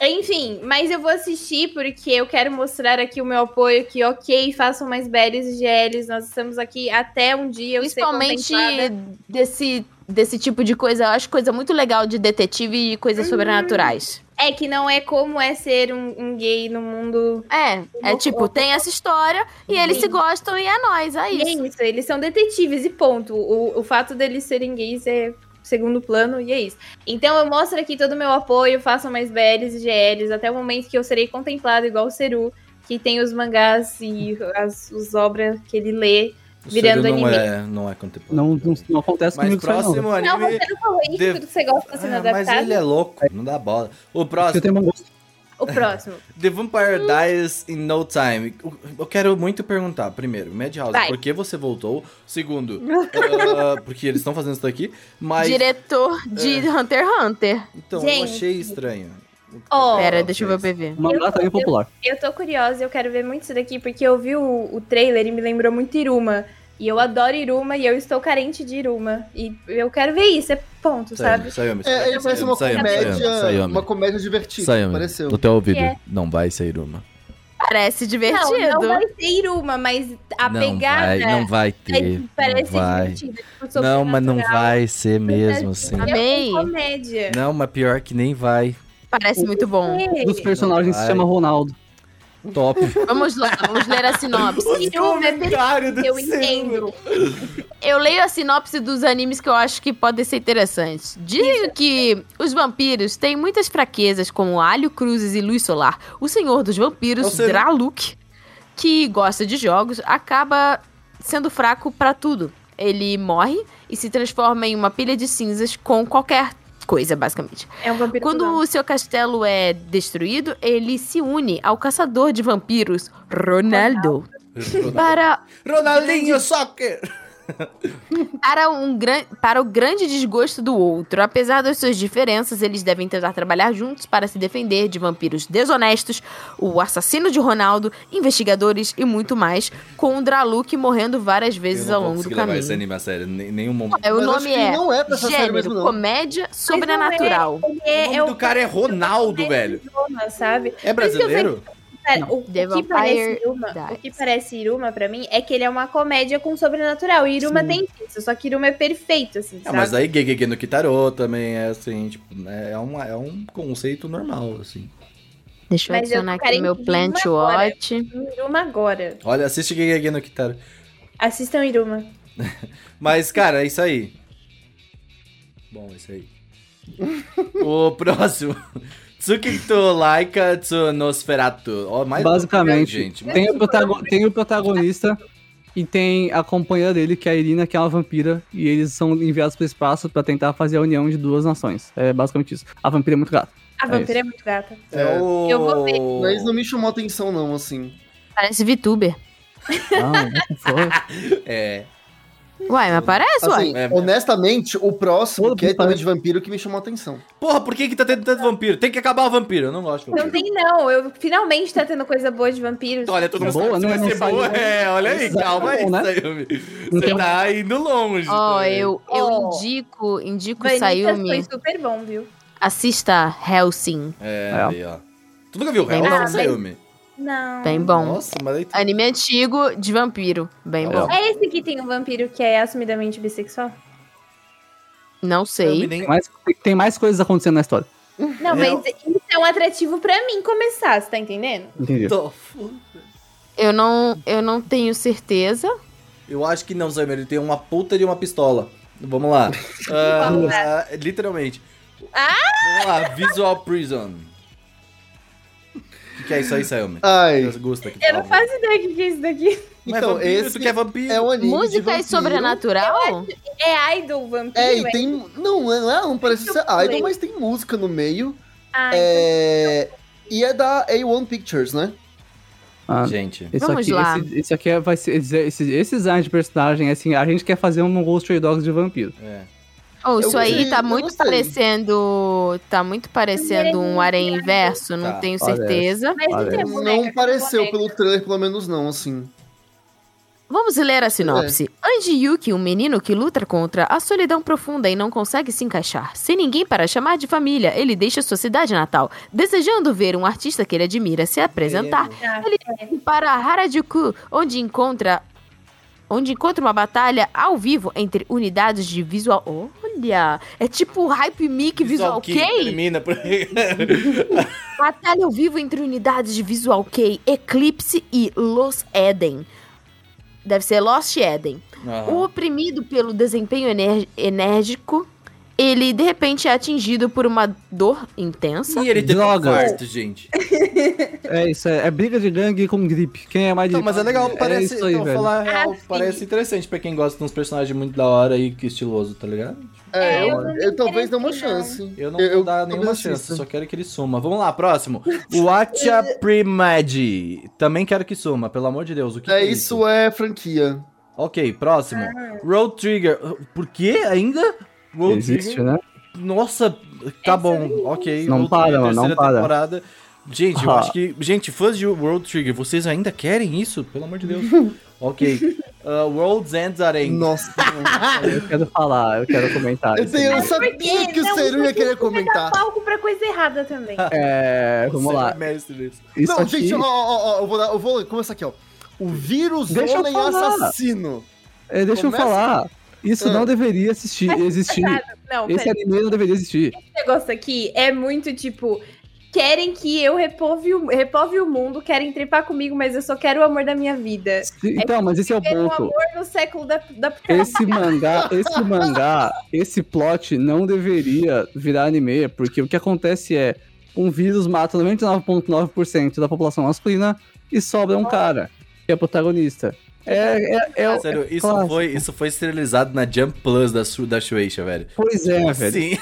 Speaker 2: Enfim, mas eu vou assistir porque eu quero mostrar aqui o meu apoio que, ok, façam mais BLs e GLs, nós estamos aqui até um dia, eu
Speaker 4: principalmente
Speaker 2: ser contemplada.
Speaker 4: desse desse tipo de coisa. Eu acho coisa muito legal de detetive e coisas sobrenaturais.
Speaker 2: É que não é como é ser um, um gay no mundo...
Speaker 4: É, é tipo, tem essa história e eles se gostam e é nós, é
Speaker 2: E é
Speaker 4: isso.
Speaker 2: isso, eles são detetives e ponto. O, o fato deles serem gays é segundo plano, e é isso. Então eu mostro aqui todo o meu apoio, façam mais BLs e GLs, até o momento que eu serei contemplado igual o Seru, que tem os mangás e as, as obras que ele lê
Speaker 1: O
Speaker 2: virando
Speaker 1: Seru não
Speaker 2: anime.
Speaker 1: É, não é contemplado.
Speaker 3: Não, não, não acontece
Speaker 1: Mas
Speaker 3: comigo isso aí, não.
Speaker 1: próximo anime...
Speaker 2: Não, você não falou isso,
Speaker 1: de-
Speaker 2: porque você gosta sendo
Speaker 1: Ah, mas
Speaker 2: adaptado.
Speaker 1: ele é louco, não dá bola. O
Speaker 3: Você
Speaker 1: próximo,
Speaker 3: tem um gosto.
Speaker 2: O próximo.
Speaker 1: The Vampire Dies in No Time. Eu quero muito perguntar, primeiro, Madhouse,
Speaker 2: Vai.
Speaker 1: por que você voltou? Segundo, ah, porque eles estão fazendo isso daqui, mas...
Speaker 4: Diretor de Hunter x Hunter.
Speaker 1: Então, eu
Speaker 2: Gente.
Speaker 1: achei estranho.
Speaker 2: Ó.
Speaker 4: Pera, deixa eu ver o PV.
Speaker 3: Uma
Speaker 2: Eu-
Speaker 3: gata bem popular.
Speaker 2: Eu tô curiosa e eu quero ver muito isso daqui, porque eu vi o, o trailer e me lembrou muito Iruma. E eu adoro Iruma e eu estou carente de Iruma. E eu quero ver isso, é ponto, sabe?
Speaker 1: Sayumi,
Speaker 5: É, ele parece uma comédia, uma comédia divertida, pareceu.
Speaker 1: no teu ouvido,
Speaker 2: É.
Speaker 1: não vai sair uma.
Speaker 4: Parece
Speaker 2: Não,
Speaker 4: divertido.
Speaker 2: não vai ser Iruma, mas a
Speaker 1: não
Speaker 2: pegada
Speaker 1: vai, não vai
Speaker 2: é-
Speaker 1: ter, não
Speaker 2: parece
Speaker 1: vai.
Speaker 2: divertida. tipo,
Speaker 1: Não, mas não
Speaker 2: sobrenatural.
Speaker 1: vai ser mesmo, sim.
Speaker 2: Entendeu?
Speaker 4: Amei.
Speaker 2: é Comédia.
Speaker 1: Não, mas pior que nem vai.
Speaker 4: Parece muito bom.
Speaker 3: Um dos personagens
Speaker 1: Vai.
Speaker 3: se chama Ronaldo.
Speaker 1: Top.
Speaker 4: Vamos lá, vamos ler a sinopse.
Speaker 2: Iruma é perfeito,
Speaker 1: do
Speaker 2: eu entendo.
Speaker 4: Eu leio a sinopse dos animes que eu acho que podem ser interessantes. Dizem que os vampiros têm muitas fraquezas, como Alho Cruzes e Luz Solar. O senhor dos
Speaker 1: É o
Speaker 4: vampiros,
Speaker 1: Seru.
Speaker 4: Draluk, que gosta de jogos, acaba sendo fraco pra tudo. Ele morre e se transforma em uma pilha de cinzas com qualquer coisa, basicamente.
Speaker 2: É um vampiro
Speaker 4: Quando
Speaker 2: cuzão.
Speaker 4: o seu castelo é destruído, ele se une ao caçador de vampiros, Ronaldo, para
Speaker 1: Ronaldinho Soccer!
Speaker 4: Para, um gran... para o grande desgosto do outro, apesar das suas diferenças, eles devem tentar trabalhar juntos para se defender de vampiros desonestos, o assassino de Ronaldo, investigadores e muito mais, com o Draluk morrendo várias vezes ao longo do caminho.
Speaker 1: anime a sério, nem- nenhum momento.
Speaker 4: É, o
Speaker 5: Mas acho
Speaker 4: nome
Speaker 5: que
Speaker 4: é
Speaker 5: Não é pra essa série mesmo,
Speaker 4: Gênero,
Speaker 5: não. é.
Speaker 4: Comédia Sobrenatural.
Speaker 2: Ele é,
Speaker 1: o nome
Speaker 2: é
Speaker 1: do cara é Ronaldo, velho.
Speaker 2: Iruma, sabe?
Speaker 1: É
Speaker 2: Por isso que eu
Speaker 1: brasileiro?
Speaker 2: Cara,
Speaker 3: Não.
Speaker 2: É, o, o
Speaker 4: The
Speaker 2: que
Speaker 4: Vampire
Speaker 2: parece Iruma,
Speaker 4: Diaries.
Speaker 2: o que parece Iruma pra mim é que ele é uma comédia com sobrenatural. E Iruma
Speaker 3: Sim.
Speaker 2: tem isso, só que Iruma é perfeito, assim,
Speaker 1: É,
Speaker 2: sabe?
Speaker 1: mas aí Gegege no Kitaro também é assim, tipo, né, é, uma, é um conceito normal, assim.
Speaker 4: Deixa eu
Speaker 2: Mas eu
Speaker 4: adicionar
Speaker 2: tô
Speaker 4: aqui no meu
Speaker 2: carente de uma
Speaker 4: Plant
Speaker 2: agora.
Speaker 4: Watch.
Speaker 2: Iruma agora.
Speaker 1: Olha, assiste Gegege no Kitaro.
Speaker 2: Assistam Iruma.
Speaker 1: Mas, cara, é isso aí. Bom, é isso aí. o próximo. Tsukito Laika Tsu Nosferatu. Ó, mais
Speaker 3: Basicamente,
Speaker 1: gente. mais-
Speaker 3: Tem o, protago- tem o protagonista e tem a companheira dele, que é a Irina, que é uma vampira, e eles são enviados pro espaço pra tentar fazer a união de duas nações. É basicamente isso. A vampira é muito gata.
Speaker 2: A
Speaker 3: É
Speaker 2: vampira é muito gata.
Speaker 1: É o...
Speaker 2: Eu vou ver. né?
Speaker 5: Mas não me chamou atenção, não, assim.
Speaker 4: Parece VTuber.
Speaker 3: Ah,
Speaker 1: É.
Speaker 4: Uai, mas parece, uai.
Speaker 5: Assim,
Speaker 1: É.
Speaker 5: honestamente, o próximo,
Speaker 3: Todo
Speaker 5: que é
Speaker 3: mundo
Speaker 5: também
Speaker 3: parece.
Speaker 5: de vampiro, que me chamou atenção.
Speaker 1: Porra, por que que tá tendo tanto vampiro? Tem que acabar o vampiro, eu não gosto de
Speaker 2: Não
Speaker 1: vampiro.
Speaker 2: tem, não. Eu finalmente tá tendo coisa boa de vampiros.
Speaker 1: Olha, todo mundo
Speaker 3: Boa,
Speaker 1: sabe
Speaker 3: né?
Speaker 1: que vai ser
Speaker 3: Não saiu,
Speaker 1: boa.
Speaker 3: né?
Speaker 1: É, olha aí,
Speaker 3: Saiu,
Speaker 1: calma aí,
Speaker 3: né?
Speaker 1: Sayumi.
Speaker 3: Não
Speaker 1: Você
Speaker 3: tem-
Speaker 1: tá indo longe.
Speaker 4: Ó,
Speaker 1: também.
Speaker 4: eu, eu
Speaker 2: Ó.
Speaker 4: indico, indico
Speaker 2: Vanessa
Speaker 4: Sayumi.
Speaker 2: foi super bom, viu?
Speaker 4: Assista Helsing.
Speaker 1: É,
Speaker 3: É.
Speaker 1: aí, ó. Tu nunca viu o
Speaker 4: Bem
Speaker 1: Hell,
Speaker 2: bom.
Speaker 1: Sayumi?
Speaker 2: Ah, Não.
Speaker 4: Bem bom.
Speaker 1: Nossa, mas aí... tu-
Speaker 4: Anime antigo de vampiro. Bem
Speaker 1: Olha
Speaker 4: bom.
Speaker 1: lá.
Speaker 2: É esse que tem um vampiro que é assumidamente bissexual?
Speaker 4: Não
Speaker 1: Sayumi
Speaker 4: sei.
Speaker 1: nem-
Speaker 3: mas tem mais coisas acontecendo na história.
Speaker 2: Não,
Speaker 1: Não.
Speaker 2: mas isso é um atrativo pra mim começar, você tá entendendo?
Speaker 3: Entendi.
Speaker 1: Tô fu-
Speaker 4: Eu não, eu não tenho certeza.
Speaker 1: Eu acho que não, Sayumi. Ele tem uma puta de uma pistola. Vamos lá. Ah,
Speaker 2: Vamos
Speaker 1: ah, literalmente.
Speaker 2: Ah!
Speaker 1: Vamos lá, Visual Prison. O que, que é isso aí, Sayumi?
Speaker 5: Ai.
Speaker 1: Gusta que
Speaker 2: Eu não faço ideia do que é isso daqui.
Speaker 5: Então, esse
Speaker 1: Tu quer vampiro?
Speaker 5: É um anime. de
Speaker 4: Música
Speaker 5: vampiro.
Speaker 4: e sobrenatural?
Speaker 2: É idol vampiro?
Speaker 5: É, e tem. Não, não, é- não parece ser idol, mas tem música no meio.
Speaker 2: Ah,
Speaker 5: É. E é da A1 Pictures, né?
Speaker 3: Ah,
Speaker 1: Gente.
Speaker 3: Esse
Speaker 4: Vamos
Speaker 3: aqui,
Speaker 4: lá.
Speaker 3: Esse, esse aqui é- vai ser. Esse, esse- esse design de personagem, é assim, a gente quer fazer um Ghost Stray Dogs de vampiro.
Speaker 1: É.
Speaker 4: Oh, isso
Speaker 5: Eu
Speaker 4: aí
Speaker 5: gostei,
Speaker 4: tá
Speaker 5: eu
Speaker 4: muito
Speaker 5: gostei.
Speaker 4: parecendo. Tá muito parecendo um arém inverso, não
Speaker 1: Tá,
Speaker 4: tenho
Speaker 3: parece.
Speaker 4: certeza.
Speaker 2: Mas não
Speaker 3: Olha,
Speaker 2: tem a boneca, é
Speaker 5: Não pareceu
Speaker 2: boneca.
Speaker 5: pelo trailer, pelo menos não, assim.
Speaker 4: Vamos ler a sinopse.
Speaker 5: É.
Speaker 4: Anji Yuki, um menino que luta contra a solidão profunda e não consegue se encaixar. Sem ninguém para chamar de família, ele deixa sua cidade natal, desejando ver um artista que ele admira se apresentar. Ele vai para Harajuku, onde encontra onde encontra uma batalha ao vivo entre unidades de visual. Olha, é tipo Hype Mic Visual
Speaker 1: que
Speaker 4: Kei.
Speaker 1: Termina por aí.
Speaker 4: Batalha ao vivo entre unidades de Visual Kei, Eclipse e Los Eden. Deve ser Lost Eden.
Speaker 1: Aham.
Speaker 4: Ah. O oprimido pelo desempenho ener- enérgico ele de repente é atingido por uma dor intensa.
Speaker 1: E ele teve um
Speaker 3: Droga.
Speaker 1: infarto, gente.
Speaker 3: É isso, é, é briga de gangue com gripe. Quem é mais de
Speaker 1: Então, mas é legal, parece.
Speaker 3: isso aí,
Speaker 1: então,
Speaker 3: velho.
Speaker 1: falar a real,
Speaker 2: Ah, sim.
Speaker 1: parece interessante pra quem gosta de uns personagens muito da hora e que estiloso, tá ligado?
Speaker 5: É,
Speaker 2: É,
Speaker 5: eu,
Speaker 2: eu não me
Speaker 5: eu talvez dê uma
Speaker 2: interessei, não.
Speaker 5: chance.
Speaker 1: Eu não vou dar nenhuma
Speaker 5: talvez
Speaker 1: chance,
Speaker 5: assista.
Speaker 1: só quero que ele suma. Vamos lá, próximo. Watcha Primad. Também quero que suma, pelo amor de Deus. O que
Speaker 5: É, isso é franquia.
Speaker 1: Ok, próximo. Road Trigger. Por quê ainda? Road
Speaker 3: Existe,
Speaker 1: Trigger.
Speaker 3: né?
Speaker 1: Nossa, tá
Speaker 2: Essa
Speaker 1: bom.
Speaker 2: aí.
Speaker 1: Ok.
Speaker 3: Não
Speaker 1: Road
Speaker 3: para,
Speaker 1: Trigger,
Speaker 3: mano, não
Speaker 1: terceira
Speaker 3: para.
Speaker 1: Temporada. Gente, eu
Speaker 3: Ah.
Speaker 1: acho que. Gente, fãs de Road Trigger, vocês ainda querem isso? Pelo amor de Deus. ok. Uh, World's End Arena.
Speaker 5: Nossa.
Speaker 3: Eu quero falar, eu quero comentar.
Speaker 5: eu,
Speaker 3: isso né?
Speaker 5: tenho, eu
Speaker 3: aí.
Speaker 5: sabia
Speaker 2: Porque
Speaker 5: um que o
Speaker 2: não,
Speaker 5: Seru ia
Speaker 2: porque
Speaker 5: querer
Speaker 2: isso vai dar
Speaker 5: comentar.
Speaker 2: palco pra coisa errada também.
Speaker 3: É, vamos
Speaker 1: Você
Speaker 3: lá.
Speaker 1: é mestre nisso.
Speaker 3: Isso
Speaker 5: não,
Speaker 3: aqui...
Speaker 5: gente, ó, ó, ó, eu vou, dar- eu vou começar aqui, ó. O vírus
Speaker 3: Deixa eu
Speaker 5: homem
Speaker 3: falar.
Speaker 5: assassino.
Speaker 3: É, deixa
Speaker 5: Começa-
Speaker 3: eu falar. Isso
Speaker 5: Ah.
Speaker 3: não deveria assistir, existir.
Speaker 2: É Não,
Speaker 3: Esse
Speaker 2: pera,
Speaker 3: anime não deveria existir.
Speaker 2: esse negócio aqui é muito tipo. Querem que eu repove o, repove o mundo, querem tripar comigo, mas eu só quero o amor da minha vida.
Speaker 3: Se- Então, mas esse é o
Speaker 2: Quero o
Speaker 3: ponto.
Speaker 2: amor no século da, da
Speaker 3: Esse mangá, esse mangá, esse plot não deveria virar anime, porque o que acontece é um vírus mata 99,9% da população masculina e sobra um cara, que é protagonista. É, é, é,
Speaker 1: Sério, isso
Speaker 3: clássico.
Speaker 1: foi, isso foi esterilizado na Jump Plus da, Su- da Shueisha, velho.
Speaker 3: pois é, velho.
Speaker 1: Sim,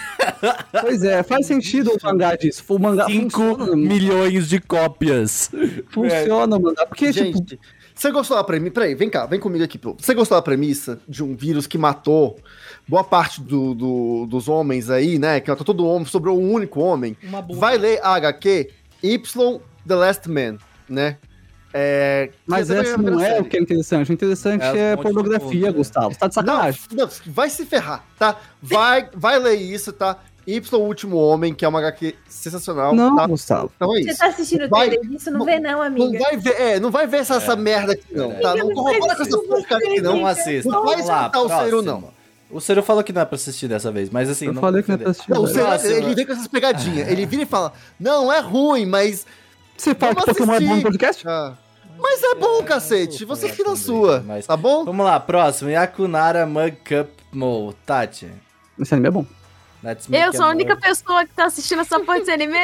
Speaker 3: Pois é, faz sentido o mangá disso. O mangá
Speaker 1: 5
Speaker 3: funciona, né?
Speaker 1: milhões de cópias.
Speaker 3: funciona, o mangá, porque, tipo,
Speaker 5: Gente, você gostou da premissa? Peraí, vem cá, vem comigo aqui. pô. Você gostou da premissa de um vírus que matou boa parte do- do- dos homens aí, né? Que matou todo homem, sobrou um único homem.
Speaker 1: Uma
Speaker 5: Vai ler a HQ Y The Last Man, né? É,
Speaker 3: Mas
Speaker 5: que também
Speaker 3: essa
Speaker 5: uma
Speaker 3: não é o
Speaker 5: série.
Speaker 3: que é interessante. O interessante
Speaker 1: É as fontes
Speaker 3: é,
Speaker 1: do
Speaker 3: pornografia,
Speaker 1: ponto, né?
Speaker 3: Gustavo. Tá de sacanagem.
Speaker 5: Não, não, vai se ferrar, tá? Vai, vai ler isso, tá? Y Último Homem, que é uma HQ sensacional,
Speaker 3: Não,
Speaker 5: tá?
Speaker 3: Gustavo.
Speaker 5: Então é
Speaker 2: Você
Speaker 5: isso.
Speaker 2: tá assistindo o
Speaker 5: Vai-
Speaker 2: trailer disso? Não
Speaker 5: não-
Speaker 2: vê, não, amiga.
Speaker 5: Não vai ver, é, não vai ver essa, essa
Speaker 1: É,
Speaker 5: merda aqui, não,
Speaker 1: é.
Speaker 5: tá? Não
Speaker 2: Mas
Speaker 5: corrobora com essa
Speaker 2: isso não
Speaker 5: porcaria aqui, não.
Speaker 1: Não assista.
Speaker 5: Não vai
Speaker 1: Vamos lá,
Speaker 5: escutar o Ciro,
Speaker 1: próximo.
Speaker 5: não.
Speaker 1: O Ciro falou que não é pra assistir dessa vez, mas assim...
Speaker 3: Eu falei que não é pra
Speaker 1: vou
Speaker 3: assistir.
Speaker 5: Não, o
Speaker 3: velho.
Speaker 5: Senhor,
Speaker 1: Nossa,
Speaker 5: ele
Speaker 1: mano.
Speaker 5: vem com essas pegadinhas. Ele vira e fala: Não, é ruim, mas.
Speaker 3: Você fala que
Speaker 5: vamos
Speaker 3: Pokémon é bom no
Speaker 5: assistir.
Speaker 3: podcast?
Speaker 5: ah, mas é bom, cacete. Você fica na sua,
Speaker 1: Mas-
Speaker 5: tá
Speaker 3: um
Speaker 5: bom?
Speaker 1: Vamos lá, próximo. Yakunara Mug Cup Mo. Tati.
Speaker 3: Esse anime é bom.
Speaker 1: let's make
Speaker 4: Eu sou a única
Speaker 1: move.
Speaker 4: pessoa que tá assistindo essa porra desse anime!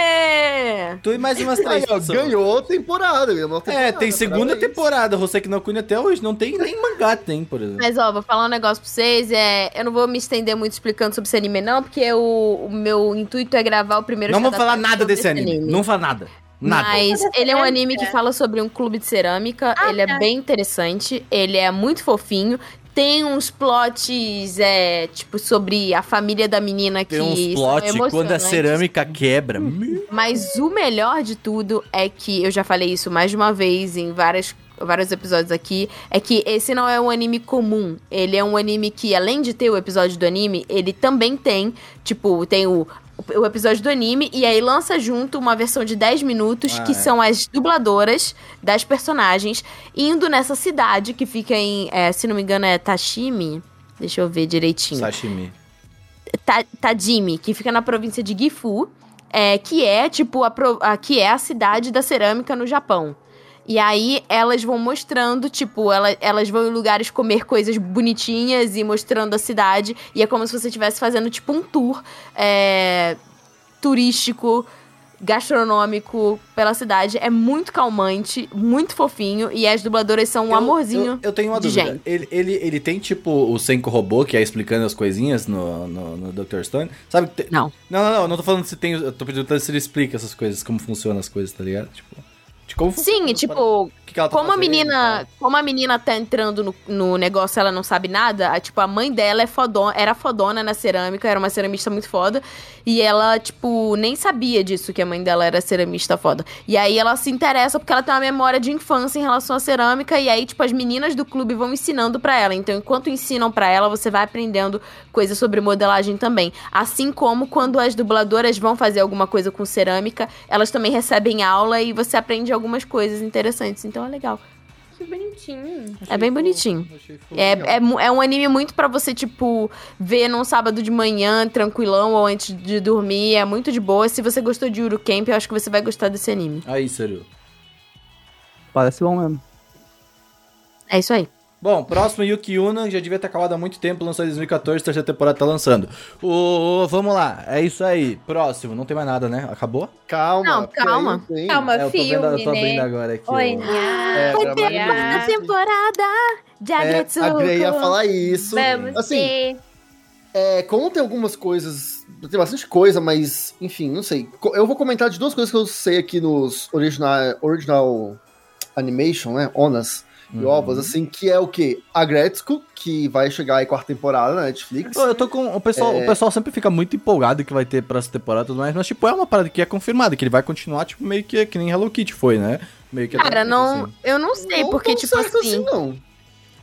Speaker 1: Tu e mais umas
Speaker 5: Aí,
Speaker 1: três
Speaker 5: ó,
Speaker 1: pessoas.
Speaker 5: ganhou a temporada. ganhou a temporada,
Speaker 1: É, tem segunda
Speaker 5: parabéns.
Speaker 1: temporada. Hoseki no Kuni até hoje. Não tem nem mangá, tem, por exemplo.
Speaker 4: Mas ó, vou falar um negócio pra vocês. É, eu não vou me estender muito explicando sobre esse anime, não, porque o, o meu intuito é gravar o primeiro
Speaker 1: Não
Speaker 4: de
Speaker 1: vou
Speaker 4: cada
Speaker 1: falar
Speaker 4: parte
Speaker 1: nada
Speaker 4: sobre
Speaker 1: desse
Speaker 4: esse
Speaker 1: anime. Não fala nada. Nada.
Speaker 4: Mas ele é um anime que
Speaker 2: Cerâmica?
Speaker 4: fala sobre um clube de cerâmica.
Speaker 2: Ah,
Speaker 4: ele é
Speaker 2: tá.
Speaker 4: bem interessante. Ele é muito fofinho. Tem uns plots, é, tipo, sobre a família da menina que
Speaker 1: Tem uns
Speaker 4: são
Speaker 1: plot quando a
Speaker 4: emocionantes.
Speaker 1: cerâmica quebra.
Speaker 4: Uhum. Mas o melhor de tudo é que, eu já falei isso mais de uma vez em várias, vários episódios aqui, é que esse não é um anime comum. Ele é um anime que, além de ter o episódio do anime, ele também tem, tipo, tem o, o episódio do anime e aí lança junto uma versão de 10 minutos,
Speaker 1: Ah,
Speaker 4: que
Speaker 1: é.
Speaker 4: são as dubladoras das personagens, indo nessa cidade que fica em, é, se não me engano, é Tashimi. Deixa eu ver direitinho.
Speaker 1: Sashimi.
Speaker 4: Ta- Tajimi, que fica na província de Gifu, é, que é tipo a, pro- a- que é a cidade da cerâmica no Japão. E aí elas vão mostrando, tipo, ela- elas vão em lugares comer coisas bonitinhas e mostrando a cidade. E é como se você estivesse fazendo, tipo, um tour é, turístico, gastronômico pela cidade. É muito calmante, muito fofinho. E as dubladoras são um
Speaker 1: Eu-
Speaker 4: amorzinho.
Speaker 1: Eu, eu tenho uma
Speaker 4: de
Speaker 1: dúvida.
Speaker 4: gente.
Speaker 1: Ele, ele, ele tem tipo o Senko robô que é explicando as coisinhas no, no, no Dr. Stone? Sabe? que te-
Speaker 4: Não.
Speaker 1: Não, não, não. eu Não tô falando se tem. Eu tô perguntando se ele explica essas coisas, como funcionam as coisas, tá ligado? Tipo. De como
Speaker 4: Sim,
Speaker 1: funciona,
Speaker 4: e, tipo,
Speaker 1: o que que ela tá
Speaker 4: Como a
Speaker 1: fazendo,
Speaker 4: menina,
Speaker 1: tá?
Speaker 4: como a menina tá entrando no, no negócio, ela não sabe nada. a- tipo, a mãe dela é fodona, era fodona na cerâmica, era uma ceramista muito foda, e ela tipo nem sabia disso que a mãe dela era ceramista foda. E aí ela se interessa porque ela tem uma memória de infância em relação à cerâmica e aí tipo as meninas do clube vão ensinando pra ela. Então, enquanto ensinam pra ela, você vai aprendendo coisas sobre modelagem também. Assim como quando as dubladoras vão fazer alguma coisa com cerâmica, elas também recebem aula e você aprende algumas coisas interessantes. Então é legal.
Speaker 2: Que bonitinho.
Speaker 4: É bem bonitinho.
Speaker 1: Achei fofo.
Speaker 4: É, é, mu- é um anime muito pra você, tipo, ver num sábado de manhã, tranquilão, ou antes de dormir. É muito de boa. Se você gostou de Uru Camp, eu acho que você vai gostar desse
Speaker 1: tá?
Speaker 4: anime.
Speaker 1: Aí, Seru.
Speaker 3: Parece bom mesmo.
Speaker 4: É isso aí.
Speaker 1: Bom, próximo Yuki Yuna, já devia ter acabado há muito tempo, lançou em 2014, terceira temporada tá lançando. Ô, ô, vamos lá, é isso aí. Próximo, não tem mais nada, né? Acabou?
Speaker 5: Calma.
Speaker 4: Não,
Speaker 5: peraí,
Speaker 4: calma.
Speaker 5: tem.
Speaker 4: Tá
Speaker 2: Calma,
Speaker 1: É, eu tô,
Speaker 2: Tá filme,
Speaker 1: vendo, eu tô abrindo
Speaker 2: né?
Speaker 1: agora aqui.
Speaker 2: Oi,
Speaker 1: ó.
Speaker 2: né?
Speaker 5: É,
Speaker 4: Vai ter a
Speaker 5: trabalho
Speaker 4: quarta
Speaker 5: livre.
Speaker 4: temporada de
Speaker 5: É, a Grey ia
Speaker 4: Agretsuko.
Speaker 5: falar isso.
Speaker 2: Vamos
Speaker 5: assim,
Speaker 2: ter.
Speaker 5: é, como tem algumas coisas, tem bastante coisa, mas, enfim, não sei. Co- Eu vou comentar de duas coisas que eu sei aqui nos original, original animation, né? Onas e
Speaker 1: Uhum.
Speaker 5: ovas, assim, que é o quê? A Gretzko, que vai chegar aí quarta temporada na Netflix.
Speaker 1: Ô, Eu tô com. O pessoal, o pessoal sempre fica muito empolgado que vai ter pra essa temporada e tudo mais, mas, tipo, é uma parada que é confirmada, que ele vai continuar, tipo, meio que, que nem Hello Kitty foi, né? Meio que
Speaker 4: Cara,
Speaker 1: até-
Speaker 4: não,
Speaker 1: assim.
Speaker 4: eu não sei,
Speaker 5: Não
Speaker 4: porque,
Speaker 5: tão
Speaker 4: tipo
Speaker 5: certo
Speaker 4: assim,
Speaker 5: não.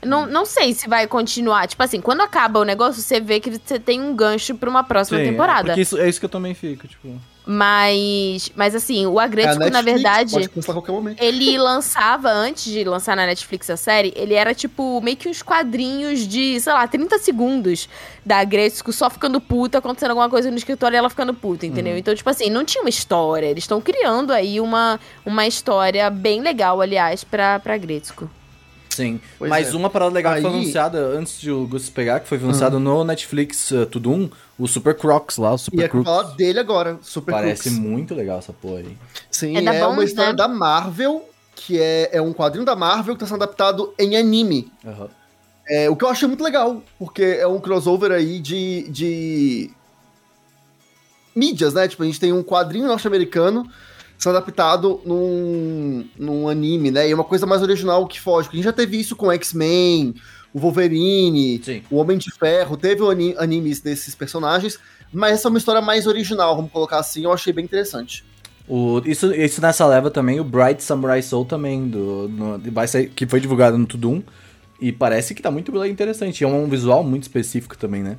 Speaker 4: não, não sei se vai continuar. Tipo assim, quando acaba o negócio, você vê que você tem um gancho pra uma próxima
Speaker 1: Sim, é,
Speaker 4: temporada.
Speaker 1: porque isso, é isso que eu também fico, tipo.
Speaker 4: Mas, mas assim, o
Speaker 5: É a
Speaker 4: Agretsuko, na
Speaker 5: Netflix,
Speaker 4: verdade,
Speaker 5: Pode começar a qualquer momento.
Speaker 4: ele lançava, antes de lançar na Netflix a série, ele era tipo meio que uns quadrinhos de, sei lá, 30 segundos da Agretsuko só ficando puta, acontecendo alguma coisa no escritório e ela ficando puta, entendeu? Então, tipo assim, não tinha uma história. Eles estão criando aí uma, uma história bem legal, aliás, pra, pra Agretsuko.
Speaker 1: Sim.
Speaker 5: Pois
Speaker 1: Mas
Speaker 5: é.
Speaker 1: uma parada legal que foi
Speaker 5: Aí-
Speaker 1: anunciada antes de o Gus pegar, que foi anunciado no Netflix uh, tudo um, o Super Crocs lá, o
Speaker 5: Ia
Speaker 1: é Super Crocs.
Speaker 5: falar é dele agora, Super
Speaker 1: Parece
Speaker 5: Crooks.
Speaker 1: muito legal essa porra aí.
Speaker 5: Sim,
Speaker 4: É
Speaker 5: é,
Speaker 4: da Bones,
Speaker 5: uma história
Speaker 4: né?
Speaker 5: da Marvel, que é, é um quadrinho da Marvel que tá sendo adaptado em anime.
Speaker 1: Aham.
Speaker 5: É, o que eu achei muito legal, porque é um crossover aí de, de mídias, né? Tipo, a gente tem um quadrinho norte-americano sendo adaptado num, num anime, né? E é uma coisa mais original que foge. porque A gente já teve isso com X-Men, o Wolverine,
Speaker 1: Sim.
Speaker 5: o Homem de Ferro, teve o ani- animes desses personagens, mas essa é uma história mais original, vamos colocar assim, eu achei bem interessante.
Speaker 1: O, isso, isso nessa leva também, o Bright Samurai Soul também, do, no- vai sair- que foi divulgado no Tudum. E parece que tá muito interessante. É um visual muito específico também, né?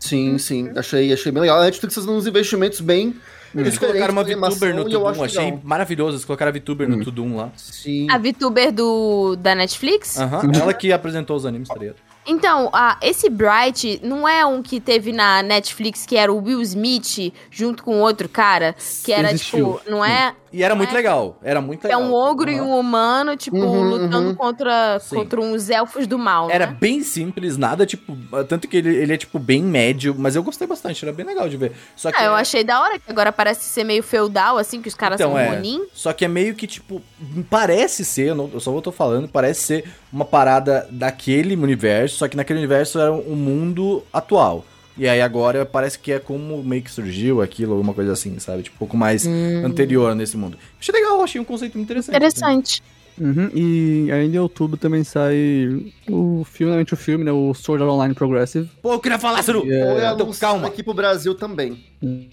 Speaker 5: Sim, sim, achei, achei bem legal. A Netflix fez uns investimentos bem
Speaker 1: Eles
Speaker 5: diferentes
Speaker 1: colocaram uma
Speaker 5: na animação,
Speaker 1: VTuber no
Speaker 5: e eu
Speaker 1: Tudum,
Speaker 5: acho
Speaker 1: achei
Speaker 5: legal.
Speaker 1: maravilhoso. Eles colocaram a VTuber no Tudum lá.
Speaker 5: Sim.
Speaker 2: Ah,
Speaker 4: A VTuber do, da Netflix?
Speaker 1: Aham,
Speaker 5: Uhum.
Speaker 1: ela que apresentou os animes, tá ligado?
Speaker 4: Então, ah, esse Bright não é um que teve na Netflix, que era o Will Smith, junto com outro cara, que era,
Speaker 3: Existiu.
Speaker 4: tipo, não é?
Speaker 1: E era
Speaker 4: Não
Speaker 1: muito
Speaker 4: é?
Speaker 1: legal, era muito
Speaker 4: É
Speaker 1: legal.
Speaker 4: um ogro e
Speaker 1: Aham.
Speaker 4: um humano, tipo,
Speaker 5: Uhum,
Speaker 4: lutando
Speaker 5: uhum.
Speaker 4: contra,
Speaker 1: Sim.
Speaker 4: contra uns elfos do mal,
Speaker 1: Era
Speaker 4: né?
Speaker 1: bem simples, nada tipo. Tanto que ele, ele é, tipo, bem médio, mas eu gostei bastante, era bem legal de ver. Só que
Speaker 4: Ah, eu achei da hora, que agora parece ser meio feudal, assim, que os caras
Speaker 1: Então,
Speaker 4: são
Speaker 1: é.
Speaker 4: ronin.
Speaker 1: Só que é meio que, tipo, parece ser, eu, não- eu só vou tô falando, parece ser uma parada daquele universo, só que naquele universo era o mundo atual. E aí agora parece que é como meio que surgiu aquilo, alguma coisa assim, sabe? Tipo, um pouco mais
Speaker 4: Hum.
Speaker 1: anterior nesse mundo. Achei legal, achei um conceito muito interessante.
Speaker 4: Interessante.
Speaker 3: Uhum, e ainda em outubro também sai o filme, realmente o filme, né? O Sword Art Online Progressive.
Speaker 1: assim. Pô, eu queria falar, Saru!
Speaker 5: Foi
Speaker 1: Então,
Speaker 5: anunciado
Speaker 1: calma,
Speaker 5: aqui pro Brasil também.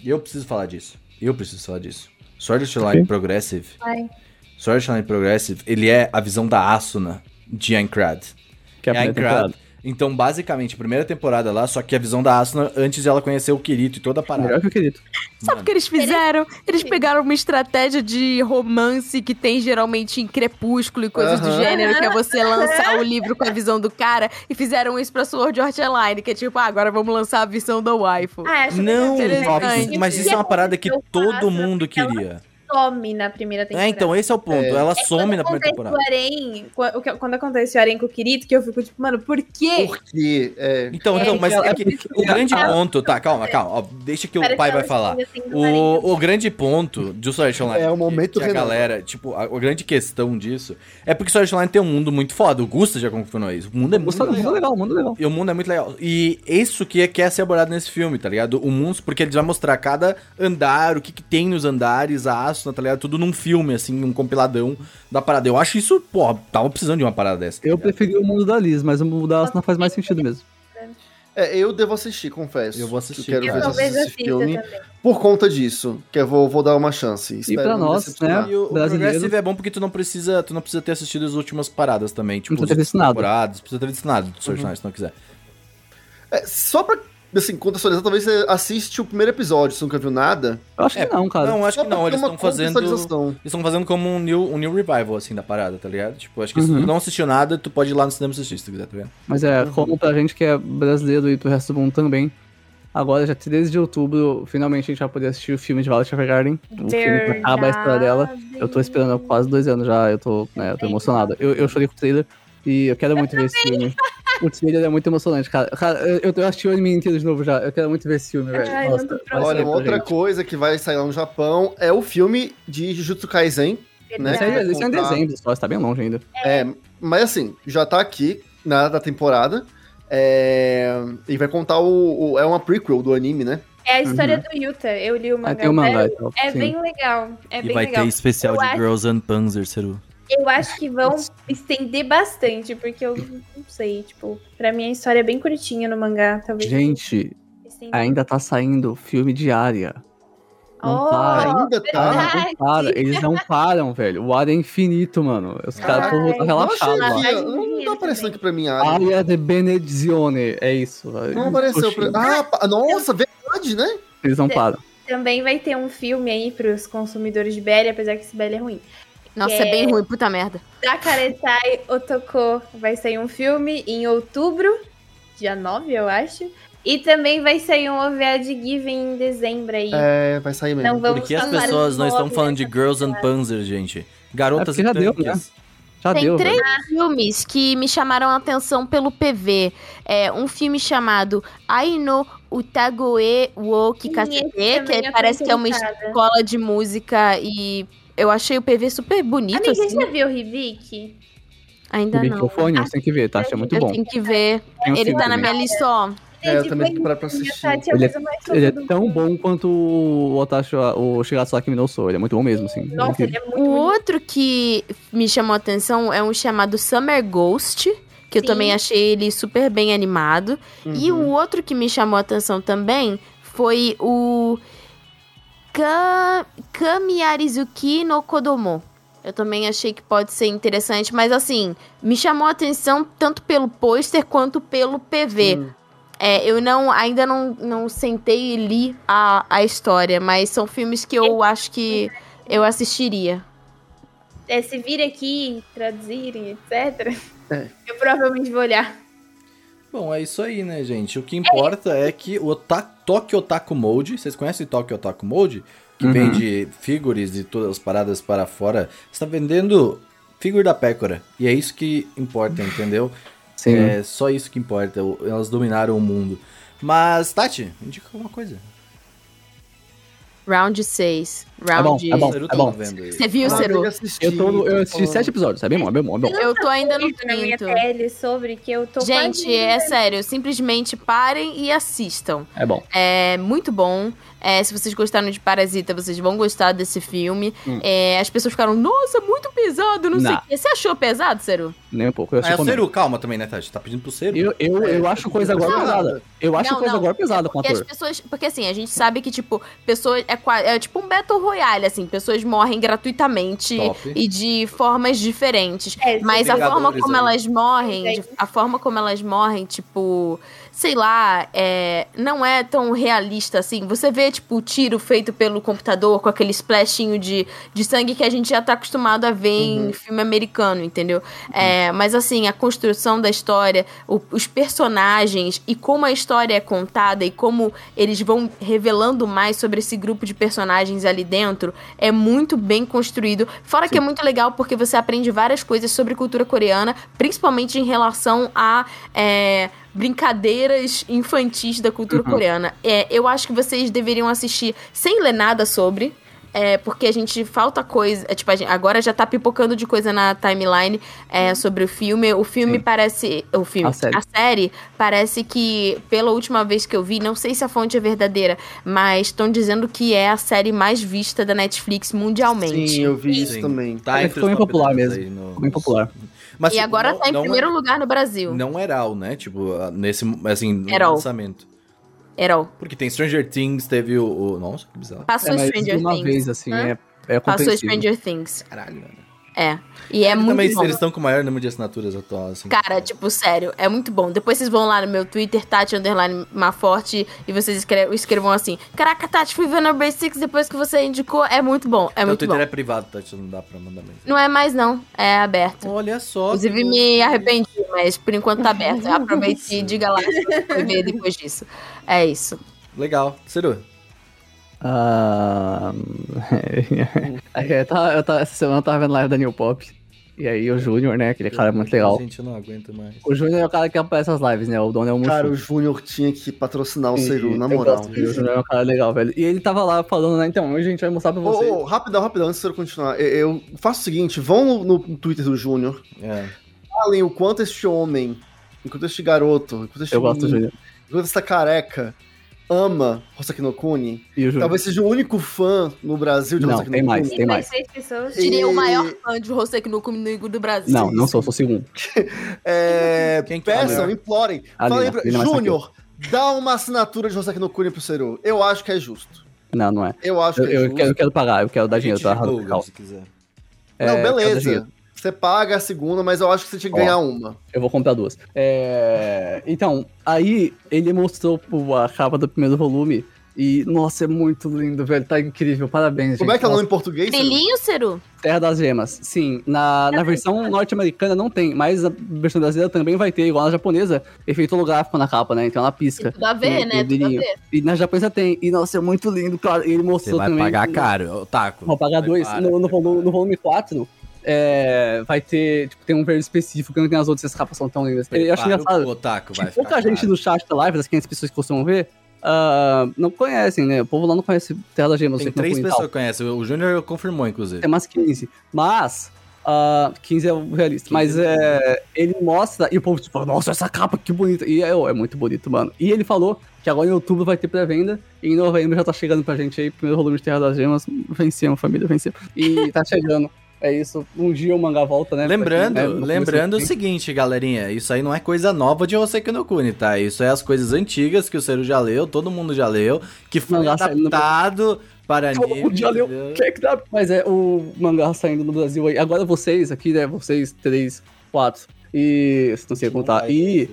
Speaker 1: eu preciso falar disso. Eu preciso falar disso. Sword Art Online
Speaker 3: Ok.
Speaker 1: Progressive.
Speaker 2: Vai.
Speaker 1: Sword Art Online Progressive, ele é a visão da Asuna de Aincrad.
Speaker 3: Que é a
Speaker 1: É
Speaker 3: primeira temporada.
Speaker 1: Aincrad. Então, basicamente, primeira temporada lá, só que a visão da Asuna antes de ela conhecer o Kirito e toda a parada.
Speaker 3: Melhor que eu queria.
Speaker 4: Sabe o que eles fizeram? Eles pegaram uma estratégia de romance que tem geralmente em crepúsculo e coisas do
Speaker 5: Aham.
Speaker 4: gênero, que é você lançar o livro com a visão do cara, e fizeram isso pra Sword Art Online, que é tipo, ah, agora vamos lançar a visão do waifu.
Speaker 2: Ah, acho
Speaker 1: Não,
Speaker 2: que
Speaker 4: Interessante.
Speaker 1: Fox,
Speaker 4: Interessante.
Speaker 1: mas isso é uma parada que todo mundo queria.
Speaker 2: é Some na primeira temporada.
Speaker 1: É, então, esse é o ponto. Ela some
Speaker 2: Quando
Speaker 1: na primeira
Speaker 2: acontece
Speaker 1: temporada.
Speaker 2: o harém, qu- o que- quando acontece o harém com o Kirito, que eu fico tipo, mano, por quê?
Speaker 5: Porque é,
Speaker 1: Então, então, mas
Speaker 3: ela-
Speaker 1: é que o grande ponto. Tá, calma, calma. ó, deixa que o
Speaker 2: Parece
Speaker 1: pai
Speaker 2: que ela
Speaker 1: vai falar.
Speaker 2: esteja sendo harém.
Speaker 1: O, o grande ponto do Sword Art Online.
Speaker 5: É o momento
Speaker 1: que, que a
Speaker 5: Renan.
Speaker 1: galera, tipo, a, a grande questão disso é porque Sword Art Online tem um mundo muito foda. O Gusta já confirmou isso. O mundo é muito
Speaker 3: Gostou? Muito legal, muito legal.
Speaker 1: E o mundo é muito legal. E isso que é- quer ser abordado nesse filme, tá ligado? O mundo, porque eles vão mostrar cada andar, o que, que tem nos andares, a Asuna, tá ligado? Tudo num filme, assim, num compiladão da parada. Eu acho isso, pô, tava precisando de uma parada dessa. tá
Speaker 3: Eu
Speaker 1: ligado?
Speaker 3: preferi o mundo da Liz, mas o mundo da Asuna faz mais sentido mesmo.
Speaker 5: é, eu devo assistir, confesso.
Speaker 1: Eu vou assistir,
Speaker 5: Que eu quero
Speaker 1: cara.
Speaker 5: ver
Speaker 2: Talvez
Speaker 5: esse
Speaker 2: assista
Speaker 5: filme
Speaker 2: também.
Speaker 5: por conta disso, que eu vou, vou dar uma chance. Espero
Speaker 3: pra
Speaker 5: não
Speaker 3: nós,
Speaker 5: decepcionar.
Speaker 3: né?
Speaker 1: E o, o
Speaker 3: Brasileiro.
Speaker 1: Progressive é bom porque tu não precisa, tu não precisa ter assistido as últimas paradas também, tipo,
Speaker 3: Não precisa
Speaker 1: as
Speaker 3: ter visto nada. Uhum.
Speaker 1: temporadas, precisa ter visto nada do Sword Art Online, se não quiser.
Speaker 5: É, só pra assim, contextualizar, talvez você assiste o primeiro episódio, se nunca viu nada.
Speaker 3: Eu acho
Speaker 1: É,
Speaker 3: que não, cara.
Speaker 1: Não, acho
Speaker 5: Só
Speaker 1: que
Speaker 5: pra
Speaker 1: não,
Speaker 5: ter
Speaker 1: eles
Speaker 5: uma
Speaker 1: estão fazendo eles
Speaker 5: contextualização.
Speaker 1: estão fazendo como um new, um new revival, assim, da parada, tá ligado? Tipo, acho que se
Speaker 3: Uhum.
Speaker 1: tu não assistiu nada, tu pode ir lá no cinema assistir, se tu quiser, tá ligado?
Speaker 3: Mas é,
Speaker 2: Uhum.
Speaker 3: como pra gente que é brasileiro e do resto do mundo também. Agora, já desde outubro, finalmente a gente vai poder assistir o filme de Violet Evergarden. O filme que acaba a história dela. Eu tô esperando há quase dois anos já, eu tô, né, eu tô emocionado. Eu, eu chorei com o trailer. E eu quero muito ver esse filme. O trailer é muito emocionante, cara. Cara, eu, eu assisti o anime inteiro de novo já. Eu quero muito ver esse filme, velho.
Speaker 2: Ai, não
Speaker 3: Nossa,
Speaker 2: tô
Speaker 3: vai
Speaker 2: pronta.
Speaker 3: ser
Speaker 5: Olha, uma
Speaker 3: pra
Speaker 5: outra
Speaker 3: gente.
Speaker 5: coisa que vai sair lá no Japão é o filme de Jujutsu Kaisen, né?
Speaker 3: Isso
Speaker 5: que vai
Speaker 3: aí- isso é em
Speaker 5: contar-
Speaker 3: dezembro só, isso tá bem longe ainda.
Speaker 5: É, mas assim, já tá aqui na da temporada. É, e vai contar o, o- É uma prequel do anime, né?
Speaker 2: É a história do
Speaker 1: Uhum.
Speaker 2: Yuta. Eu li o
Speaker 3: Ah,
Speaker 2: mangá.
Speaker 3: tem o mangá, então.
Speaker 2: É, é
Speaker 3: sim.
Speaker 2: bem legal. É
Speaker 1: E
Speaker 2: bem
Speaker 1: vai
Speaker 2: legal.
Speaker 1: ter especial
Speaker 2: Eu
Speaker 1: de
Speaker 2: acho-
Speaker 1: Girls and Panzer, Seru.
Speaker 2: Eu acho que vão estender bastante, porque eu não sei, tipo, pra mim a história é bem curtinha no mangá, talvez.
Speaker 3: Gente,
Speaker 2: Estender.
Speaker 3: ainda tá saindo filme de área. não
Speaker 2: Oh,
Speaker 3: para.
Speaker 5: Ainda tá?
Speaker 2: verdade.
Speaker 3: Ah, Não para, eles não param, velho. O área é infinito, mano. Os caras estão
Speaker 2: Ai,
Speaker 3: voltando
Speaker 5: Eu achei
Speaker 3: relaxados. lá.
Speaker 5: que-
Speaker 2: Relaxado.
Speaker 5: não tá aparecendo aqui pra mim, Ari.
Speaker 3: Área de Benedizione, é isso. velho.
Speaker 5: Não apareceu pra...
Speaker 3: Poxa,
Speaker 5: Ah, pa- nossa, verdade, né?
Speaker 3: Eles não param.
Speaker 2: também vai ter um filme aí pros consumidores de BL, apesar que esse BL é ruim.
Speaker 4: Nossa, é bem ruim, puta merda.
Speaker 2: Da Karetai Otoko vai sair um filme em outubro, dia 9, eu acho. E também vai sair um OVA de Given em dezembro aí.
Speaker 5: É, vai sair mesmo.
Speaker 2: Não vamos
Speaker 1: Porque as
Speaker 2: falar
Speaker 1: pessoas não
Speaker 2: de
Speaker 1: estão
Speaker 2: nove,
Speaker 1: falando de
Speaker 2: né?
Speaker 1: Girls and Panzer, gente. Garotas
Speaker 3: É
Speaker 1: e
Speaker 3: porque já deu,
Speaker 1: tanques.
Speaker 3: Já
Speaker 4: Tem
Speaker 3: deu,
Speaker 4: três
Speaker 3: velho.
Speaker 4: filmes que me chamaram a atenção pelo PV. É um filme chamado Aino Utagoe Wo Kikasete,
Speaker 2: Sim, esse
Speaker 4: que
Speaker 2: também eu tô
Speaker 4: parece que é uma
Speaker 2: interessada.
Speaker 4: escola de música e eu achei o PV super bonito,
Speaker 2: Amiga,
Speaker 4: assim.
Speaker 2: você viu o Hibiki?
Speaker 4: Ainda né, não. Ah,
Speaker 3: microfone, você tem que ver, tá? Acho que é muito
Speaker 4: eu
Speaker 3: bom.
Speaker 4: tenho que ver.
Speaker 3: Tem um
Speaker 4: Ele
Speaker 3: filme
Speaker 4: tá na
Speaker 3: também.
Speaker 4: minha lista, ó.
Speaker 5: É, eu
Speaker 2: Gente,
Speaker 5: também tenho que
Speaker 2: foi
Speaker 5: parar pra assistir.
Speaker 2: Miyazaki é a
Speaker 3: Ele é-
Speaker 2: coisa mais
Speaker 3: Ele
Speaker 2: fofa
Speaker 3: é
Speaker 2: do
Speaker 3: tão
Speaker 2: mundo.
Speaker 3: bom quanto o Otashi, o Shigatsuaki Minosou. Ele é muito bom mesmo, assim.
Speaker 2: Nossa, ele é muito
Speaker 4: O
Speaker 2: bonito.
Speaker 4: outro que me chamou a atenção é um chamado Summer Ghost, que eu
Speaker 2: Sim.
Speaker 4: também achei ele super bem animado. E o
Speaker 5: Uhum.
Speaker 4: outro que me chamou a atenção também foi o Ka- Kamiarizuki no Kodomo. Eu também achei que pode ser interessante, mas assim, me chamou a atenção tanto pelo pôster quanto pelo PV.
Speaker 5: Hum.
Speaker 4: É, eu não ainda não, não sentei e li a, a história, mas são filmes que eu acho que eu assistiria.
Speaker 2: É, se vir aqui, traduzirem, etc.
Speaker 5: É.
Speaker 2: Eu provavelmente vou olhar.
Speaker 1: Bom, é isso aí, né, gente? O que importa é, que o Ota- Tokyo Otaku Mode, vocês conhecem o Tokyo Otaku Mode? Que
Speaker 3: Uhum.
Speaker 1: vende figures e todas as paradas para fora. Está vendendo figure da pécora. E é isso que importa, entendeu?
Speaker 3: Sim. né?
Speaker 1: É só isso que importa. o- Elas dominaram o mundo. Mas, Tati, indica alguma coisa.
Speaker 4: Round 6. Round.
Speaker 3: bom, é bom.
Speaker 1: Seru
Speaker 3: é bom.
Speaker 1: vendo aí.
Speaker 4: Você viu,
Speaker 5: Ah,
Speaker 4: Seru?
Speaker 5: eu assisti,
Speaker 3: Eu, tô, no- eu assisti
Speaker 5: falando.
Speaker 3: sete episódios, é bem bom, é bem bom, é bem bom.
Speaker 4: Eu tô ainda no
Speaker 2: Isso na minha
Speaker 4: quinto.
Speaker 2: pele sobre que eu tô
Speaker 4: Gente,
Speaker 2: quase-
Speaker 4: é sério, simplesmente parem e assistam.
Speaker 3: É bom.
Speaker 4: É muito bom. É, se vocês gostaram de Parasita, vocês vão gostar desse filme.
Speaker 3: Hum.
Speaker 4: É, as pessoas ficaram, nossa, muito pesado, não, sei
Speaker 3: Não.
Speaker 4: o quê. Você achou pesado, Seru?
Speaker 3: Nem um pouco.
Speaker 1: Ah, é
Speaker 3: Eu assisti
Speaker 1: o
Speaker 3: com-
Speaker 1: Seru, calma também, né, Tati? Tá pedindo pro Seru.
Speaker 3: eu, eu, eu acho coisa agora
Speaker 5: Não,
Speaker 3: pesada. Eu acho é
Speaker 4: Não,
Speaker 3: coisa
Speaker 4: não. é
Speaker 3: agora pesada com o
Speaker 4: Porque as
Speaker 3: ator.
Speaker 4: pessoas. Porque assim, a gente sabe que, tipo, pessoas. É, qua- é tipo um Battle Royale, assim, pessoas morrem gratuitamente
Speaker 1: Top.
Speaker 4: e de formas diferentes.
Speaker 2: É,
Speaker 4: Mas a
Speaker 1: Vingadores
Speaker 4: forma como
Speaker 1: aí.
Speaker 4: elas morrem,
Speaker 2: Gente.
Speaker 4: de- a forma como elas morrem, tipo, sei lá, é, não é tão realista assim. Você vê, tipo, o tiro feito pelo computador com aquele splashinho de, de sangue que a gente já tá acostumado a ver em filme americano, entendeu? É, mas assim, a construção da história, o- os personagens e como a história é contada e como eles vão revelando mais sobre esse grupo de personagens ali dentro é muito bem construído. Fora que é muito legal porque você aprende várias coisas sobre cultura coreana, principalmente em relação a é, brincadeiras infantis da cultura
Speaker 3: Uhum.
Speaker 4: coreana. É, eu acho que vocês deveriam assistir sem ler nada sobre. é, porque a gente falta coisa. é, Tipo, a gente- agora já tá pipocando de coisa na timeline é, sobre o filme. O filme
Speaker 3: Uhum. Sim.
Speaker 4: parece. O filme.
Speaker 3: A série.
Speaker 4: a série parece que, pela última vez que eu vi, não sei se a fonte é verdadeira, mas estão dizendo que é a série mais vista da Netflix mundialmente.
Speaker 5: Sim, eu vi isso
Speaker 1: Sim.
Speaker 5: também.
Speaker 1: Tá
Speaker 3: Ele
Speaker 1: entre os
Speaker 3: ficou bem
Speaker 1: top
Speaker 3: popular
Speaker 1: 10
Speaker 3: mesmo.
Speaker 1: aí no-
Speaker 3: Bem popular.
Speaker 1: Mas,
Speaker 4: e
Speaker 1: assim,
Speaker 4: agora
Speaker 1: não-
Speaker 4: tá em
Speaker 1: não é-
Speaker 4: primeiro lugar no Brasil.
Speaker 1: Não eral, né? Tipo, ah, nesse, assim, no
Speaker 4: Eral.
Speaker 1: lançamento.
Speaker 4: Erol.
Speaker 1: Porque tem Stranger Things, teve o... o- Nossa, que bizarro.
Speaker 4: Passou
Speaker 3: É, mas de
Speaker 4: Stranger
Speaker 3: uma
Speaker 4: Things.
Speaker 3: vez, assim,
Speaker 2: Hã?
Speaker 3: é, é
Speaker 4: Passou
Speaker 3: compreensível.
Speaker 4: Stranger Things.
Speaker 1: Caralho, mano.
Speaker 4: É. E é,
Speaker 1: E
Speaker 4: muito
Speaker 1: também
Speaker 4: bom.
Speaker 1: eles estão com o maior número de assinaturas atual, assim.
Speaker 4: Cara, tipo, sério, é muito bom. Depois vocês vão lá no meu Twitter, Tati Underline Maforte, e vocês escre- escrevam assim: Caraca, Tati, fui ver Number Six depois que você indicou. É muito bom, é
Speaker 1: Então, o
Speaker 4: muito
Speaker 1: Twitter
Speaker 4: bom.
Speaker 1: é privado, tá? Não dá pra mandar mensagem.
Speaker 4: Não é mais, não, é aberto.
Speaker 1: Olha só.
Speaker 4: Inclusive,
Speaker 1: que
Speaker 4: me
Speaker 1: loucura.
Speaker 4: arrependi, mas por enquanto tá aberto. Aproveite e diga lá se você foi ver depois disso. É isso.
Speaker 1: Legal. Seru,
Speaker 3: Ah, é, tá, eu tava- essa semana eu tava vendo live da New Pop. E aí o Júnior, né? Aquele
Speaker 1: é
Speaker 3: cara muito legal.
Speaker 1: Gente, eu não aguento mais.
Speaker 3: O Júnior é o cara que aparece nas lives, né? O dono é um
Speaker 5: Cara, o
Speaker 3: Mushu.
Speaker 5: Júnior tinha que patrocinar o
Speaker 3: E-
Speaker 5: Seru, na
Speaker 3: eu
Speaker 5: moral.
Speaker 3: gosto dele, O Júnior é um cara legal, velho. E ele tava lá falando, né? Então, hoje a gente vai mostrar pra
Speaker 5: Ô,
Speaker 3: vocês.
Speaker 5: ô, rapidão, rapidão, antes de eu continuar. Eu, eu faço o seguinte: vão no, no Twitter do Júnior,
Speaker 1: É.
Speaker 5: falem o quanto este homem, enquanto este garoto, enquanto este
Speaker 3: eu gosto do
Speaker 5: menino,
Speaker 3: Júnior.
Speaker 5: enquanto esta careca ama Hosaki no Kuni,
Speaker 3: E o Júnior.
Speaker 5: talvez seja o único fã no Brasil de
Speaker 3: Não,
Speaker 5: Hosaki no
Speaker 3: tem mais.
Speaker 5: Kuni.
Speaker 3: Tem mais.
Speaker 2: seis pessoas.
Speaker 4: Tirei o
Speaker 5: E-
Speaker 4: maior fã de Hoseki no Kumino do Brasil.
Speaker 3: Não, não sou, sou o segundo.
Speaker 5: É,
Speaker 1: Quem que é o
Speaker 5: peçam,
Speaker 1: maior?
Speaker 5: implorem.
Speaker 3: A Lina,
Speaker 5: Falem pra...
Speaker 3: Lina Masaki.
Speaker 5: Júnior, dá uma assinatura de Hosaki no Kuni pro Seru. Eu acho que é justo.
Speaker 3: Não, não é.
Speaker 5: Eu acho
Speaker 3: Eu,
Speaker 5: que é
Speaker 3: eu
Speaker 5: justo.
Speaker 3: quero, eu quero pagar, eu quero dar
Speaker 1: A gente
Speaker 3: dinheiro tá? pra
Speaker 1: divulga,
Speaker 3: Hanukkah.
Speaker 1: se quiser.
Speaker 5: Não,
Speaker 3: É, cada
Speaker 5: beleza.
Speaker 3: dinheiro.
Speaker 5: Você paga a segunda, mas eu acho que você tinha que
Speaker 3: Ó.
Speaker 5: ganhar uma.
Speaker 3: Eu vou comprar duas. É, Então, aí ele mostrou pô, a capa do primeiro volume. E, nossa, é muito lindo, velho. Tá incrível. Parabéns,
Speaker 5: Como
Speaker 3: gente.
Speaker 5: é que é o
Speaker 3: Nossa,
Speaker 5: nome em português? Seru?
Speaker 4: Brilhinho, Ceru?
Speaker 3: Terra das Gemas. Sim, na, na versão norte-americana não tem, mas a versão brasileira também vai ter, igual na japonesa, efeito holográfico na capa, né? Então ela
Speaker 5: É.
Speaker 3: pisca.
Speaker 4: Tudo a ver,
Speaker 3: E- e
Speaker 4: né? Tudo a
Speaker 3: brilhinho.
Speaker 4: ver.
Speaker 3: E na japonesa tem. E, nossa, é muito lindo, cara. E ele
Speaker 1: Você
Speaker 3: mostrou
Speaker 1: vai
Speaker 3: também. um
Speaker 1: pagar caro, ô, Taco.
Speaker 3: Vou pagar dois.
Speaker 1: Prepara,
Speaker 3: no, no,
Speaker 1: prepara.
Speaker 3: volume, no volume 4, é, vai ter, tipo, tem um verde específico, que não tem as outras, essas capas são tão lindas. Eu acho
Speaker 1: Prepara
Speaker 3: engraçado.
Speaker 1: o Otaku, vai
Speaker 3: Tipo, pouca
Speaker 1: ficar
Speaker 3: gente
Speaker 1: caro.
Speaker 3: do chat da live, das 500 pessoas que costumam ver, ah, não conhecem, né? O povo lá não conhece Terra da Gema,
Speaker 1: Tem
Speaker 3: você
Speaker 1: três pessoas que conhecem. O Júnior confirmou, inclusive.
Speaker 3: Tem umas 15. Mas. ah, 15 é o realista.
Speaker 1: 15
Speaker 3: Mas
Speaker 1: é o
Speaker 3: é, ele mostra. E o povo, tipo, nossa, essa capa que bonita. E é, é muito bonito, mano. E ele falou que agora em outubro vai ter pré-venda. E em novembro já tá chegando pra gente aí. Primeiro volume de Terra das Gemas. Vencemos, família, vencemos. E tá chegando. É isso. Um dia o mangá volta, né?
Speaker 1: Lembrando,
Speaker 3: Pra quem, né, no começo
Speaker 1: lembrando o
Speaker 3: do
Speaker 1: seguinte, galerinha, isso aí não é coisa nova de Hoseki no Kuni, tá? Isso é as coisas antigas que o Seru já leu, todo mundo já leu, que foi
Speaker 3: Mangá saindo no-
Speaker 1: adaptado para
Speaker 3: Todo
Speaker 1: anime.
Speaker 3: mundo já leu.
Speaker 1: entendeu?
Speaker 3: Quem é que dá? Mas é o mangá saindo no Brasil aí. Agora vocês aqui, né? Vocês três, quatro. E. Não sei contar. E.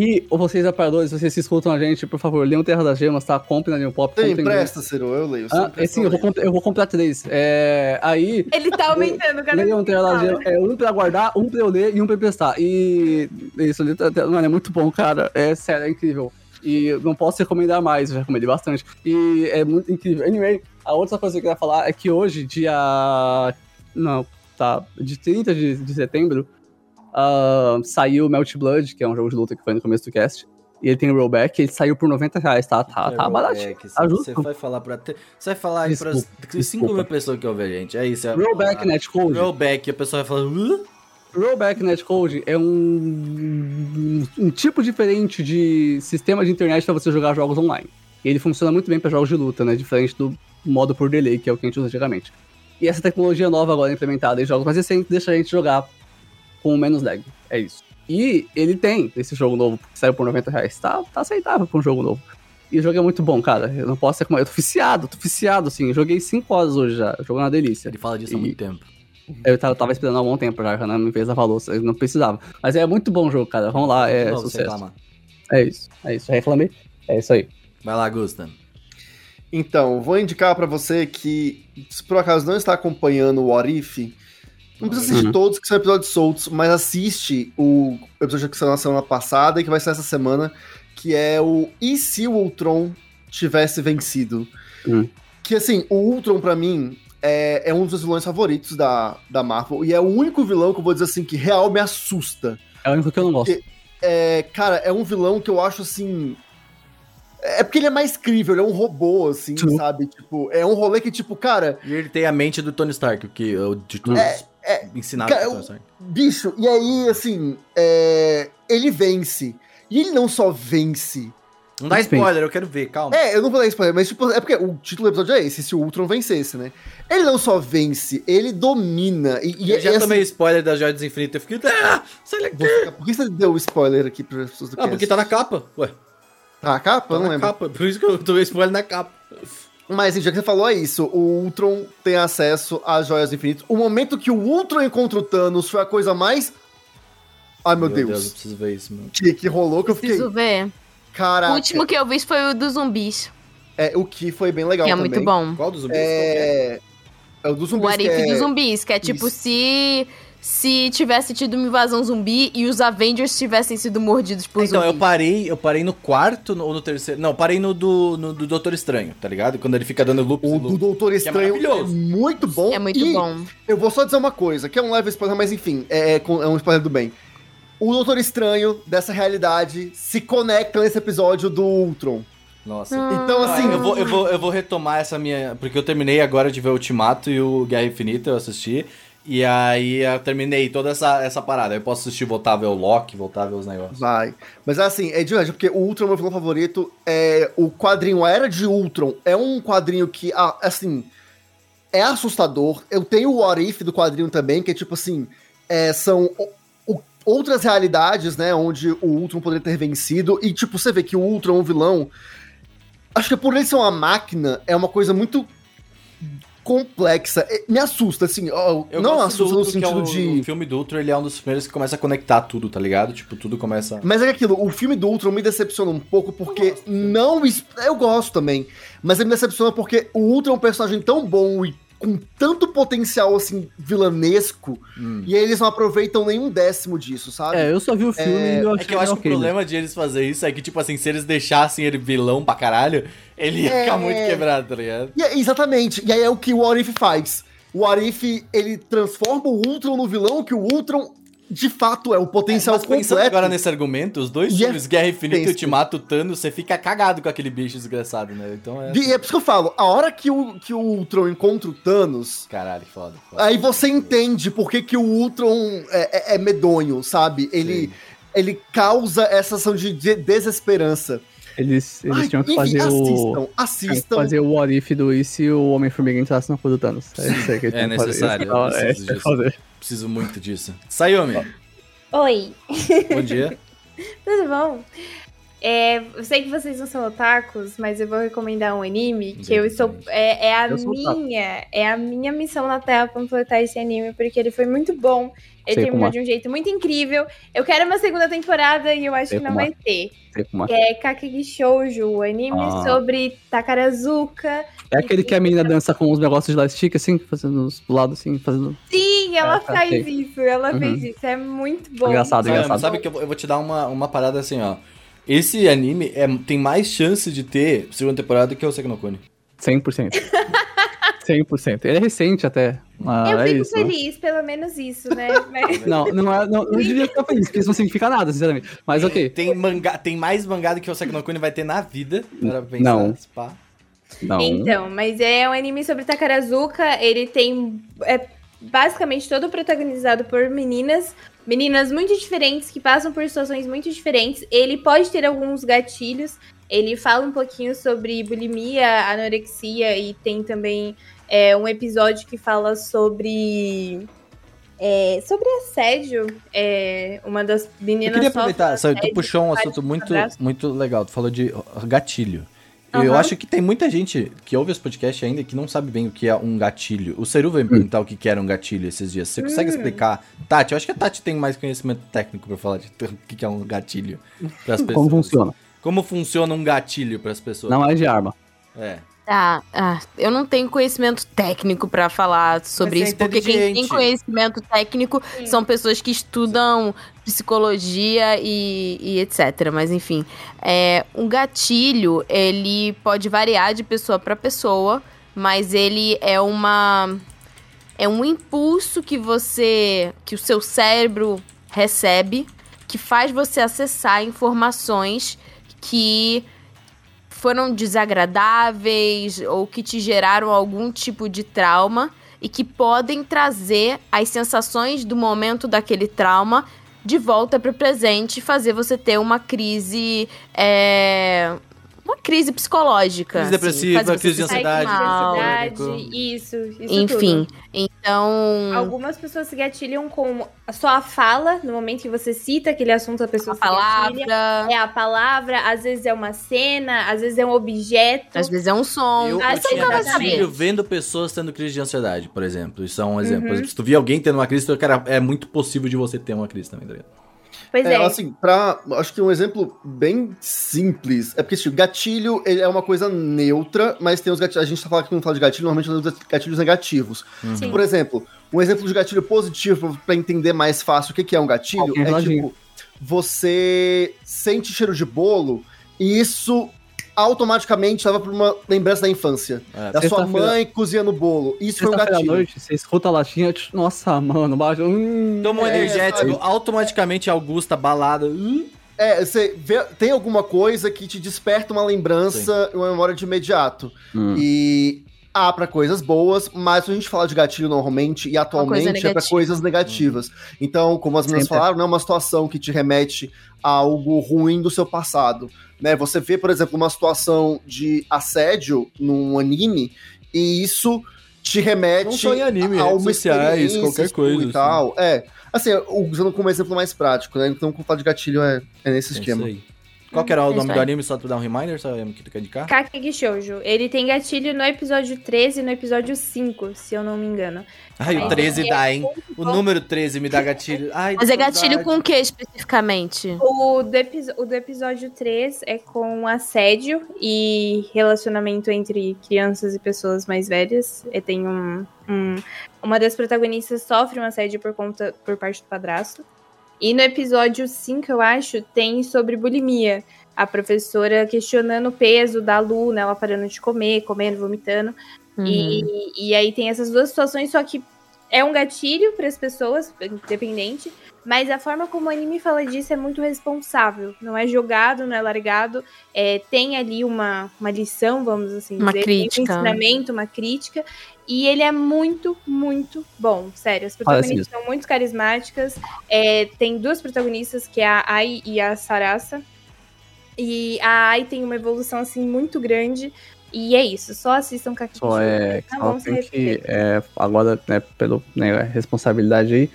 Speaker 3: E ou vocês aparadores, vocês se escutam a gente, por favor, leiam Terra das Gemas, tá? Comprem na New Pop.
Speaker 5: Você
Speaker 3: comprem
Speaker 5: empresta, Seru, eu leio. Você
Speaker 3: Ah,
Speaker 5: empresta,
Speaker 3: é, sim, eu vou,
Speaker 5: leio.
Speaker 3: comprar, eu vou comprar três. É, aí,
Speaker 2: Ele tá aumentando, cara.
Speaker 3: leiam Terra das Gemas. É um pra guardar, um pra eu ler e um pra emprestar. E isso, ali tá- tá- mano, é muito bom, cara. É sério, é incrível. E eu não posso recomendar mais, eu já recomendei bastante. E é muito incrível. Anyway, a outra coisa que eu queria falar é que hoje, dia. Não, tá. De 30 de, de setembro, ah, saiu Melt Blood, que é um jogo de luta que foi no começo do cast. E ele tem rollback, ele saiu por 90 reais, tá? Tá, tá
Speaker 1: Rollback,
Speaker 3: baratinho. tá
Speaker 1: é, Você
Speaker 3: justo.
Speaker 1: vai falar pra. te- Você vai falar aí para
Speaker 3: Desculpa,
Speaker 1: 5 mil
Speaker 3: desculpa. né,
Speaker 1: pessoas que ouvem a gente. É isso. É
Speaker 3: Rollback Tipo, Netcode.
Speaker 1: Rollback, e a pessoa vai falar. "Hã?"
Speaker 3: Rollback Netcode é um, um tipo diferente de sistema de internet para você jogar jogos online. Ele funciona muito bem para jogos de luta, né? Diferente do modo por delay, que é o que a gente usa antigamente. E essa tecnologia nova agora implementada em jogos mais recentes deixa a gente jogar com menos lag. É isso. E ele tem esse jogo novo, que saiu por 90 reais. Tá, tá aceitável pra um jogo novo. E o jogo é muito bom, cara. Eu não posso recomendar. Eu tô viciado, tô viciado, assim. Eu Joguei 5 horas hoje já. O jogo é uma delícia.
Speaker 1: Ele fala disso há
Speaker 3: E-
Speaker 1: muito tempo.
Speaker 3: Eu tava, tava esperando há algum tempo já, a Renan me fez a valor, eu não precisava. Mas é muito bom o jogo, cara. Vamos lá,
Speaker 1: De
Speaker 3: é
Speaker 1: novo, você
Speaker 3: sucesso.
Speaker 1: reclama.
Speaker 3: É isso, é isso. Reclamei. É isso aí.
Speaker 1: Vai lá, Gusta.
Speaker 5: Então, vou indicar pra você que, se por acaso não está acompanhando o Orif, não precisa assistir
Speaker 3: Uhum.
Speaker 5: todos, que são episódios soltos, mas assiste o episódio que saiu na semana passada e que vai sair essa semana, que é o E se o Ultron tivesse vencido?
Speaker 3: Uhum.
Speaker 5: Que, assim, o Ultron, pra mim, é, é um dos meus vilões favoritos da, da Marvel, e é o único vilão que eu vou dizer assim, que real me assusta.
Speaker 3: É o único que eu não gosto.
Speaker 5: É, cara, é um vilão que eu acho assim. É porque ele é mais crível, ele é um robô, assim,
Speaker 3: Sim.
Speaker 5: sabe? Tipo, é um rolê que, tipo, cara,
Speaker 1: E ele tem a mente do Tony Stark, o que eu de todos
Speaker 5: É,
Speaker 1: ensinado
Speaker 5: cara,
Speaker 1: pro
Speaker 5: eu-
Speaker 1: Tony Stark.
Speaker 5: bicho, e aí, assim, é, ele vence. E ele não só vence.
Speaker 1: Não dá spoiler, eu quero ver, calma.
Speaker 5: É, eu não vou dar spoiler, mas tipo, é porque o título do episódio é esse, se o Ultron vencesse, né? Ele não só vence, ele domina. E, e
Speaker 1: eu já
Speaker 5: e, assim,
Speaker 1: tomei spoiler da Joias Infinita e fiquei. Ah, sai daqui.
Speaker 5: você- Por que você deu spoiler aqui para pessoas do
Speaker 1: Ah,
Speaker 5: cast?
Speaker 1: porque tá na capa. Ué,
Speaker 5: Tá na capa?
Speaker 1: tá
Speaker 5: Eu não
Speaker 1: na
Speaker 5: lembro.
Speaker 1: capa. Por isso que eu tomei spoiler na capa.
Speaker 5: Mas, assim, já que você falou, é isso. O Ultron tem acesso às joias do infinito. O momento que o Ultron encontra o Thanos foi a coisa mais. Ai, meu, Deus.
Speaker 1: eu preciso ver isso, mano.
Speaker 5: Que, que rolou que eu fiquei. Ah, é.
Speaker 4: Preciso ver.
Speaker 5: Caraca.
Speaker 4: O último que eu vi foi o dos zumbis,
Speaker 5: É, o que foi bem legal
Speaker 4: que é
Speaker 5: também.
Speaker 1: Hum?
Speaker 4: muito bom.
Speaker 1: Qual dos zumbis?
Speaker 5: É. É o dos
Speaker 4: O
Speaker 5: zumbis.
Speaker 4: Arif
Speaker 5: que é-
Speaker 4: dos zumbis, que é tipo
Speaker 5: Isso.
Speaker 4: se se tivesse tido uma invasão zumbi e os Avengers tivessem sido mordidos por
Speaker 1: Então, eu
Speaker 4: zumbis.
Speaker 1: parei, eu parei no quarto no- ou no terceiro. Não, parei no do, no do Doutor Estranho, tá ligado? Quando ele fica dando loop.
Speaker 5: O do Doutor Estranho é,
Speaker 1: maravilhoso.
Speaker 5: muito bom.
Speaker 4: É muito
Speaker 5: e
Speaker 4: bom.
Speaker 5: Eu vou só dizer uma coisa, que é um leve spoiler, mas enfim, é, é com- é um spoiler do bem. O Doutor Estranho dessa realidade se conecta nesse episódio do Ultron.
Speaker 1: Nossa.
Speaker 4: Ah.
Speaker 1: Ah,
Speaker 5: Então, assim,
Speaker 1: eu, vou, eu, vou, eu vou retomar essa minha. Porque eu terminei agora de ver Ultimato e o Guerra Infinita, eu assisti. E aí eu terminei toda essa, essa parada. Eu posso assistir, voltar a ver o Loki, voltar a ver os negócios.
Speaker 5: Vai. Mas assim, é de verdade, porque o Ultron é meu vilão favorito. É, o quadrinho A Era de Ultron é um quadrinho que, ah, assim, é assustador. Eu tenho o What If do quadrinho também, que é tipo assim, é, são o- o- outras realidades, né, onde o Ultron poderia ter vencido. E, tipo, você vê que o Ultron é um vilão. Acho que por ele ser uma máquina, é uma coisa muito complexa. É, Me assusta, assim. ó,
Speaker 1: Eu
Speaker 5: não
Speaker 1: gosto do
Speaker 5: assusta no
Speaker 1: Ultron, que é
Speaker 5: sentido
Speaker 1: o-
Speaker 5: de.
Speaker 1: O filme do Ultron, ele é um dos primeiros que começa a conectar tudo, tá ligado? Tipo, tudo começa.
Speaker 5: Mas é aquilo, o filme do Ultron me decepciona um pouco porque não. es- Eu gosto também. Mas ele me decepciona porque o Ultron é um personagem tão bom e com tanto potencial assim, vilanesco,
Speaker 1: Hum.
Speaker 5: e aí eles não aproveitam nenhum décimo disso, sabe?
Speaker 3: É, eu só vi o filme e eu
Speaker 1: É
Speaker 3: achei
Speaker 1: que eu acho que
Speaker 3: ok,
Speaker 1: o
Speaker 3: né?
Speaker 1: problema de eles fazer isso é que, tipo assim, se eles deixassem ele vilão pra caralho, ele ia
Speaker 5: É.
Speaker 1: ficar muito quebrado, tá ligado?
Speaker 5: E é- exatamente. E aí é o que o Arif faz. O Arif, ele transforma o Ultron no vilão, que o Ultron, de fato, é o potencial
Speaker 1: Mas pensando
Speaker 5: completo.
Speaker 1: agora nesse argumento, os dois
Speaker 5: E é
Speaker 1: filmes, Guerra Infinita e
Speaker 5: tenso.
Speaker 1: Ultimato, Thanos, você fica cagado com aquele bicho desgraçado, né? Então é...
Speaker 5: E é por isso que eu falo, a hora que o, que o Ultron encontra o Thanos,
Speaker 1: Caralho, foda. foda.
Speaker 5: Aí você entende por que, que o Ultron é, é- é medonho, sabe? Ele,
Speaker 1: Sim.
Speaker 5: ele causa essa ação de de- desesperança.
Speaker 3: Eles, eles
Speaker 5: Ai,
Speaker 3: tinham que
Speaker 5: enfim,
Speaker 3: fazer o.
Speaker 5: assistam,
Speaker 3: tinham que
Speaker 5: assistam.
Speaker 3: Fazer o what if do e se o Homem-Formiga entrasse na cor do Thanos. É isso aí que eles
Speaker 1: É
Speaker 3: tinham que fazer.
Speaker 1: necessário,
Speaker 3: Esse tal-
Speaker 1: eu
Speaker 3: é,
Speaker 1: preciso
Speaker 3: é
Speaker 1: disso.
Speaker 3: fazer.
Speaker 1: Preciso muito disso. Sayumi,
Speaker 2: Oi,
Speaker 1: bom dia.
Speaker 2: tudo bom? É, eu sei que vocês não são otakus, mas eu vou recomendar um anime que eu estou. É, é a
Speaker 3: Eu sou otaku.
Speaker 2: minha, é a minha missão na Terra completar esse anime, porque ele foi muito bom. Ele
Speaker 3: Sei como
Speaker 2: terminou
Speaker 3: é.
Speaker 2: de um jeito muito incrível. Eu quero uma segunda temporada e eu acho
Speaker 3: Sei
Speaker 2: que não
Speaker 3: como é.
Speaker 2: vai ter.
Speaker 3: Sei como é.
Speaker 2: É Kakegi Shoujo, anime
Speaker 3: Ah.
Speaker 2: sobre Takarazuka.
Speaker 3: É aquele que a menina dança com os negócios de lá, estica assim, fazendo os lados assim, fazendo.
Speaker 2: Sim, ela
Speaker 3: Ah, tá,
Speaker 2: faz
Speaker 3: sei.
Speaker 2: isso, ela
Speaker 3: Uhum.
Speaker 2: fez isso. É muito bom.
Speaker 3: Engraçado,
Speaker 1: Sayumi,
Speaker 3: engraçado.
Speaker 1: sabe que eu vou, eu vou te dar uma, uma parada assim, ó. Esse anime é, tem mais chance de ter segunda temporada que o Sekinokuni.
Speaker 3: 100%. 100%. Ele é recente até. mas
Speaker 2: Eu
Speaker 3: é
Speaker 2: fico
Speaker 3: isso. né?
Speaker 2: feliz, pelo menos isso, né? Mas-
Speaker 3: Não, não, é, não, não devia ficar feliz, porque isso não significa nada, sinceramente. Mas ok.
Speaker 1: Tem, mangá, tem mais mangá do que o Sekinokuni vai ter na vida. Para pensar,
Speaker 3: Não.
Speaker 1: Pá.
Speaker 3: Não.
Speaker 2: Então, mas é um anime sobre Takarazuka. Ele tem. É basicamente todo protagonizado por meninas. Meninas muito diferentes que passam por situações muito diferentes. Ele pode ter alguns gatilhos. Ele fala um pouquinho sobre bulimia, anorexia e tem também é, um episódio que fala sobre. é, sobre assédio. É, uma das
Speaker 1: Eu
Speaker 2: meninas.
Speaker 1: queria
Speaker 2: sofre
Speaker 1: aproveitar, sabe, tu
Speaker 2: assédio.
Speaker 1: puxou um
Speaker 2: faz
Speaker 1: assunto
Speaker 2: um
Speaker 1: muito,
Speaker 2: abraço.
Speaker 1: muito legal, tu falou de ó, gatilho. Eu
Speaker 2: Aham.
Speaker 1: acho que tem muita gente que ouve esse podcast ainda que não sabe bem o que é um gatilho. O Seru veio me perguntar o que que era um gatilho esses dias. Você consegue
Speaker 2: Hum.
Speaker 1: explicar? Tati, eu acho que a Tati tem mais conhecimento técnico pra falar de t- o que que é um gatilho pras pessoas.
Speaker 3: Como funciona?
Speaker 1: Como funciona um gatilho pras pessoas?
Speaker 3: Não é de arma.
Speaker 1: É.
Speaker 4: Tá, ah, eu não tenho conhecimento técnico pra falar sobre
Speaker 1: Mas é
Speaker 4: isso, porque quem tem
Speaker 1: inteligente.
Speaker 4: conhecimento técnico
Speaker 2: Sim.
Speaker 4: são pessoas que estudam psicologia e, e etc. Mas enfim, é, um gatilho ele pode variar de pessoa pra pessoa, mas ele é uma é um impulso que você que o seu cérebro recebe que faz você acessar informações que foram desagradáveis ou que te geraram algum tipo de trauma e que podem trazer as sensações do momento daquele trauma de volta para o presente e fazer você ter uma crise. é, uma crise psicológica.
Speaker 1: Crise depressiva,
Speaker 4: fazer você
Speaker 1: crise
Speaker 4: se
Speaker 1: de
Speaker 4: sentir
Speaker 1: ansiedade.
Speaker 4: mal.
Speaker 2: Ansiedade, isso, isso tudo.
Speaker 4: Enfim, então.
Speaker 2: Algumas pessoas se gatilham com a sua fala, no momento que você cita aquele assunto, a pessoa
Speaker 4: A
Speaker 2: se gatilha.
Speaker 4: palavra,
Speaker 2: É a palavra, às vezes é uma cena, às vezes é um objeto.
Speaker 4: às vezes é um som.
Speaker 1: Eu,
Speaker 2: Ah,
Speaker 1: eu
Speaker 2: você
Speaker 1: tinha
Speaker 2: nunca vai
Speaker 1: gatilho
Speaker 2: saber.
Speaker 1: vendo pessoas tendo crise de ansiedade,
Speaker 4: Uhum.
Speaker 1: por exemplo. Isso é um exemplo. Por exemplo, se tu via alguém tendo uma crise, tu- cara, é muito possível de você ter uma crise também, tá ligado?
Speaker 2: Pois é.
Speaker 5: É, assim, pra, acho que um exemplo bem simples é porque, tipo, gatilho ele é uma coisa neutra, mas tem os gatilhos. A gente tá falando que não fala de gatilho, normalmente nós usamos gatilhos negativos.
Speaker 2: Sim.
Speaker 5: Por exemplo, um exemplo de gatilho positivo pra entender mais fácil o que, que é um gatilho
Speaker 3: Alguém
Speaker 5: é
Speaker 3: reladinho.
Speaker 5: tipo, você sente cheiro de bolo e isso automaticamente leva pra uma lembrança da infância.
Speaker 1: É.
Speaker 5: Da sua
Speaker 3: Sexta-feira-
Speaker 5: mãe cozinhando bolo. Isso foi um
Speaker 3: Sexta-feira à
Speaker 5: gatilho.
Speaker 3: noite, você escuta a latinha, tch, nossa, mano, baixa. Hum,
Speaker 1: Toma um
Speaker 5: É,
Speaker 1: energético,
Speaker 5: sabe?
Speaker 1: automaticamente Augusta balada. hum.
Speaker 5: É, você vê, tem alguma coisa que te desperta uma lembrança, uma memória de imediato.
Speaker 1: Hum.
Speaker 5: E há pra coisas boas, mas quando a gente fala de gatilho normalmente e atualmente é pra
Speaker 4: negativa.
Speaker 5: coisas
Speaker 1: Uhum.
Speaker 5: negativas. Então, como as meninas
Speaker 3: Sempre.
Speaker 5: falaram, não é uma situação que te remete a algo ruim do seu passado. Né? Você vê, por exemplo, uma situação de assédio num anime e isso te remete
Speaker 1: Não só em anime, redes sociais,
Speaker 5: experiência,
Speaker 1: qualquer
Speaker 5: isso
Speaker 1: coisa,
Speaker 5: e tal. É. Assim, usando como exemplo mais prático, né? Então, falar de gatilho é, é nesse
Speaker 1: É
Speaker 5: esquema.
Speaker 1: isso aí. Qual que era
Speaker 4: É
Speaker 1: o
Speaker 4: isso
Speaker 1: nome do
Speaker 4: aí.
Speaker 1: anime? Só tu dar um reminder, só que tu quer indicar?
Speaker 2: Kakegi Shoujo. Ele tem gatilho no episódio 13 e no episódio 5, se eu não me engano.
Speaker 1: Ai, o
Speaker 2: Mas
Speaker 1: 13
Speaker 2: é
Speaker 1: dá, hein? O
Speaker 2: bom.
Speaker 1: número 13 me dá gatilho. Ai,
Speaker 4: Mas é
Speaker 1: saudade.
Speaker 4: gatilho com o que especificamente?
Speaker 2: O do, episo- o do episódio 3 é com assédio e relacionamento entre crianças e pessoas mais velhas. E tem um, um- Uma das protagonistas sofre um assédio por conta por parte do padrasto. E no episódio 5, eu acho, tem sobre bulimia. A professora questionando o peso da Luna, ela parando de comer, comendo, vomitando.
Speaker 4: Uhum.
Speaker 2: E, e aí tem essas duas situações, só que é um gatilho para as pessoas, independente. Mas a forma como o anime fala disso é muito responsável. Não é jogado, não é largado. é, tem ali uma, uma lição, vamos assim
Speaker 4: Uma
Speaker 2: dizer.
Speaker 4: crítica.
Speaker 2: Tem um ensinamento, uma crítica. E ele é muito, muito bom. Sério, as
Speaker 3: Parece
Speaker 2: protagonistas são muito carismáticas. é, tem duas protagonistas, que é a Ai e a Sarasa. E a Ai tem uma evolução, assim, muito grande. E é isso, só assistam Kakiki
Speaker 3: Só é.
Speaker 2: Tá
Speaker 3: ela
Speaker 2: bom,
Speaker 3: tem
Speaker 2: você
Speaker 3: que. é, agora, né, pelo né, responsabilidade aí,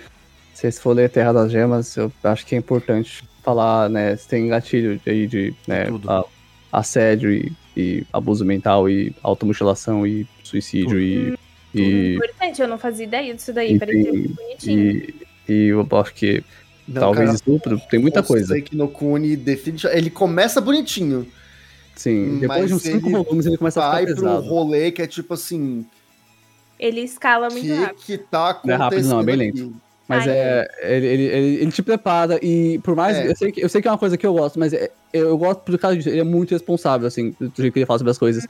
Speaker 3: se vocês for ler Terra das Gemas, eu acho que é importante falar, né? Se tem gatilho aí de né,
Speaker 1: Tudo.
Speaker 3: a- assédio e, e abuso mental e automutilação e suicídio e. E,
Speaker 2: Importante, eu não fazia ideia disso daí.
Speaker 3: E
Speaker 2: Parecia
Speaker 3: tem-
Speaker 2: muito bonitinho.
Speaker 3: e, e eu acho que talvez estupro, tem muita coisa.
Speaker 5: que no Kuni, definitivamente, ele começa bonitinho.
Speaker 3: Sim, depois
Speaker 5: Mas
Speaker 3: de uns cinco
Speaker 5: ele
Speaker 3: volumes ele começa a
Speaker 5: Vai
Speaker 3: ficar
Speaker 5: pro
Speaker 3: pesado.
Speaker 5: rolê que é tipo assim,
Speaker 2: Ele escala muito
Speaker 5: que
Speaker 2: rápido.
Speaker 5: que tá acontecendo
Speaker 3: Não é rápido, não, é bem
Speaker 5: aqui?
Speaker 3: Mas
Speaker 2: Ai,
Speaker 3: é. Ele, ele, ele, ele te prepara e por mais.
Speaker 5: É.
Speaker 3: Eu, sei que, eu sei que é uma coisa que eu gosto, mas é- eu, eu gosto por causa disso. Ele é muito responsável, assim, do jeito que ele fala sobre as coisas.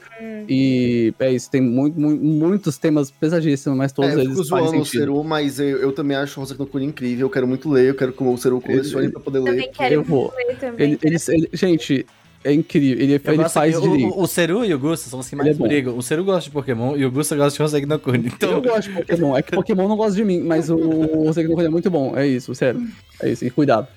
Speaker 3: E é isso, tem muito, mu- muitos temas pesadíssimos, mas todos
Speaker 5: É, eu fico
Speaker 3: eles fazem
Speaker 5: zoando o
Speaker 3: sentido.
Speaker 5: Seru, mas eu, eu também acho o Rosek no Kuni incrível, eu quero muito ler, eu quero que o Seru colecione
Speaker 3: Ele-
Speaker 5: pra poder ler.
Speaker 2: Também quero
Speaker 3: eu vou.
Speaker 2: ler também.
Speaker 3: Ele, ele, ele- gente, é incrível. Ele,
Speaker 1: Eu
Speaker 3: ele
Speaker 1: gosto-
Speaker 3: faz
Speaker 1: eu-
Speaker 3: direito.
Speaker 1: o, o Seru e o Gusta são os que
Speaker 3: Ele é
Speaker 1: mais
Speaker 3: bom.
Speaker 1: brigam. O Seru gosta de Pokémon e o Gusta gosta de Consegue no Cune.
Speaker 3: Eu
Speaker 1: Então,
Speaker 3: gosto de Pokémon, é que Pokémon não gosta de mim, mas o o Segredo é muito bom, é isso, sério. É isso, e cuidado.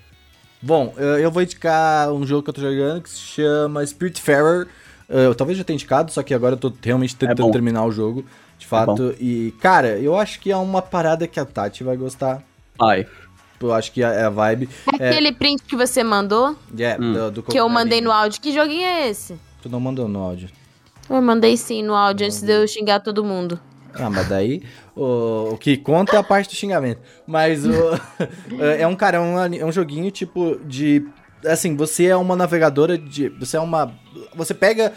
Speaker 1: bom, eh, eu eu vou indicar um jogo que eu tô jogando que se chama Spiritfarer. Eh, Eu talvez já tenha indicado, só que agora eu tô realmente tentando
Speaker 3: É bom. É
Speaker 1: terminar o jogo, de fato. e, cara, eu acho que é uma parada que a Tati vai gostar.
Speaker 3: Vai.
Speaker 1: Eu acho que é é a vibe.
Speaker 4: É Aquele print que você mandou,
Speaker 1: É,
Speaker 3: Hum.
Speaker 1: do, do
Speaker 4: que eu mandei no
Speaker 1: coquelinho.
Speaker 4: áudio. Que joguinho é esse?
Speaker 1: Tu não mandou no áudio.
Speaker 4: Eu mandei sim no áudio antes de eu xingar todo mundo.
Speaker 1: Ah, mas daí o, o que conta é a parte do xingamento. Mas o, é um cara, é um, ani- é um joguinho tipo de. Assim, você é uma navegadora de. Você é uma. Você pega.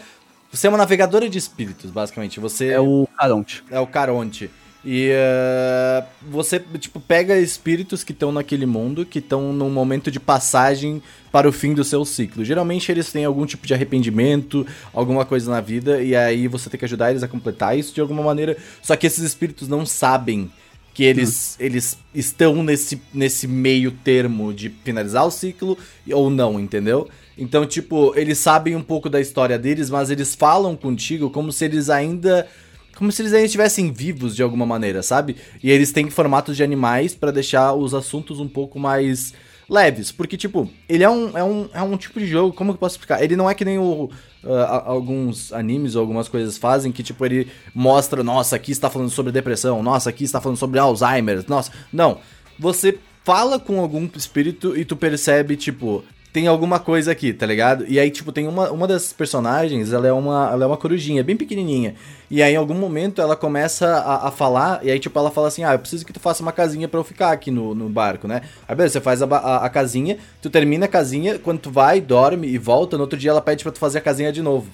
Speaker 1: Você é uma navegadora de espíritos, basicamente. Você
Speaker 3: É o Caronte.
Speaker 1: é o Caronte. E eh, você, tipo, pega espíritos que estão naquele mundo, que estão num momento de passagem para o fim do seu ciclo. Geralmente eles têm algum tipo de arrependimento, alguma coisa na vida, e aí você tem que ajudar eles a completar isso de alguma maneira. Só que esses espíritos não sabem que eles, eles estão nesse, nesse meio termo de finalizar o ciclo ou não, entendeu? Então, tipo, eles sabem um pouco da história deles, mas eles falam contigo como se eles ainda. Como se eles ainda estivessem vivos de alguma maneira, sabe? E eles têm formatos de animais pra deixar os assuntos um pouco mais leves. Porque, tipo, ele é um, é um, é um tipo de jogo, como que eu posso explicar? Ele não é que nem o, ah, a- alguns animes ou algumas coisas fazem, que, tipo, ele mostra, nossa, aqui está falando sobre depressão, nossa, aqui está falando sobre Alzheimer, nossa. Não. Você fala com algum espírito e tu percebe, tipo, tem alguma coisa aqui, tá ligado? E aí, tipo, tem uma, uma das personagens, ela é uma, ela é uma corujinha, bem pequenininha. E aí, em algum momento, ela começa a, a falar, e aí, tipo, ela fala assim, ah, eu preciso que tu faça uma casinha pra eu ficar aqui no, no barco, né? Aí, beleza, você faz a, ba- a, a casinha, tu termina a casinha, quando tu vai, dorme e volta, no outro dia ela pede pra tu fazer a casinha de novo.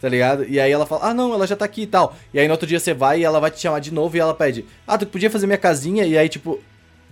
Speaker 1: Tá ligado? E aí ela fala, ah não, ela já tá aqui e tal. E aí no outro dia você vai e ela vai te chamar de novo e ela pede, ah, tu podia fazer minha casinha? E aí, tipo,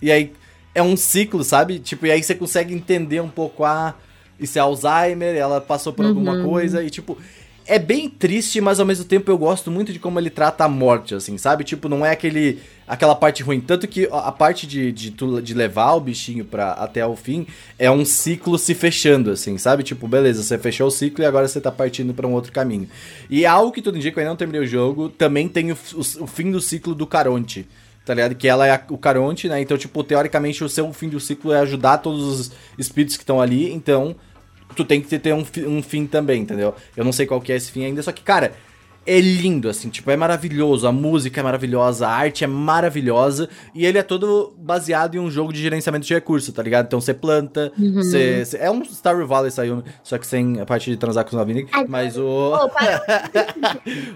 Speaker 1: e aí é um ciclo, sabe? Tipo, e aí você consegue entender um pouco a. Isso é Alzheimer, ela passou por alguma
Speaker 4: Uhum.
Speaker 1: coisa, e tipo. É bem triste, mas ao mesmo tempo eu gosto muito de como ele trata a morte, assim, sabe? Tipo, não é aquele, aquela parte ruim. Tanto que a a parte de, de, tu- de levar o bichinho pra, até o fim é um ciclo se fechando, assim, sabe? Tipo, beleza, você fechou o ciclo e agora você tá partindo pra um outro caminho. E é algo que tudo indica, eu ainda não terminei o jogo, também tem o, f- o- o fim do ciclo do Caronte tá ligado? Que ela é a- o Caronte, né? Então, tipo, teoricamente, o seu fim do ciclo é ajudar todos os espíritos que estão ali, então tu tem que ter- ter um, fi- um fim também, entendeu? Eu não sei qual que é esse fim ainda, só que, cara, é lindo, assim, tipo, é maravilhoso, a música é maravilhosa, a arte é maravilhosa, e ele é todo baseado em um jogo de gerenciamento de recurso, tá ligado? Então você planta, você... você- é um Star Valley saiu, só que sem a parte de transar com os novinhos, mas o...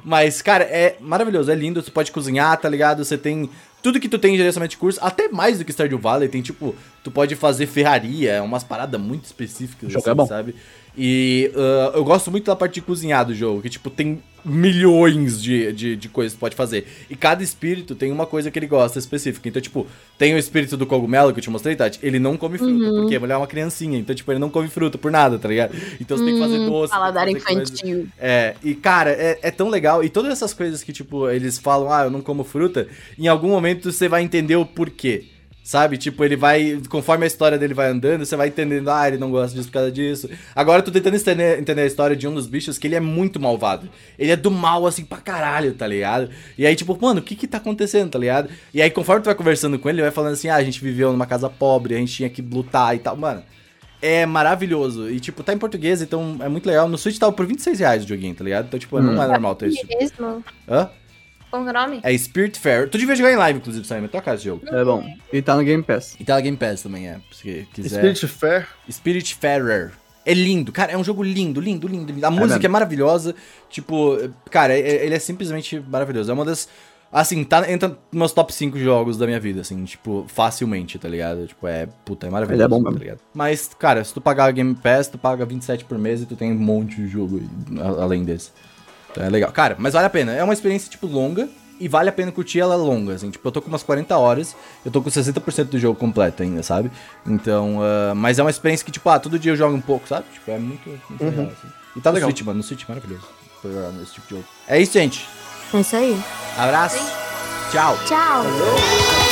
Speaker 1: Mas, cara, é maravilhoso, é lindo, você pode cozinhar, tá ligado? Você tem tudo que tu tem em gerenciamento de curso, até mais do que Stardew Valley, tem tipo, tu pode fazer ferraria, é umas paradas muito específicas, assim,
Speaker 3: Jogo é bom.
Speaker 1: sabe? E ah, eu gosto muito da parte de cozinhar do jogo, que tipo, tem milhões de, de, de coisas que tu pode fazer. E cada espírito tem uma coisa que ele gosta específica. Então, tipo, tem o espírito do cogumelo que eu te mostrei, Tati, ele não come fruta,
Speaker 4: Uhum.
Speaker 1: porque a mulher é uma criancinha, então, tipo, ele não come fruta por nada, tá ligado? Então você tem que fazer doce. tem que
Speaker 4: Uhum. Paladar
Speaker 1: fazer coisa-
Speaker 4: infantil.
Speaker 1: é, e cara, é, é tão legal. E todas essas coisas que, tipo, eles falam, ah, eu não como fruta, em algum momento você vai entender o porquê. Sabe? Tipo, ele vai. Conforme a história dele vai andando, você vai entendendo, ah, ele não gosta disso por causa disso. Agora eu tô tentando entender, entender a história de um dos bichos que ele é muito malvado. Ele é do mal, assim, pra caralho, tá ligado? E aí, tipo, mano, o que que tá acontecendo, tá ligado? E aí, conforme tu vai conversando com ele, ele vai falando assim, ah, a gente viveu numa casa pobre, a gente tinha que lutar e tal. Mano, é maravilhoso. E, tipo, tá em português, então é muito legal. No Switch tava por 26 reais o joguinho, tá ligado? Então, tipo,
Speaker 3: Hum.
Speaker 1: não é normal ter isso. Tipo.
Speaker 2: Mesmo?
Speaker 1: Hã?
Speaker 2: Como que é o nome?
Speaker 1: É Spirit Fair. Tu devia jogar em live, inclusive, Simon. Tua casa de jogo.
Speaker 3: É bom. E tá no Game Pass.
Speaker 1: E tá na Game Pass também, é. Se quiser. Spirit,
Speaker 5: Spirit Fair.
Speaker 1: Fairer. É lindo, cara. É um jogo lindo, lindo, lindo. lindo. A música é,
Speaker 3: mesmo.
Speaker 1: maravilhosa. Tipo, cara, é- é- ele é simplesmente maravilhoso. É uma das. Assim, tá, entra nos meus top 5 jogos da minha vida, assim, tipo, facilmente, tá ligado? Tipo, é, puta, é maravilhoso,
Speaker 3: Ele é bom mesmo.
Speaker 1: tá ligado? Mas, cara, se tu pagar a Game Pass, tu paga 27 por mês e tu tem um monte de jogo aí, a- além desse. Então é legal. Cara, mas vale a pena. É uma experiência, tipo, longa. E vale a pena curtir ela longa, assim. Tipo, eu tô com umas 40 horas. Eu tô com 60% do jogo completo ainda, sabe? Então, ah, mas é uma experiência que, tipo, ah, todo dia eu jogo um pouco, sabe? Tipo, é muito, muito legal, assim. E tá no
Speaker 5: Legal.
Speaker 1: Switch, mano. No Switch, maravilhoso. Pra jogar Nesse tipo de jogo. É isso, gente.
Speaker 4: É isso aí.
Speaker 1: Abraço. Tchau.
Speaker 4: Tchau.
Speaker 5: Tchau.